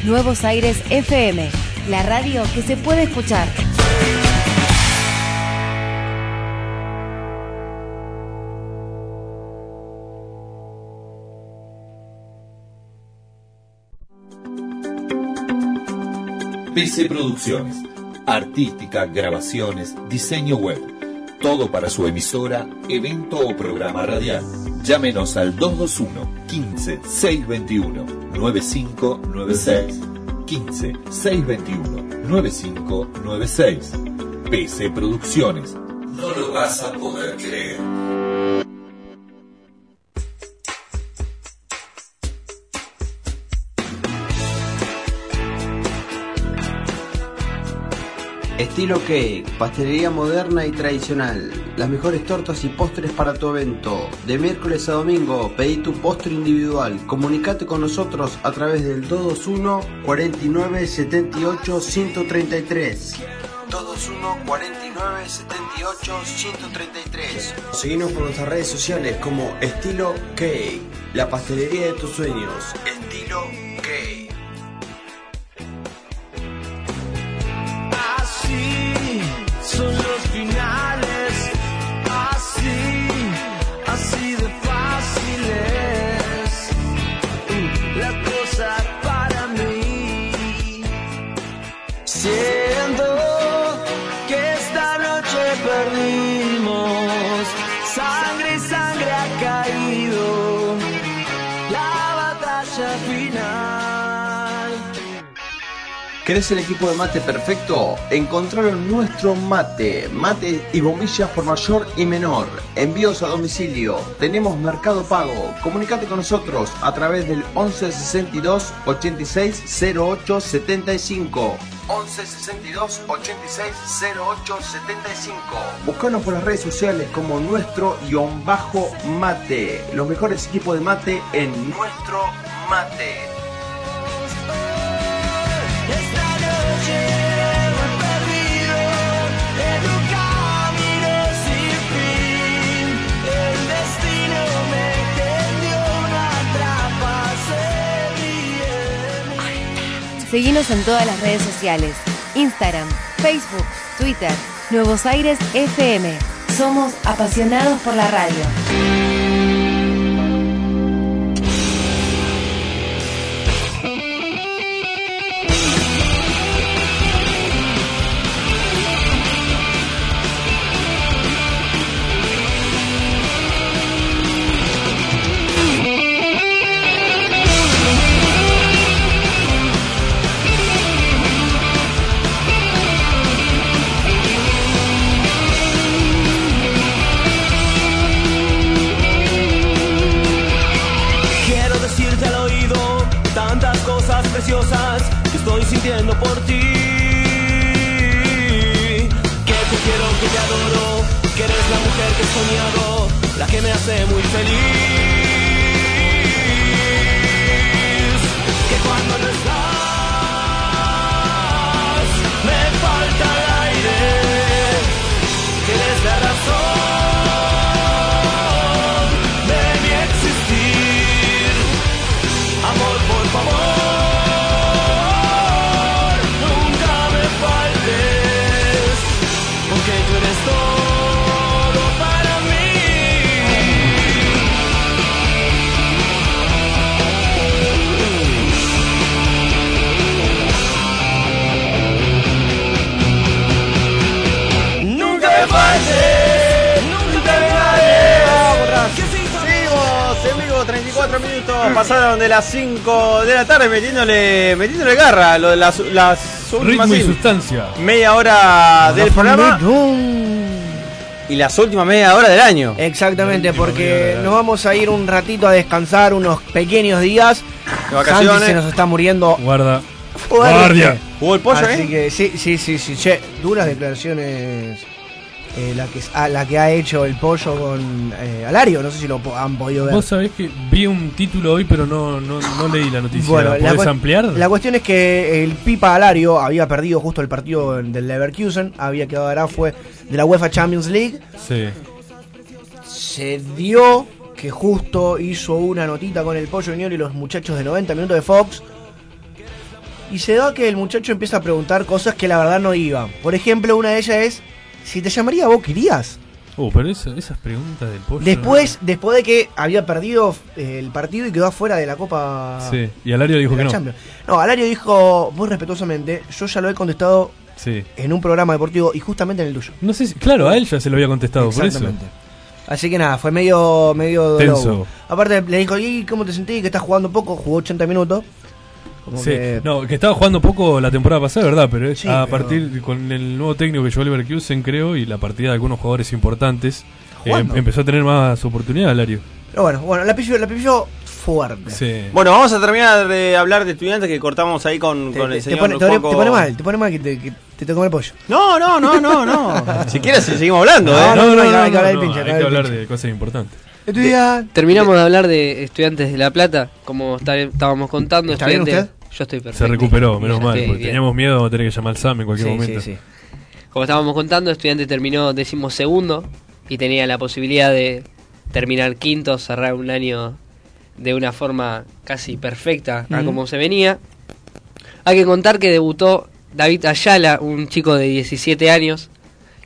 R: Nuevos Aires FM, la radio que se puede escuchar.
F: PC Producciones. Artística, grabaciones, diseño web. Todo para su emisora, evento o programa radial. Llámenos al 221 15 621 9596. 15 621 9596. PC Producciones. No lo vas a poder creer.
I: Estilo Cake, pastelería moderna y tradicional. Las mejores tortas y postres para tu evento. De miércoles a domingo, pedí tu postre individual. Comunicate con nosotros a través del 221 49 78 133. 221 49 78 133. Seguimos por nuestras redes sociales como Estilo Cake, la pastelería de tus sueños. Estilo Cake.
A: Así son los finales, así, así de fáciles. Mm, La cosa para mí. Siento que esta noche perdimos, sangre y sangre ha caído. La batalla final.
J: ¿Querés el equipo de mate perfecto? Encontraron nuestro mate, mate y bombillas por mayor y menor. Envíos a domicilio. Tenemos mercado pago. Comunicate con nosotros a través del 11 62 86 08 75. 11 62 86 08 75. Buscanos por las redes sociales como nuestro guión bajo mate. Los mejores equipos de mate en nuestro mate.
A: En un camino sin fin, el destino me tendió una trampa,
R: Seguinos en todas las redes sociales. Instagram, Facebook, Twitter. Nuevos Aires FM. Somos apasionados por la radio.
L: Quiero decirte al oído tantas cosas preciosas que estoy sintiendo por ti. Que te quiero, que te adoro, que eres la mujer que he soñado, la que me hace muy feliz. Que cuando no estás, me falta el aire, que eres la razón de mi existir. Amor, por favor, nunca me faltes, porque tú eres todo para mí. Nunca me faltes, nunca me faltes.
B: Seguimos en vivo, 34 minutos pasaron de las 5 de la tarde metiéndole, metiéndole garra lo de las, las últimas
C: Ritmo y
B: sí,
C: sustancia.
B: media hora del
C: Ah,
B: programa. Y las últimas media hora del año.
K: Exactamente, porque nos vamos a ir un ratito a descansar unos pequeños días.
B: De vacaciones.
K: Santi se nos está muriendo.
C: Guarda.
K: fuerte.
C: Guardia.
B: ¿Jugó el pollo,
K: Así
B: eh?
K: que sí, sí, sí, sí. Che, duras declaraciones. eh, la, que, ah, la que ha hecho el pollo con eh, Alario, no sé si lo po- han podido ver.
C: Vos sabés que vi un título hoy, pero no, no, no leí la noticia.
K: Bueno, la
C: ¿Podés
K: cua-
C: ampliar?
K: La cuestión es que el Pipa Alario había perdido justo el partido del Leverkusen, había quedado Arafue de la UEFA Champions League.
C: Sí.
K: Se dio que justo hizo una notita con el Pollo Junior y los muchachos de 90 minutos de Fox. Y se da que el muchacho empieza a preguntar cosas que la verdad no iba. Por ejemplo, una de ellas es, si te llamaría vos, ¿qué irías?
C: Oh, pero eso- esas preguntas del pollo.
K: Después, después de que había perdido eh, el partido y quedó afuera de la Copa
C: Sí, y Alario dijo
K: de la
C: que no.
K: Champions. No, Alario dijo muy respetuosamente, yo ya lo he contestado
C: Sí.
K: en un programa deportivo y justamente en el tuyo.
C: No sé si- claro, a él ya se lo había contestado, por eso.
K: Exactamente. Así que nada, fue medio medio
C: Tenso.
K: lobo. Aparte le dijo, "¿Y cómo te sentís? Que estás jugando poco." Jugó 80 minutos. Como
C: Sí,
K: que-
C: no, que estaba jugando poco la temporada pasada, ¿verdad? Pero es
K: Sí,
C: a
K: pero-
C: partir con el nuevo técnico que llevó Leverkusen, creo, y la partida de algunos jugadores importantes, eh,
K: jugando?
C: empezó a tener más oportunidades, Alario.
K: Pero bueno, bueno, la pilló, la pilló fuerte.
C: Sí.
B: Bueno, vamos a terminar de hablar de estudiantes que cortamos ahí con,
K: Te,
B: con
K: te-
B: el
K: te
B: señor
K: pone, te pone-
B: Coco.
K: te pone mal, te pone mal que te, que te toca el pollo.
B: No, no, no, no, no. Si quieres, seguimos hablando, ¿eh?
K: No, no, no, hay que
C: no,
K: hablar del
C: no,
K: pinche,
C: hay
K: hay
C: que
K: que hablar del
C: hablar
K: pinche.
C: de cosas importantes.
K: Estudian-
E: Terminamos de hablar de estudiantes de La Plata, como está- estábamos contando.
K: ¿Está bien
E: estudiantes-
K: usted?
E: Yo estoy perfecto.
C: Se recuperó, menos
E: Sí,
C: mal, porque
E: bien.
C: teníamos miedo de tener que llamar al SAM en cualquier
E: Sí, sí,
C: momento.
E: sí. Como estábamos contando, estudiante terminó decimosegundo y tenía la posibilidad de terminar quinto, cerrar un año de una forma casi perfecta a
X: Ujú.
E: como se venía. Hay que contar que debutó David Ayala, un chico de 17 años.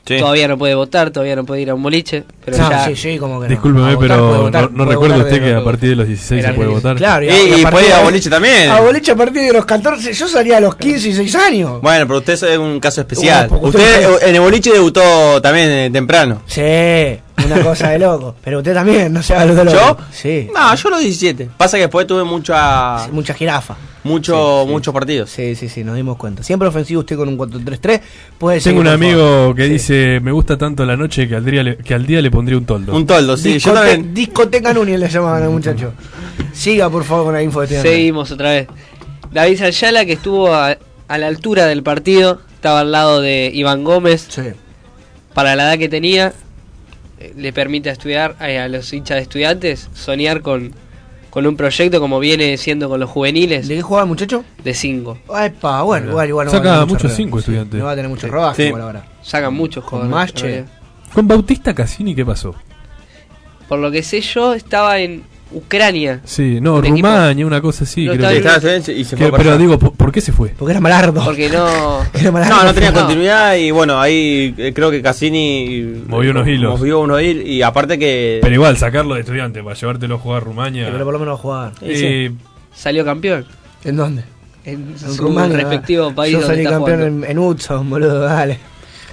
B: Sí.
E: Todavía no puede votar, todavía no puede ir a un boliche. Pero
K: No,
E: ya
K: sí, sí, como que no.
C: Discúlpeme,
K: A votar
C: pero
K: puede votar,
C: no, no
K: puede
C: recuerda
K: votar
C: usted
K: de-
C: que a partir de los 16 se puede votar.
K: Claro,
B: Y- y
K: partir
B: puede ir a
K: de-
B: boliche también.
K: A boliche a partir de los 14, yo salía a los 15 y 6 años.
B: Bueno, pero usted es un caso especial.
K: Bueno, porque
B: usted
K: usted-
B: en el boliche debutó también eh, temprano.
K: Sí, una cosa de loco. Pero usted también, no se haga lo de loco.
B: ¿Yo?
K: Sí.
B: No, yo a los 17. Pasa que después tuve mucha,
K: Mucha jirafa.
B: mucho, muchos partidos.
K: Sí, sí, sí, nos dimos cuenta. Siempre ofensivo usted con un 4-3-3. Puede
C: Tengo
K: seguir,
C: un
K: por
C: amigo que dice, me gusta tanto la noche que al día le, que al día le pondría un toldo.
B: Un toldo,
K: favor. Discote- Discoteca Núñez le llamaban al muchacho. Siga, por favor, con la info de este hombre.
E: Seguimos otra vez. David Ayala, que estuvo a, a la altura del partido, estaba al lado de Iván Gómez. Para la edad que tenía, eh, le permite a estudiar eh, a los hinchas de estudiantes soñar con, con un proyecto como viene siendo con los juveniles. ¿De
K: qué jugaba el muchacho?
E: De 5.
K: Epa, Ah, bueno, igual, igual. no va a
C: Saca
K: tener
C: muchos
K: rodaje.
C: cinco estudiantes.
K: No va a tener mucho rodaje
C: Sí.
K: igual ahora.
E: Sacan muchos
K: Con
E: jugadores.
K: más,
E: en
K: che.
E: realidad.
C: Con Bautista Cassini, ¿qué pasó?
E: Por lo que sé yo, estaba en Ucrania.
C: Sí, no,
E: Un equipo-
C: Rumania, una cosa así.
E: No,
C: creo que-
E: estaba bien. Sí, estaba bien, y se
C: Que-
E: fue para
C: pero
E: allá.
C: digo, ¿por, por qué se fue?
K: Porque era malardo.
E: Porque no.
B: No, no tenía continuidad y bueno, ahí eh, creo que Cassini
C: Movió unos hilos.
B: Movió unos hilos y aparte que
C: Pero igual, sacarlo de estudiante para llevártelo a jugar a Rumania.
K: Pero por lo menos va a jugar.
C: Eh,
E: Salió campeón.
K: ¿En dónde?
E: En
K: En
E: su
K: Rumania.
E: respectivo país.
K: Yo
E: donde
K: salí
E: está
K: campeón
E: jugando.
K: en, en Hudson, boludo, dale.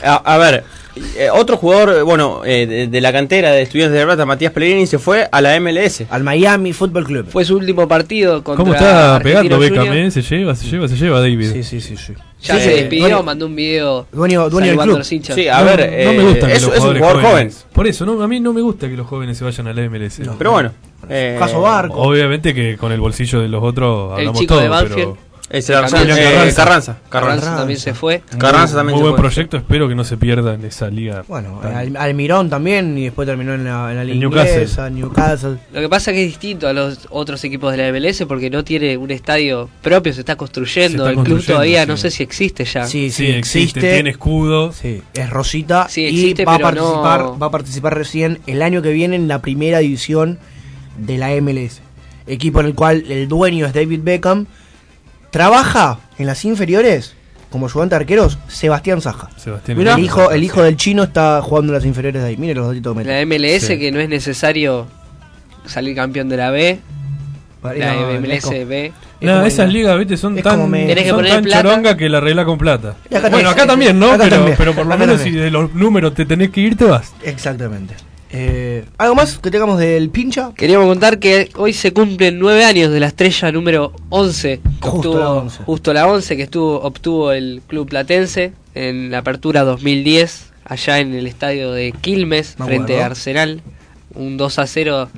B: A, a ver, eh, otro jugador, eh, bueno, eh, de, de la cantera de Estudiantes de La Plata, Matías Pellegrini, se fue a la MLS.
K: Al Miami Football Club.
E: Fue su último partido contra
C: ¿Cómo está
E: Argentino
C: pegando Beckham?
E: Junior.
C: eh? Se lleva, se lleva, se lleva David. Sí,
K: sí, sí. sí.
E: Ya
C: Sí,
E: se
C: sí.
E: despidió,
C: Dueño-
E: mandó un video
K: dueño,
C: dueño del
E: saludando
C: club.
E: a los hinchas.
B: Sí, a ver, eh,
C: no me gusta que
B: es-
C: los
B: es un
C: jugadores
B: jugador joven.
C: jóvenes- Por eso, no, a mí no me gusta que los jóvenes se vayan a la MLS.
B: Pero bueno, eh, Caso Barco.
C: Obviamente que con el bolsillo de los otros hablamos
E: chico
C: todo,
E: de
C: pero...
E: Banfield.
B: Eh, se la-
E: Camilo
B: eh,
E: Carranza.
B: Carranza, Carranza.
E: Carranza también se fue.
B: Carranza también
C: Muy
B: se
C: buen
B: fue.
C: proyecto, espero que no se pierda en esa liga.
K: Bueno, eh, Al- Almirón también y después terminó en la, en la liga
C: Newcastle.
K: inglesa, Newcastle.
E: Lo que pasa es que es distinto a los otros equipos de la MLS porque no tiene un estadio propio, se está construyendo.
C: Se está
E: el
C: construyendo,
E: club todavía
C: sí.
E: no sé si existe ya.
K: Sí, sí,
C: Sí, existe,
K: existe.
C: tiene escudo.
K: Sí. Es Rosita
E: Sí, existe,
K: y va a,
E: pero
K: participar,
E: no-
K: va a participar recién el año que viene en la primera división de la MLS. Equipo en el cual el dueño es David Beckham. Trabaja en las inferiores como ayudante de arqueros Sebastián Saja.
C: Sebastián
K: el, hijo, el hijo del chino está jugando en las inferiores de ahí. Mire los datitos que
E: La
K: mete.
E: MLS
K: Sí.
E: que no es necesario salir campeón de la B.
K: Para ir
E: la
K: a-
E: MLS
K: es como-
E: B.
C: Nah, esas ligas, viste, son
E: es
C: tan,
E: como me- Tenés que
C: son
E: poner
C: tan
E: plata.
C: choronga que la arregla con plata.
K: Y acá
C: Bueno,
K: tenés-
C: acá también, ¿no?
K: acá
C: pero,
K: también,
C: pero por lo
K: acá
C: menos
K: también.
C: si de los números te tenés que ir, te vas.
K: Exactamente. Eh, ¿Algo más que tengamos del pincha?
E: Queríamos contar que hoy se cumplen nueve años de la estrella número 11, que
K: Justo
E: obtuvo-
K: la 11.
E: justo la 11 que estuvo, obtuvo el club platense en la apertura 2010 allá en el estadio de Quilmes,
K: Me
E: frente
K: acuerdo.
E: a Arsenal. Un 2 a 0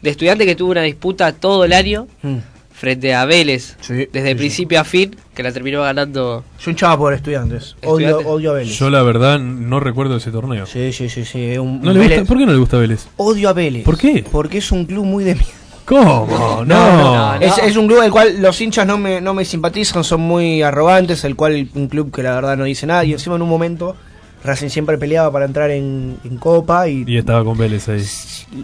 E: de estudiante que tuvo una disputa todo el año
K: Mm.
E: frente a Vélez, desde principio a fin, que la terminó ganando.
K: Yo hinchaba por estudiantes. Odio,
E: Estudiantes.
K: odio a Vélez.
C: Yo la verdad no recuerdo ese torneo.
K: Sí, sí, sí, sí. un
C: ¿No le gusta-
K: Vélez.
C: ¿Por qué no le gusta Vélez?
K: Odio a Vélez. ¿Por
C: qué?
K: Porque es un club muy de mierda.
C: ¿Cómo? No.
K: Es, es un club al cual los hinchas no me, no me simpatizan, son muy arrogantes, el cual un club que la verdad no dice nada. Y encima en un momento Racing siempre peleaba para entrar en, en Copa y
C: Y estaba con Vélez ahí.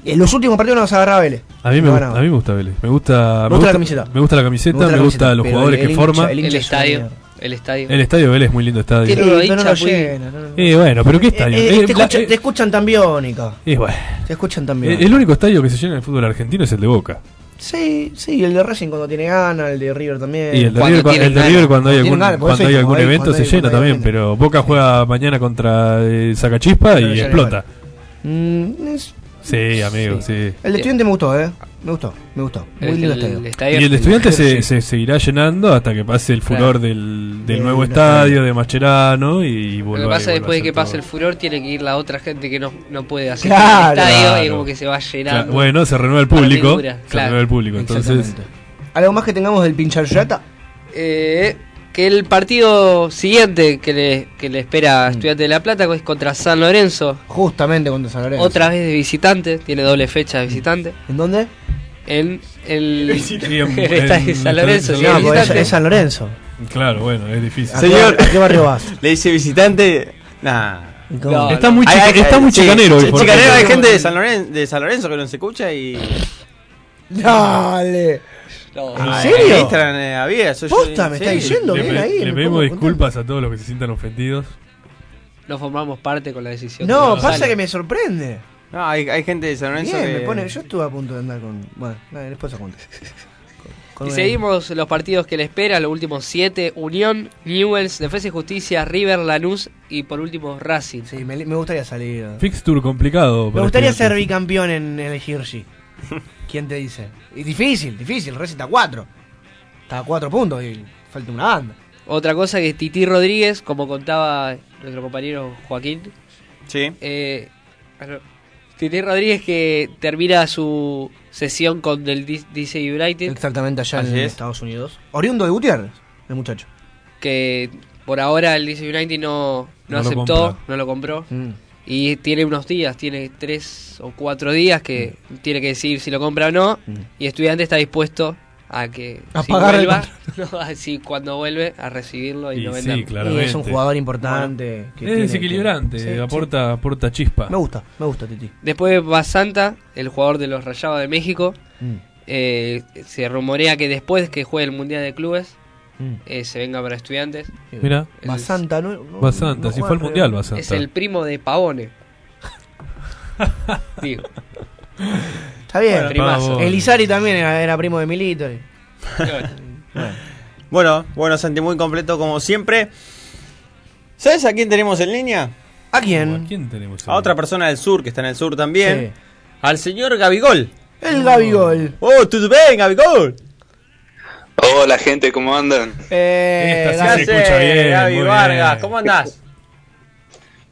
K: en los últimos partidos no nos agarraba Vélez.
C: A mí, me
K: No
C: gusta,
K: ganaba.
C: a mí me gusta Vélez. Me gusta,
K: Me gusta la camiseta.
C: Me gusta la camiseta, me
K: la
C: gusta,
K: camiseta,
C: los
K: pero
C: jugadores que
K: hincha-
C: forma.
E: El,
K: hincha es una
E: estadio,
K: mierda.
E: el estadio.
C: El estadio de Vélez es muy lindo estadio.
E: Tiene unos hinchas
K: no lo
E: muy-
K: llena, no, no, no.
C: Eh, bueno, pero ¿qué estadio?
K: Eh, eh,
C: Eh,
K: te,
C: la-
K: escucha- te escuchan tan biónica.
C: eh, bueno.
K: Te escuchan tan
C: Eh,
K: biónica.
C: El único estadio que se llena en el fútbol argentino es el de Boca.
K: Sí, sí, el de Racing cuando tiene ganas, el de River también.
C: Y el de River, cua- el de River cuando hay algún,
K: ganas, por
C: cuando
K: eso
C: hay
K: digo,
C: algún
K: cuando hay-
C: evento
K: cuando
C: se
K: hay-
C: llena
K: cuando hay
C: también, pero Boca juega mañana contra eh, Sacachispa
K: Pero ya
C: y
K: le
C: explota.
K: ganas. Mm, es-
C: Sí, amigo, sí.
K: El de estudiante me gustó, eh. Me gustó, me gustó. Muy
E: El-
K: lindo
E: el
K: estadio.
E: estadio-
C: Y el de estudiante se, se seguirá llenando hasta que pase el furor del, del
K: Del-
C: nuevo
K: del-
C: estadio de Mascherano y,
E: Lo
C: vuelva
E: que
C: y
E: pasa
C: vuelva
E: después de
C: a
E: que
C: ser
E: pase
C: todo.
E: el furor tiene que ir la otra gente que no, no puede hacer
K: Claro.
E: el estadio y
K: Claro.
E: como que se va llenando.
C: Claro, bueno, se renueva el
E: Para mí
C: público.
E: dura,
C: Se
E: claro.
C: renueva el público, entonces.
K: Exactamente. ¿Algo más que tengamos del pinchar yata?
E: Eh, que el partido siguiente que le, que le espera
C: Mm.
E: a Estudiante de La Plata es contra San Lorenzo.
K: Justamente contra San Lorenzo.
E: Otra vez de visitante, tiene doble fecha de
C: Mm.
E: visitante.
K: ¿En dónde?
E: En el,
C: Visitante.
E: el estadio de San Lorenzo. sí,
K: No,
C: pues,
K: porque es,
E: visitante.
K: es San Lorenzo.
C: Claro, bueno, es difícil.
K: ¿A qué Señor. bar- a qué barrio vas?
B: Le dice visitante. Nah.
K: cómo?
C: Está muy chica- está muy chicanero hoy,
B: chi-
C: por
B: chicanero,
C: favor.
B: hay gente de San, Loren- de San Lorenzo que nos escucha y.
K: Dale.
B: Ah,
K: ¿En serio?
B: En Instagram eh, había. soy yo-
K: Posta, me
B: sí.
K: está diciendo,
C: Le,
K: bien
C: pe-
K: ahí,
C: le
K: me pongo
C: pedimos disculpas a todos los que se sientan ofendidos.
E: No formamos parte con la decisión. de
K: No, pasa
E: Gonzalo.
K: que me sorprende.
B: No, hay, hay gente de San Lorenzo
K: Bien,
B: que.
K: me pone, yo estuve a punto de andar con. Bueno, dale, después se cuenta.
E: Y seguimos los partidos que le espera, los últimos siete, Unión, Newells, Defensa y Justicia, River, Lanús y por último Racing.
K: Sí, me, me gustaría salir.
C: Fixture complicado.
K: Me
C: para
K: gustaría ser
C: estudiantes.
K: bicampeón en, en el Hirschi. ¿Quién te dice? Y difícil, difícil. Receta 4. Está a 4 puntos y falta una banda.
E: Otra cosa que Titi Rodríguez, como contaba nuestro compañero Joaquín.
B: Sí.
E: Eh, Titi Rodríguez que termina su sesión con el D- DC United.
K: Exactamente allá
E: Así
K: en
E: es.
K: Estados Unidos. Oriundo de Gutiérrez, el muchacho.
E: Que por ahora el DC United no, no
K: No lo
E: aceptó,
K: compra.
E: no lo compró.
K: Mm.
E: Y tiene unos días, tiene tres o cuatro días que
K: Mm.
E: tiene que decidir si lo compra o no. Y estudiante está dispuesto a que
K: A
E: si
K: pagar el
E: vuelva, no, así cuando vuelve a recibirlo y,
C: Y
E: no
C: sí,
E: venderlo.
C: claramente.
K: Y es un jugador importante. que
C: Es
K: tiene-
C: desequilibrante,
K: Sí, sí.
C: aporta, aporta chispa.
K: Me gusta, me gusta, Titi.
E: Después va Santa, el jugador de los Rayados de México.
K: Mm.
E: Eh, se rumorea que después que juegue el Mundial de Clubes
K: Mm.
E: eh, se venga para estudiantes.
C: Mira.
E: El-
K: Basanta, ¿no? no
C: Basanta, si fue al mundial, Basanta.
E: Es el primo de Pavone. Digo.
K: Está bien.
E: Bueno, primazo.
B: Pavone.
K: Elizari también era, era primo de Milito.
B: Bueno, bueno, Santi, muy completo como siempre. ¿Sabes a quién tenemos en línea?
K: ¿A quién?
C: quién tenemos?
B: A otra persona del sur, que está en el sur también. Al señor Gabigol.
K: El Gabigol.
B: Oh, tú bien, Gabigol.
H: Hola gente, ¿cómo andan?
K: Eh,
B: Esta sí se
H: escucha bien,
B: Gaby
H: muy
B: Vargas,
H: bien.
B: ¿cómo andás?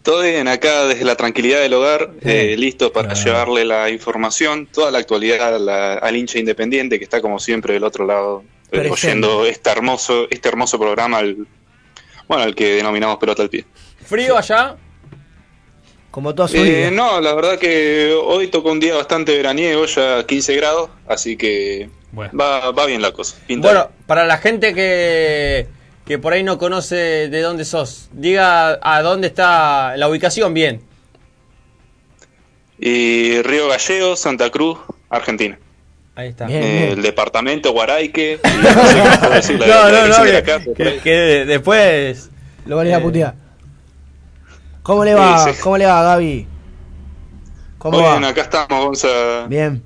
H: Todo bien, acá desde la tranquilidad del hogar, eh, listo para llevarle la información, toda la actualidad a la- al hincha independiente que está como siempre del otro lado, eh,
K: Presente.
H: oyendo este hermoso, este hermoso programa, al- bueno, al que denominamos pelota al pie.
B: ¿Frío allá?
K: Como toda su
H: Eh,
K: vida.
H: no, la verdad que hoy tocó un día bastante veraniego, ya 15 grados, así que va, va bien la cosa. pinta
B: Bueno, para la gente que, que por ahí no conoce de dónde sos, diga a dónde está la ubicación bien.
H: Y Río Gallegos, Santa Cruz, Argentina.
B: Ahí está.
H: Eh, El departamento Guaraique. y no sé qué puedo decir, la
B: No,
H: verdad
B: no,
H: que
B: no,
H: soy de
B: que,
H: acá, pero
B: que- que después...
K: Lo van a ir a putear. ¿Cómo le va?
H: Sí, sí.
K: ¿Cómo le va, Gaby? ¿Cómo
H: Muy
K: va?
H: bien, acá estamos, Gonza.
K: Bien.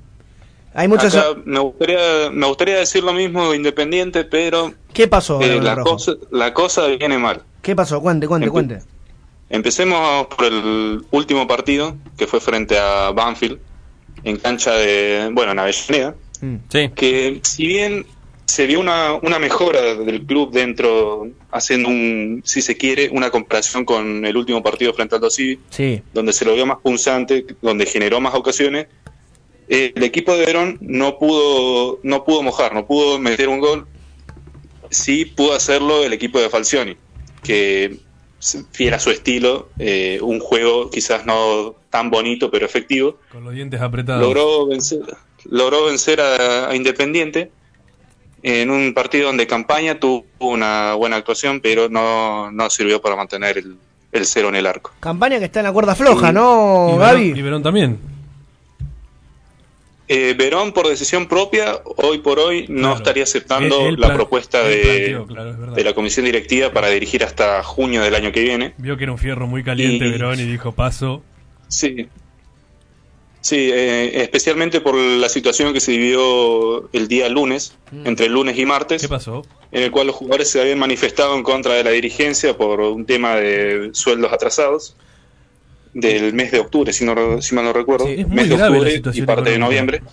K: Hay muchas.
H: Acá me, gustaría, me gustaría decir lo mismo de Independiente, pero
K: ¿Qué pasó?
H: eh,
K: Gabriel
H: la,
K: Rojo?
H: cosa, la cosa viene mal.
K: ¿Qué pasó? Cuente, cuente, cuente.
H: Empecemos por el último partido, que fue frente a Banfield, en cancha de, bueno, en Avellaneda,
K: Mm.
B: Sí.
H: que si bien se vio una, una mejora del club dentro, haciendo un, si se quiere, una comparación con el último partido frente al Dosivi,
K: Sí.
H: donde se lo vio más punzante, donde generó más ocasiones. Eh, el equipo de Verón no pudo, no pudo mojar, no pudo meter un gol. Sí pudo hacerlo el equipo de Falcioni, que s- fiel a su estilo, eh, un juego quizás no tan bonito pero efectivo.
C: Con los dientes apretados.
H: Logró vencer, logró vencer a, a Independiente en un partido donde campaña tuvo una buena actuación, pero no, no sirvió para mantener el, el cero en el arco.
K: Campaña que está en la cuerda floja, ¿no,
C: Y
K: Gaby?
C: Verón, y Verón también.
H: Eh, Verón, por decisión propia, hoy por hoy no estaría aceptando
C: Él- él
H: la
C: plan-
H: propuesta
C: él
H: de,
C: planteó, claro, es verdad.
H: de la comisión directiva para dirigir hasta junio del año que viene.
C: Vio que era un fierro muy caliente
H: Y-
C: Verón y dijo paso.
H: Sí. Sí, eh, especialmente por la situación que se vivió el día lunes, entre lunes y martes.
C: Mm. ¿Qué pasó?
H: En el cual los jugadores se habían manifestado en contra de la dirigencia por un tema de sueldos atrasados del mes de octubre, si, no, si mal no recuerdo.
C: es muy
H: mes de
C: grave la
H: octubre y
C: situación
H: parte de
C: económica.
H: noviembre.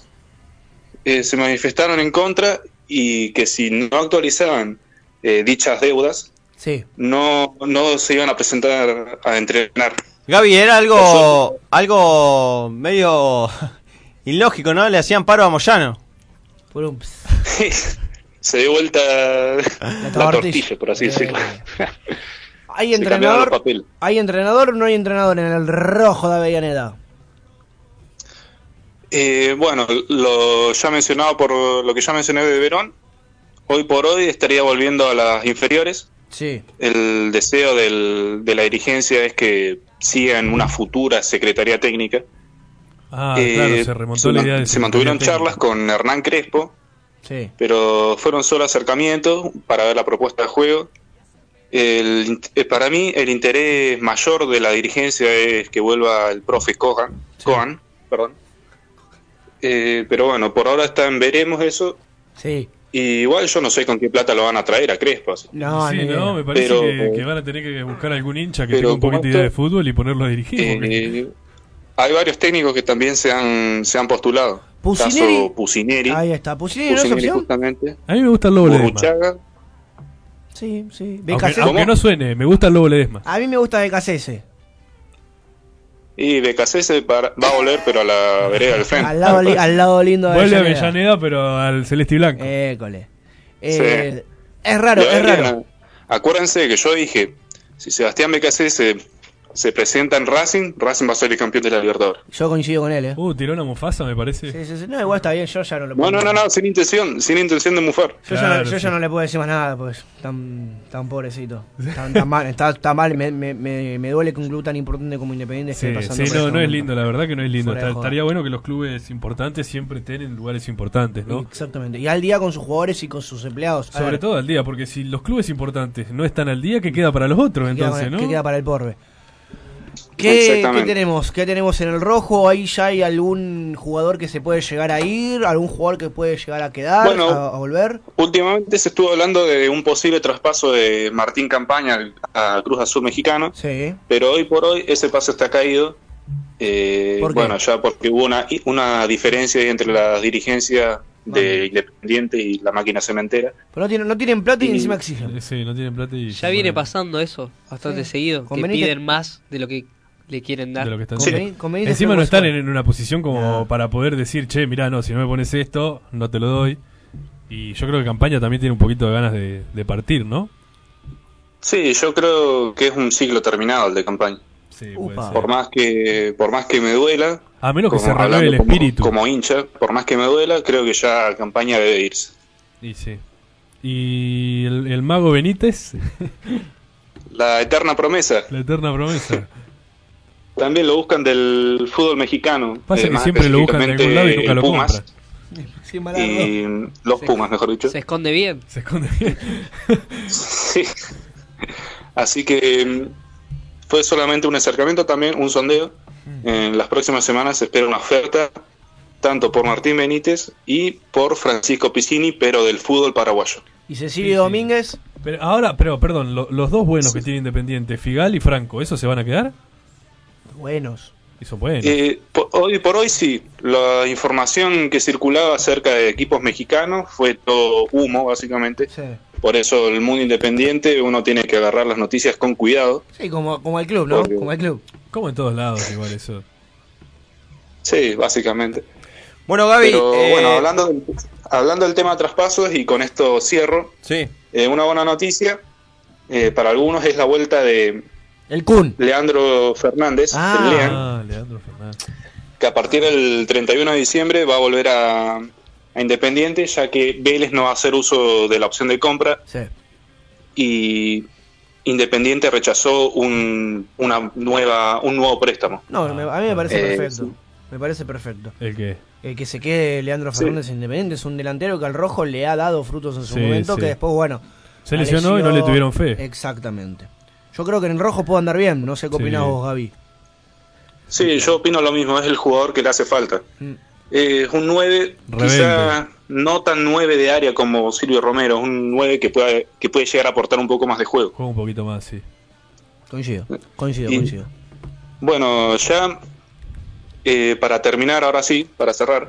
H: Eh, se manifestaron en contra y que si no actualizaban eh, dichas deudas,
K: Sí.
H: no, no se iban a presentar a entrenar.
L: Gaby, era algo, algo medio ilógico, ¿no? Le hacían paro a Moyano.
H: se dio vuelta la, tortilla, Eh, por así decirlo.
K: Hay
H: Se cambiaron los
K: entrenador,
H: papeles.
K: hay entrenador o no hay entrenador en el rojo de Avellaneda.
H: Eh, bueno, lo ya mencionado por lo que ya mencioné de Verón, hoy por hoy estaría volviendo a las inferiores.
K: Sí.
H: El deseo del- de la dirigencia es que siga en una futura secretaría técnica.
C: Ah,
H: Eh,
C: claro, se remontó
H: se
C: la
H: man-
C: idea de
H: se mantuvieron
C: secretaría
H: charlas con Hernán Crespo,
K: Sí.
H: pero fueron solo acercamientos para ver la propuesta de juego. El int- eh, para mí, el interés mayor de la dirigencia es que vuelva el profe Cohan, Cohan, perdón. Eh, pero bueno, por ahora está en veremos eso.
K: Sí.
H: Y igual yo no sé con qué plata lo van a traer a Crespo. así.
K: No,
C: Sí,
K: ni idea.
C: no, me parece
H: Pero-
C: que, que van a tener que buscar algún hincha que
H: Pero
C: tenga un poquito de
H: como
C: idea de
H: esto-
C: fútbol y ponerlo a dirigir.
H: Eh,
C: porque-
H: hay varios técnicos que también se han, se han postulado.
K: Pusineri.
H: Caso Pusineri.
K: Ahí está. ¿Pusineri Ah, no es
H: Pusineri
K: opción?
H: justamente.
C: A mí me gusta el Lobo Ledesma.
H: Burruchaga.
K: Sí, sí.
C: Aunque,
K: BKC.
C: aunque no suene, me gusta el Lobo Ledesma.
K: A mí me gusta BKC.
H: Y BKC se para- va a volver, pero a la vereda del frente.
K: Al lado, li- al lado lindo de
C: Vuelve a
K: Avellaneda.
C: Avellaneda, pero al Celeste y Blanco.
K: École.
H: Eh,
K: Es raro,
H: Yo
K: es
H: diría,
K: raro.
H: Acuérdense que yo dije, si Sebastián BKC se, se presenta en Racing, Racing va a ser el campeón de la Libertadores.
K: Yo coincido con él, eh.
C: Uh, tiró una mufasa, me parece.
K: Sí, sí, sí. No, igual está bien, yo ya no lo
H: No, no, no, no, sin intención, sin intención de mufar.
K: Yo, ya, no, yo ya no le puedo decir más nada, pues tan, tan pobrecito. Tan, tan mal, está, está mal. Me, me, me, me duele que un club tan importante como Independiente
C: Sí,
K: esté pasando por
C: sí, no,
K: ese
C: no es
K: momento.
C: lindo, la verdad que no es lindo.
K: Fuera de
C: Está-
K: joda.
C: estaría bueno que los clubes importantes siempre estén en lugares importantes, ¿no?
K: Exactamente. Y al día con sus jugadores y con sus empleados. A
C: Sobre
K: ver,
C: todo al día, porque si los clubes importantes no están al día, ¿qué queda para los otros
K: ¿qué queda
C: entonces,
K: para-
C: no?
K: qué queda para el porbe? ¿Qué, qué tenemos? ¿Qué tenemos en el rojo? ¿Ahí ya hay algún jugador que se puede llegar a ir? ¿Algún jugador que puede llegar a quedar?
H: Bueno.
K: a, a volver?
H: Últimamente se estuvo hablando de un posible traspaso de Martín Campaña a Cruz Azul Mexicano,
K: Sí.
H: pero hoy por hoy ese paso está caído. Eh,
K: ¿Por qué?
H: bueno, ya porque hubo una, una diferencia ahí entre la dirigencia de Independiente y la máquina cementera.
K: Pero no, tienen, no tienen plata y,
H: Y-
K: encima exigen.
C: Sí, no tienen plata y...
E: Ya viene pasando eso bastante
K: Sí.
E: seguido. Que
K: Conveniente-
E: piden más de lo que le quieren dar.
C: de lo que están
E: Sí.
C: haciendo. Encima no están en, en una posición como para poder decir, che, mirá, no, si no me pones esto, no te lo doy. Y yo creo que Campaña también tiene un poquito de ganas de, de partir, ¿no?
H: Sí, yo creo que es un ciclo terminado el de Campaña. por más que por más que me duela,
C: A menos que
H: como
C: se renueve
H: hablando
C: el
H: como-
C: espíritu.
H: como hincha, por más que me duela, creo que ya Campaña debe irse.
C: Y sí. Y el, el mago Benítez,
H: La eterna promesa.
C: la eterna promesa.
H: También lo buscan del fútbol mexicano. Eh,
C: Pasa que
H: más
C: siempre lo buscan de algún lado y
H: específicamente
C: nunca lo
H: Pumas
C: compran.
H: y los Pumas, mejor dicho.
E: Se esconde bien.
C: Se esconde bien.
H: Sí. Así que mm, fue solamente un acercamiento, también un sondeo. En las próximas semanas se espera una oferta tanto por Martín Benítez y por Francisco Piscini, pero del fútbol paraguayo.
K: Y Cecilio Domínguez.
C: Pero ahora, pero perdón, lo- los dos buenos que tiene Independiente, Figal y Franco, ¿esos se van a quedar?
K: Buenos.
C: Eso bueno.
H: Eh, po- hoy por hoy sí, la información que circulaba acerca de equipos mexicanos fue todo humo, básicamente. Por eso el mundo independiente uno tiene que agarrar las noticias con cuidado.
K: Sí, como, como el club, ¿no?
H: Porque-
K: Como el club.
C: Como en todos lados, igual eso.
H: Sí, básicamente.
B: Bueno, Gaby,
H: Pero,
B: eh,
H: bueno, hablando del, hablando del tema de traspasos y con esto cierro.
Y: Sí.
H: una buena noticia eh, para algunos es la vuelta de
K: El Kun.
H: Leandro Fernández, el Lean,
C: Ah, Leandro Fernández.
H: que a partir del 31 de diciembre va a volver a, a Independiente, ya que Vélez no va a hacer uso de la opción de compra.
C: Ah,
H: Y Independiente rechazó un, una nueva, un nuevo préstamo.
K: No, me- a mí me parece
H: Eh,
K: perfecto. Me parece perfecto.
C: ¿El qué?
K: Eh, que se quede Leandro Fernández en Independiente es un delantero que al rojo le ha dado frutos en su
C: Sí,
K: momento,
C: sí.
K: que después, bueno.
C: Se
K: la
C: lesionó y no le tuvieron fe.
K: Exactamente. Yo creo que en el rojo puede andar bien, no sé qué opinás
H: Sí.
K: vos, Gaby.
H: Sí, yo opino lo mismo, es el jugador que le hace falta.
K: Mm.
H: Eh, es un 9, quizá no tan 9 de área como Silvio Romero, es un 9 que puede, que puede llegar a aportar un poco más de juego.
C: Juega un poquito más, sí.
K: Coincido,
B: Eh,
K: coincido,
H: Y-
K: coincido.
H: Bueno, ya eh, para terminar, ahora sí, para cerrar,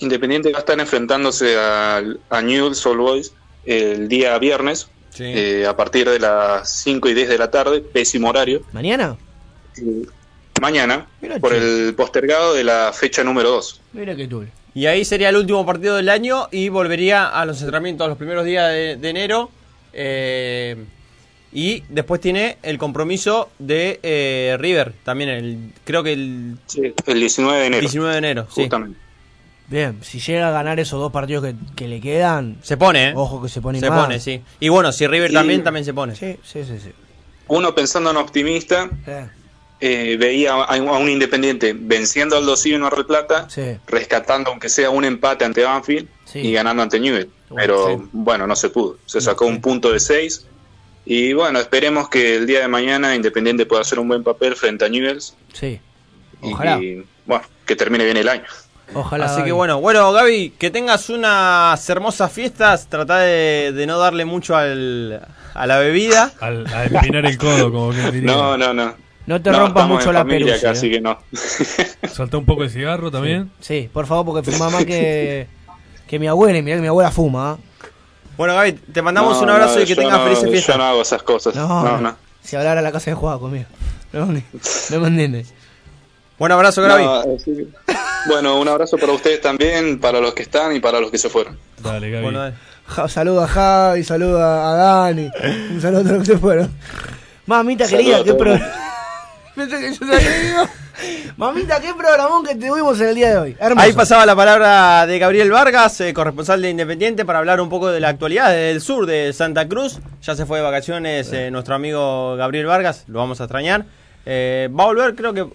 H: Independiente va a estar enfrentándose a, a Newell's Old Boys el día viernes eh, a partir de las 5 y 10 de la tarde, pésimo horario,
K: ¿Mañana?
H: eh, mañana, por el postergado de la fecha número 2.
K: Mira que tú.
B: Y ahí sería el último partido del año y volvería a los entrenamientos los primeros días de, de enero. eh, y después tiene el compromiso de eh, River, también el, creo que el,
H: el 19 de enero.
B: 19 de enero, sí.
H: Justamente.
K: Bien, si llega a ganar esos dos partidos que, que le quedan.
B: Se pone, ¿eh?
K: Ojo que se pone
B: Se
K: más.
B: pone, sí. Y bueno, si River
H: Y-
B: también, también se pone.
K: Sí, sí, sí. sí.
H: Uno pensando en optimista,
K: Eh.
H: eh, veía a, a un Independiente venciendo al Dosivo en Mar del Plata,
K: Sí.
H: rescatando aunque sea un empate ante Banfield y ganando ante Newell. Pero bueno, no se pudo. Se sacó un punto de 6. Y bueno, esperemos que el día de mañana Independiente pueda hacer un buen papel frente a Newells.
K: Sí.
H: Y-
B: Ojalá.
H: Y, bueno, que termine bien el año.
K: Ojalá.
B: Así
K: Gaby.
B: que bueno, bueno, Gaby, que tengas unas hermosas fiestas. Trata de, de no darle mucho al, a la bebida.
C: Al, empinar el codo, como que diría.
H: No, no, no.
K: No te rompas mucho la pelusa. ¿eh?
H: acá, así que no.
C: Saltá un poco de cigarro también.
K: Sí, por favor, porque fuma más que, que mi abuela. Y mirá que mi abuela fuma. ¿ah?
B: Bueno, Gaby, te mandamos
H: No,
B: un abrazo
H: no,
B: y que
H: yo
B: tengas
H: no-
B: felices fiestas.
H: Yo no hago esas cosas.
K: No.
H: no. no.
K: Si hablara a la casa de jugada conmigo. No, ni- no me entiendes.
B: Buen abrazo,
K: Gaby.
H: No, eh, sí. bueno, un abrazo para ustedes también, para los que están y para los que se fueron.
C: Dale, Gaby.
K: Ja- saluda a Javi, saluda a Dani. Un saludo a todos los que se fueron. Mamita
A: Saludo
K: querida,
A: a
K: qué
A: todo el
K: pro... Pensé que yo sabía, digo. Mamita, qué programón que tuvimos en el día de hoy. Hermoso.
B: Ahí pasaba la palabra de Gabriel Vargas, eh, corresponsal de Independiente, para hablar un poco de la actualidad del sur de Santa Cruz. Ya se fue de vacaciones eh, nuestro amigo Gabriel Vargas, lo vamos a extrañar. Eh, va a volver, creo que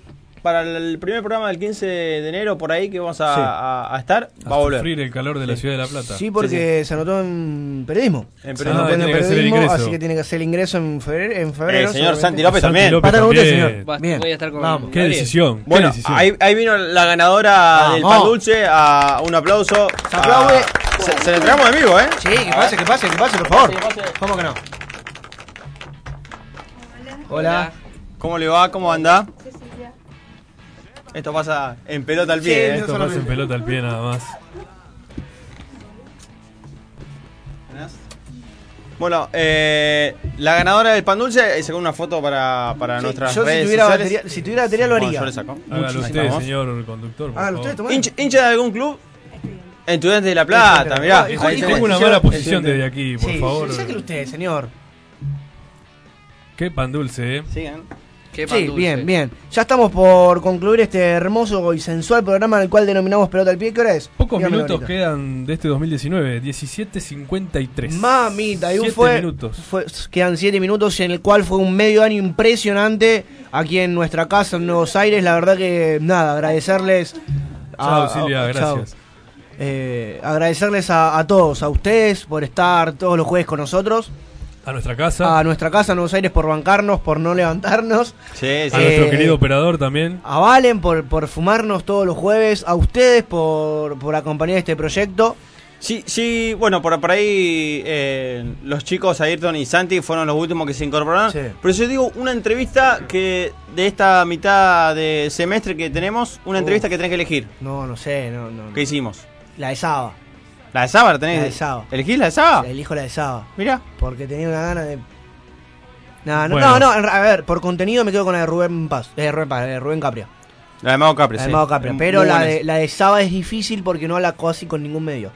B: para el primer programa del 15 de enero, por ahí que vamos a,
K: Sí.
B: a- a estar,
C: A
B: va a volver.
C: sufrir el calor de la ciudad de La Plata.
K: Sí, porque se anotó en periodismo.
B: En
K: Se
B: periodismo.
K: anotó
B: Ah,
K: en
B: tiene que hacer el
K: periodismo,
B: ingreso.
K: así que tiene que hacer el ingreso en febrero. En febrero
B: El Eh, señor
K: seguramente.
B: Santi López también.
K: Va a estar con usted, señor.
Z: Va-
K: Bien.
Z: Voy a estar con
K: Vamos.
Z: Gabriel.
B: Bueno, Ahí, ahí vino la ganadora del pan
K: Vamos.
B: dulce. A un aplauso.
K: aplaude.
B: A- se, se lo entregamos en vivo, ¿eh?
K: Sí, que pase, que pase, que pase, por favor. ¿Cómo que no? Hola.
B: ¿Cómo le va? ¿Cómo anda? Esto pasa en pelota al pie.
C: Sí,
B: ¿eh?
C: Esto pasa en pelota al pie nada más.
B: Bueno, eh, la ganadora del pan dulce eh, sacó una foto para, para nuestras
K: yo si
B: redes
K: tuviera
B: sociales.
K: batería- si tuviera batería lo
B: Bueno,
K: haría.
B: yo le saco.
K: Hágalo
B: Ahí
C: usted,
B: estamos.
C: señor conductor. por
K: Hágalo
C: favor.
K: usted,
B: Hincha, hincha de algún club? Estudiante de La Plata, mirá.
K: Hijo-
B: ahí
K: hijo-
B: tenés.
C: tengo una mala posición desde aquí, por
K: Sí,
C: favor.
K: sí, Sáquelo usted, señor.
C: Qué pan dulce, eh.
Z: Qué pan
K: Sí,
Z: dulce.
K: bien, bien. Ya estamos por concluir este hermoso y sensual programa en el cual denominamos Pelota al Pie. ¿Qué hora es?
C: Pocos
K: Dígamelo
C: minutos
K: ahorita.
C: quedan de este 2019, 17.53.
K: Mamita, y
C: Siete
K: fue,
C: minutos.
K: fue- quedan siete minutos en el cual fue un medio año impresionante aquí en nuestra casa en Nuevos Aires. La verdad que nada, agradecerles.
C: Chao, Silvia,
K: chao.
C: gracias.
K: Eh, agradecerles a, a todos, a ustedes por estar todos los jueves con nosotros,
C: A nuestra casa.
K: a nuestra casa en Nuevos Aires por bancarnos, por no levantarnos.
B: Sí, sí.
C: A nuestro
K: Eh,
C: querido operador también.
K: A Valen por, por fumarnos todos los jueves, a ustedes por, por acompañar este proyecto.
B: Sí, sí, bueno, por, por ahí eh, los chicos Ayrton y Santi fueron los últimos que se incorporaron. Pero yo digo, una entrevista que de esta mitad de semestre que tenemos, una
K: Uh.
B: entrevista que tenés que elegir.
K: No, no sé, no, no.
B: ¿Qué hicimos?
K: La de Saba.
B: ¿La de Saba la tenés?
K: La de Saba.
B: ¿Elegís la de Saba?
K: Elijo la de Saba.
B: Mira.
K: Porque tenía una gana de. No, no,
B: Bueno.
K: no, no, a ver, por contenido me quedo con la de Rubén Paz, eh, Rubén, Paz, eh, Rubén Capria.
B: La de Mago Capri,
K: La de
B: sí.
K: Mago Capria,
B: Muy
K: pero la
B: buena
K: de,
B: esa.
K: la de Saba es difícil porque no la casi con ningún medio.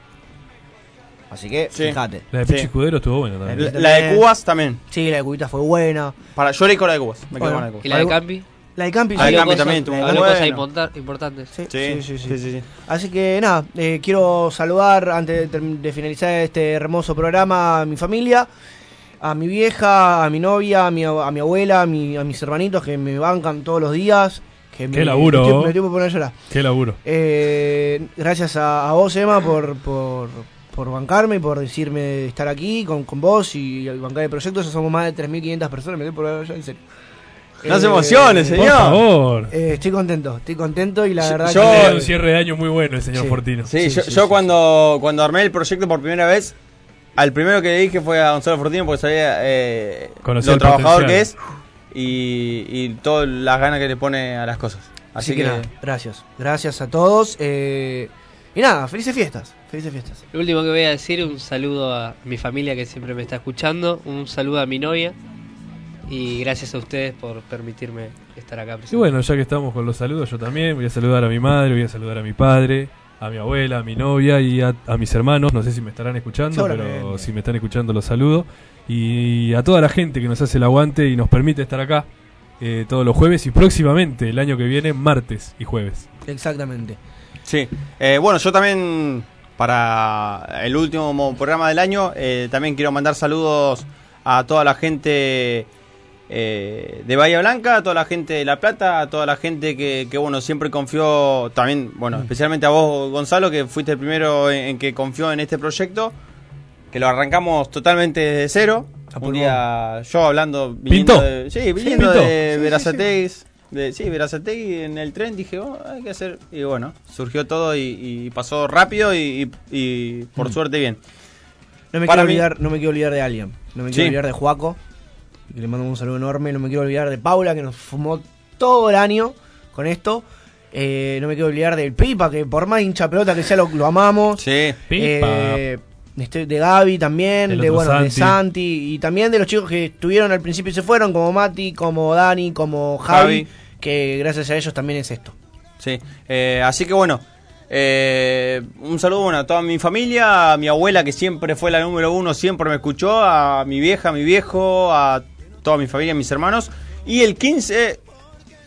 K: Así que,
B: Sí.
K: fíjate.
C: La de
B: Sí.
C: Pichicudero estuvo buena
B: La,
C: también.
B: la de Cubas también.
K: Sí, la de Cubitas fue buena.
B: Para, yo le con la de Cubas. Me quedo
K: Bueno.
B: con la de Cubas.
E: ¿Y la de Campi?
K: La de Campi,
B: La de
K: sí.
B: Campi
K: Habló
B: también. estuvo
K: cosas- habló
B: muy
K: cosas
B: buena.
E: Importa- importantes.
B: Sí, sí, sí, sí.
K: Así que nada, eh, quiero saludar antes de, term- de finalizar este hermoso programa a mi familia, a mi vieja, a mi novia, a mi, ab- a mi abuela, a, mi- a mis hermanitos que me bancan todos los días. Que me,
C: Qué laburo.
K: Me estoy, me estoy por poner a llorar.
C: Qué laburo.
K: Eh, gracias a, a vos, Emma, por, por, por bancarme y por decirme estar aquí con, con vos y, al bancar el proyecto. Ya somos más de 3.500 personas, me estoy por llorar, en serio.
B: No se emocione, señor.
C: Por favor.
K: Eh, estoy contento, estoy contento y la verdad
B: yo-
K: que...
C: Era un cierre de año muy bueno el señor
K: Sí.
C: Fortino.
B: Sí, yo, yo cuando, cuando armé el proyecto por primera vez, al primero que le dije fue a Gonzalo Fortino porque sabía eh,
C: Conocía
B: lo
C: el
B: trabajador
C: potencial.
B: que es y, y todas las ganas que le pone a las cosas. Así,
K: Así que, nada, gracias. Gracias a todos. eh, y nada, felices fiestas. Felices fiestas.
E: Lo último que voy a decir, un saludo a mi familia que siempre me está escuchando, un saludo a mi novia y gracias a ustedes por permitirme estar acá
C: Y
E: presente.
C: bueno, ya que estamos con los saludos, yo también voy a saludar a mi madre, voy a saludar a mi padre, a mi abuela, a mi novia y a, a mis hermanos. No sé si me estarán escuchando, pero si me están escuchando los saludo. Y a toda la gente que nos hace el aguante y nos permite estar acá eh, todos los jueves y próximamente, el año que viene, martes y jueves.
K: Exactamente.
B: Sí, Eh, bueno, yo también para el último mo- programa del año eh, también quiero mandar saludos a toda la gente eh, de Bahía Blanca, a toda la gente de La Plata, a toda la gente que, que, bueno siempre confió también, bueno,
C: Mm.
B: especialmente a vos Gonzalo que fuiste el primero en, en que confió en este proyecto, que lo arrancamos totalmente desde cero. Un día yo hablando viniendo
C: Pintó.
B: de,
C: Sí,
B: sí, viniendo
C: pintó.
B: de
C: Sí, sí,
B: Verazategui, de- sí, Verazategui en el tren dije, "Oh, hay que hacer y bueno, surgió todo y, y pasó rápido y, y- y por suerte bien.
K: No me,
B: Para
K: quiero
B: mí-
K: olvidar, no me quiero olvidar de alguien. No me quiero
B: Sí.
K: olvidar de Juaco. que le mando un saludo enorme. No me quiero olvidar de Paula, que nos fumó todo el año con esto. Eh, no me quiero olvidar del Pipa, que por más hincha pelota que sea, lo, lo amamos.
B: Sí.
K: Eh, este- de Gaby también,
B: Del
K: de,
B: otro
K: bueno, de
B: Santi.
K: Santi y también de los chicos que estuvieron al principio y se fueron, como Mati, como Dani, como Javi,
B: Javi.
K: que gracias a ellos también es esto.
B: Sí, eh, así que bueno, eh, un saludo bueno, a toda mi familia, a mi abuela que siempre fue la número uno, siempre me escuchó, a mi vieja, a mi viejo, a toda mi familia, a mis hermanos. Y el 15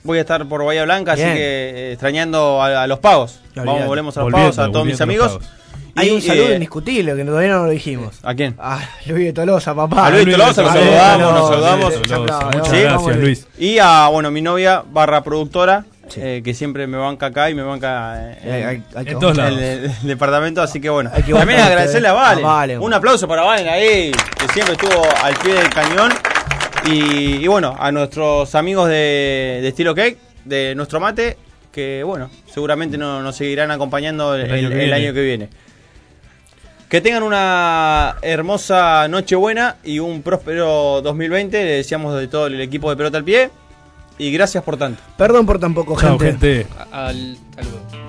B: voy a estar por Bahía Blanca,
K: Bien.
B: así que eh, extrañando a, a los pagos.
K: Olvidate.
B: Vamos, volvemos a los
K: Volviendo,
B: pagos, a todos mis
K: volviendo a los
B: amigos.
K: Hay
B: Y,
K: un saludo
B: eh,
K: indiscutible que todavía no lo dijimos.
B: ¿A quién?
K: A Luis de Tolosa, papá. Ah,
B: A Luis Tolosa, lo
K: A Luis
B: saludamos, nos
K: Tolosa,
B: saludamos.
K: Luis Tolosa,
B: Sí.
K: muchas
B: Sí.
K: gracias, Luis.
B: Y a, bueno, mi novia barra productora, eh, que siempre me banca acá y me banca eh,
K: Hay- hay- hay
B: en
K: que
B: el-
K: bancar.
B: el, el departamento, así que bueno.
K: que
B: También
K: bancar
B: agradecerle a
K: ustedes.
B: Valen.
K: A Valen.
B: Un aplauso para Valen ahí, que siempre estuvo al pie del cañón. Y, y bueno, a nuestros amigos de, de Estilo Cake, de Nuestro Mate, que bueno, seguramente no- nos seguirán acompañando el,
C: El año que
B: el
C: viene.
B: año que viene. Que tengan una hermosa Nochebuena y un próspero 2020. Le deseamos de todo el equipo de Pelota al Pie. Y gracias por tanto.
K: Perdón por tampoco, gente.
E: Al, al luego.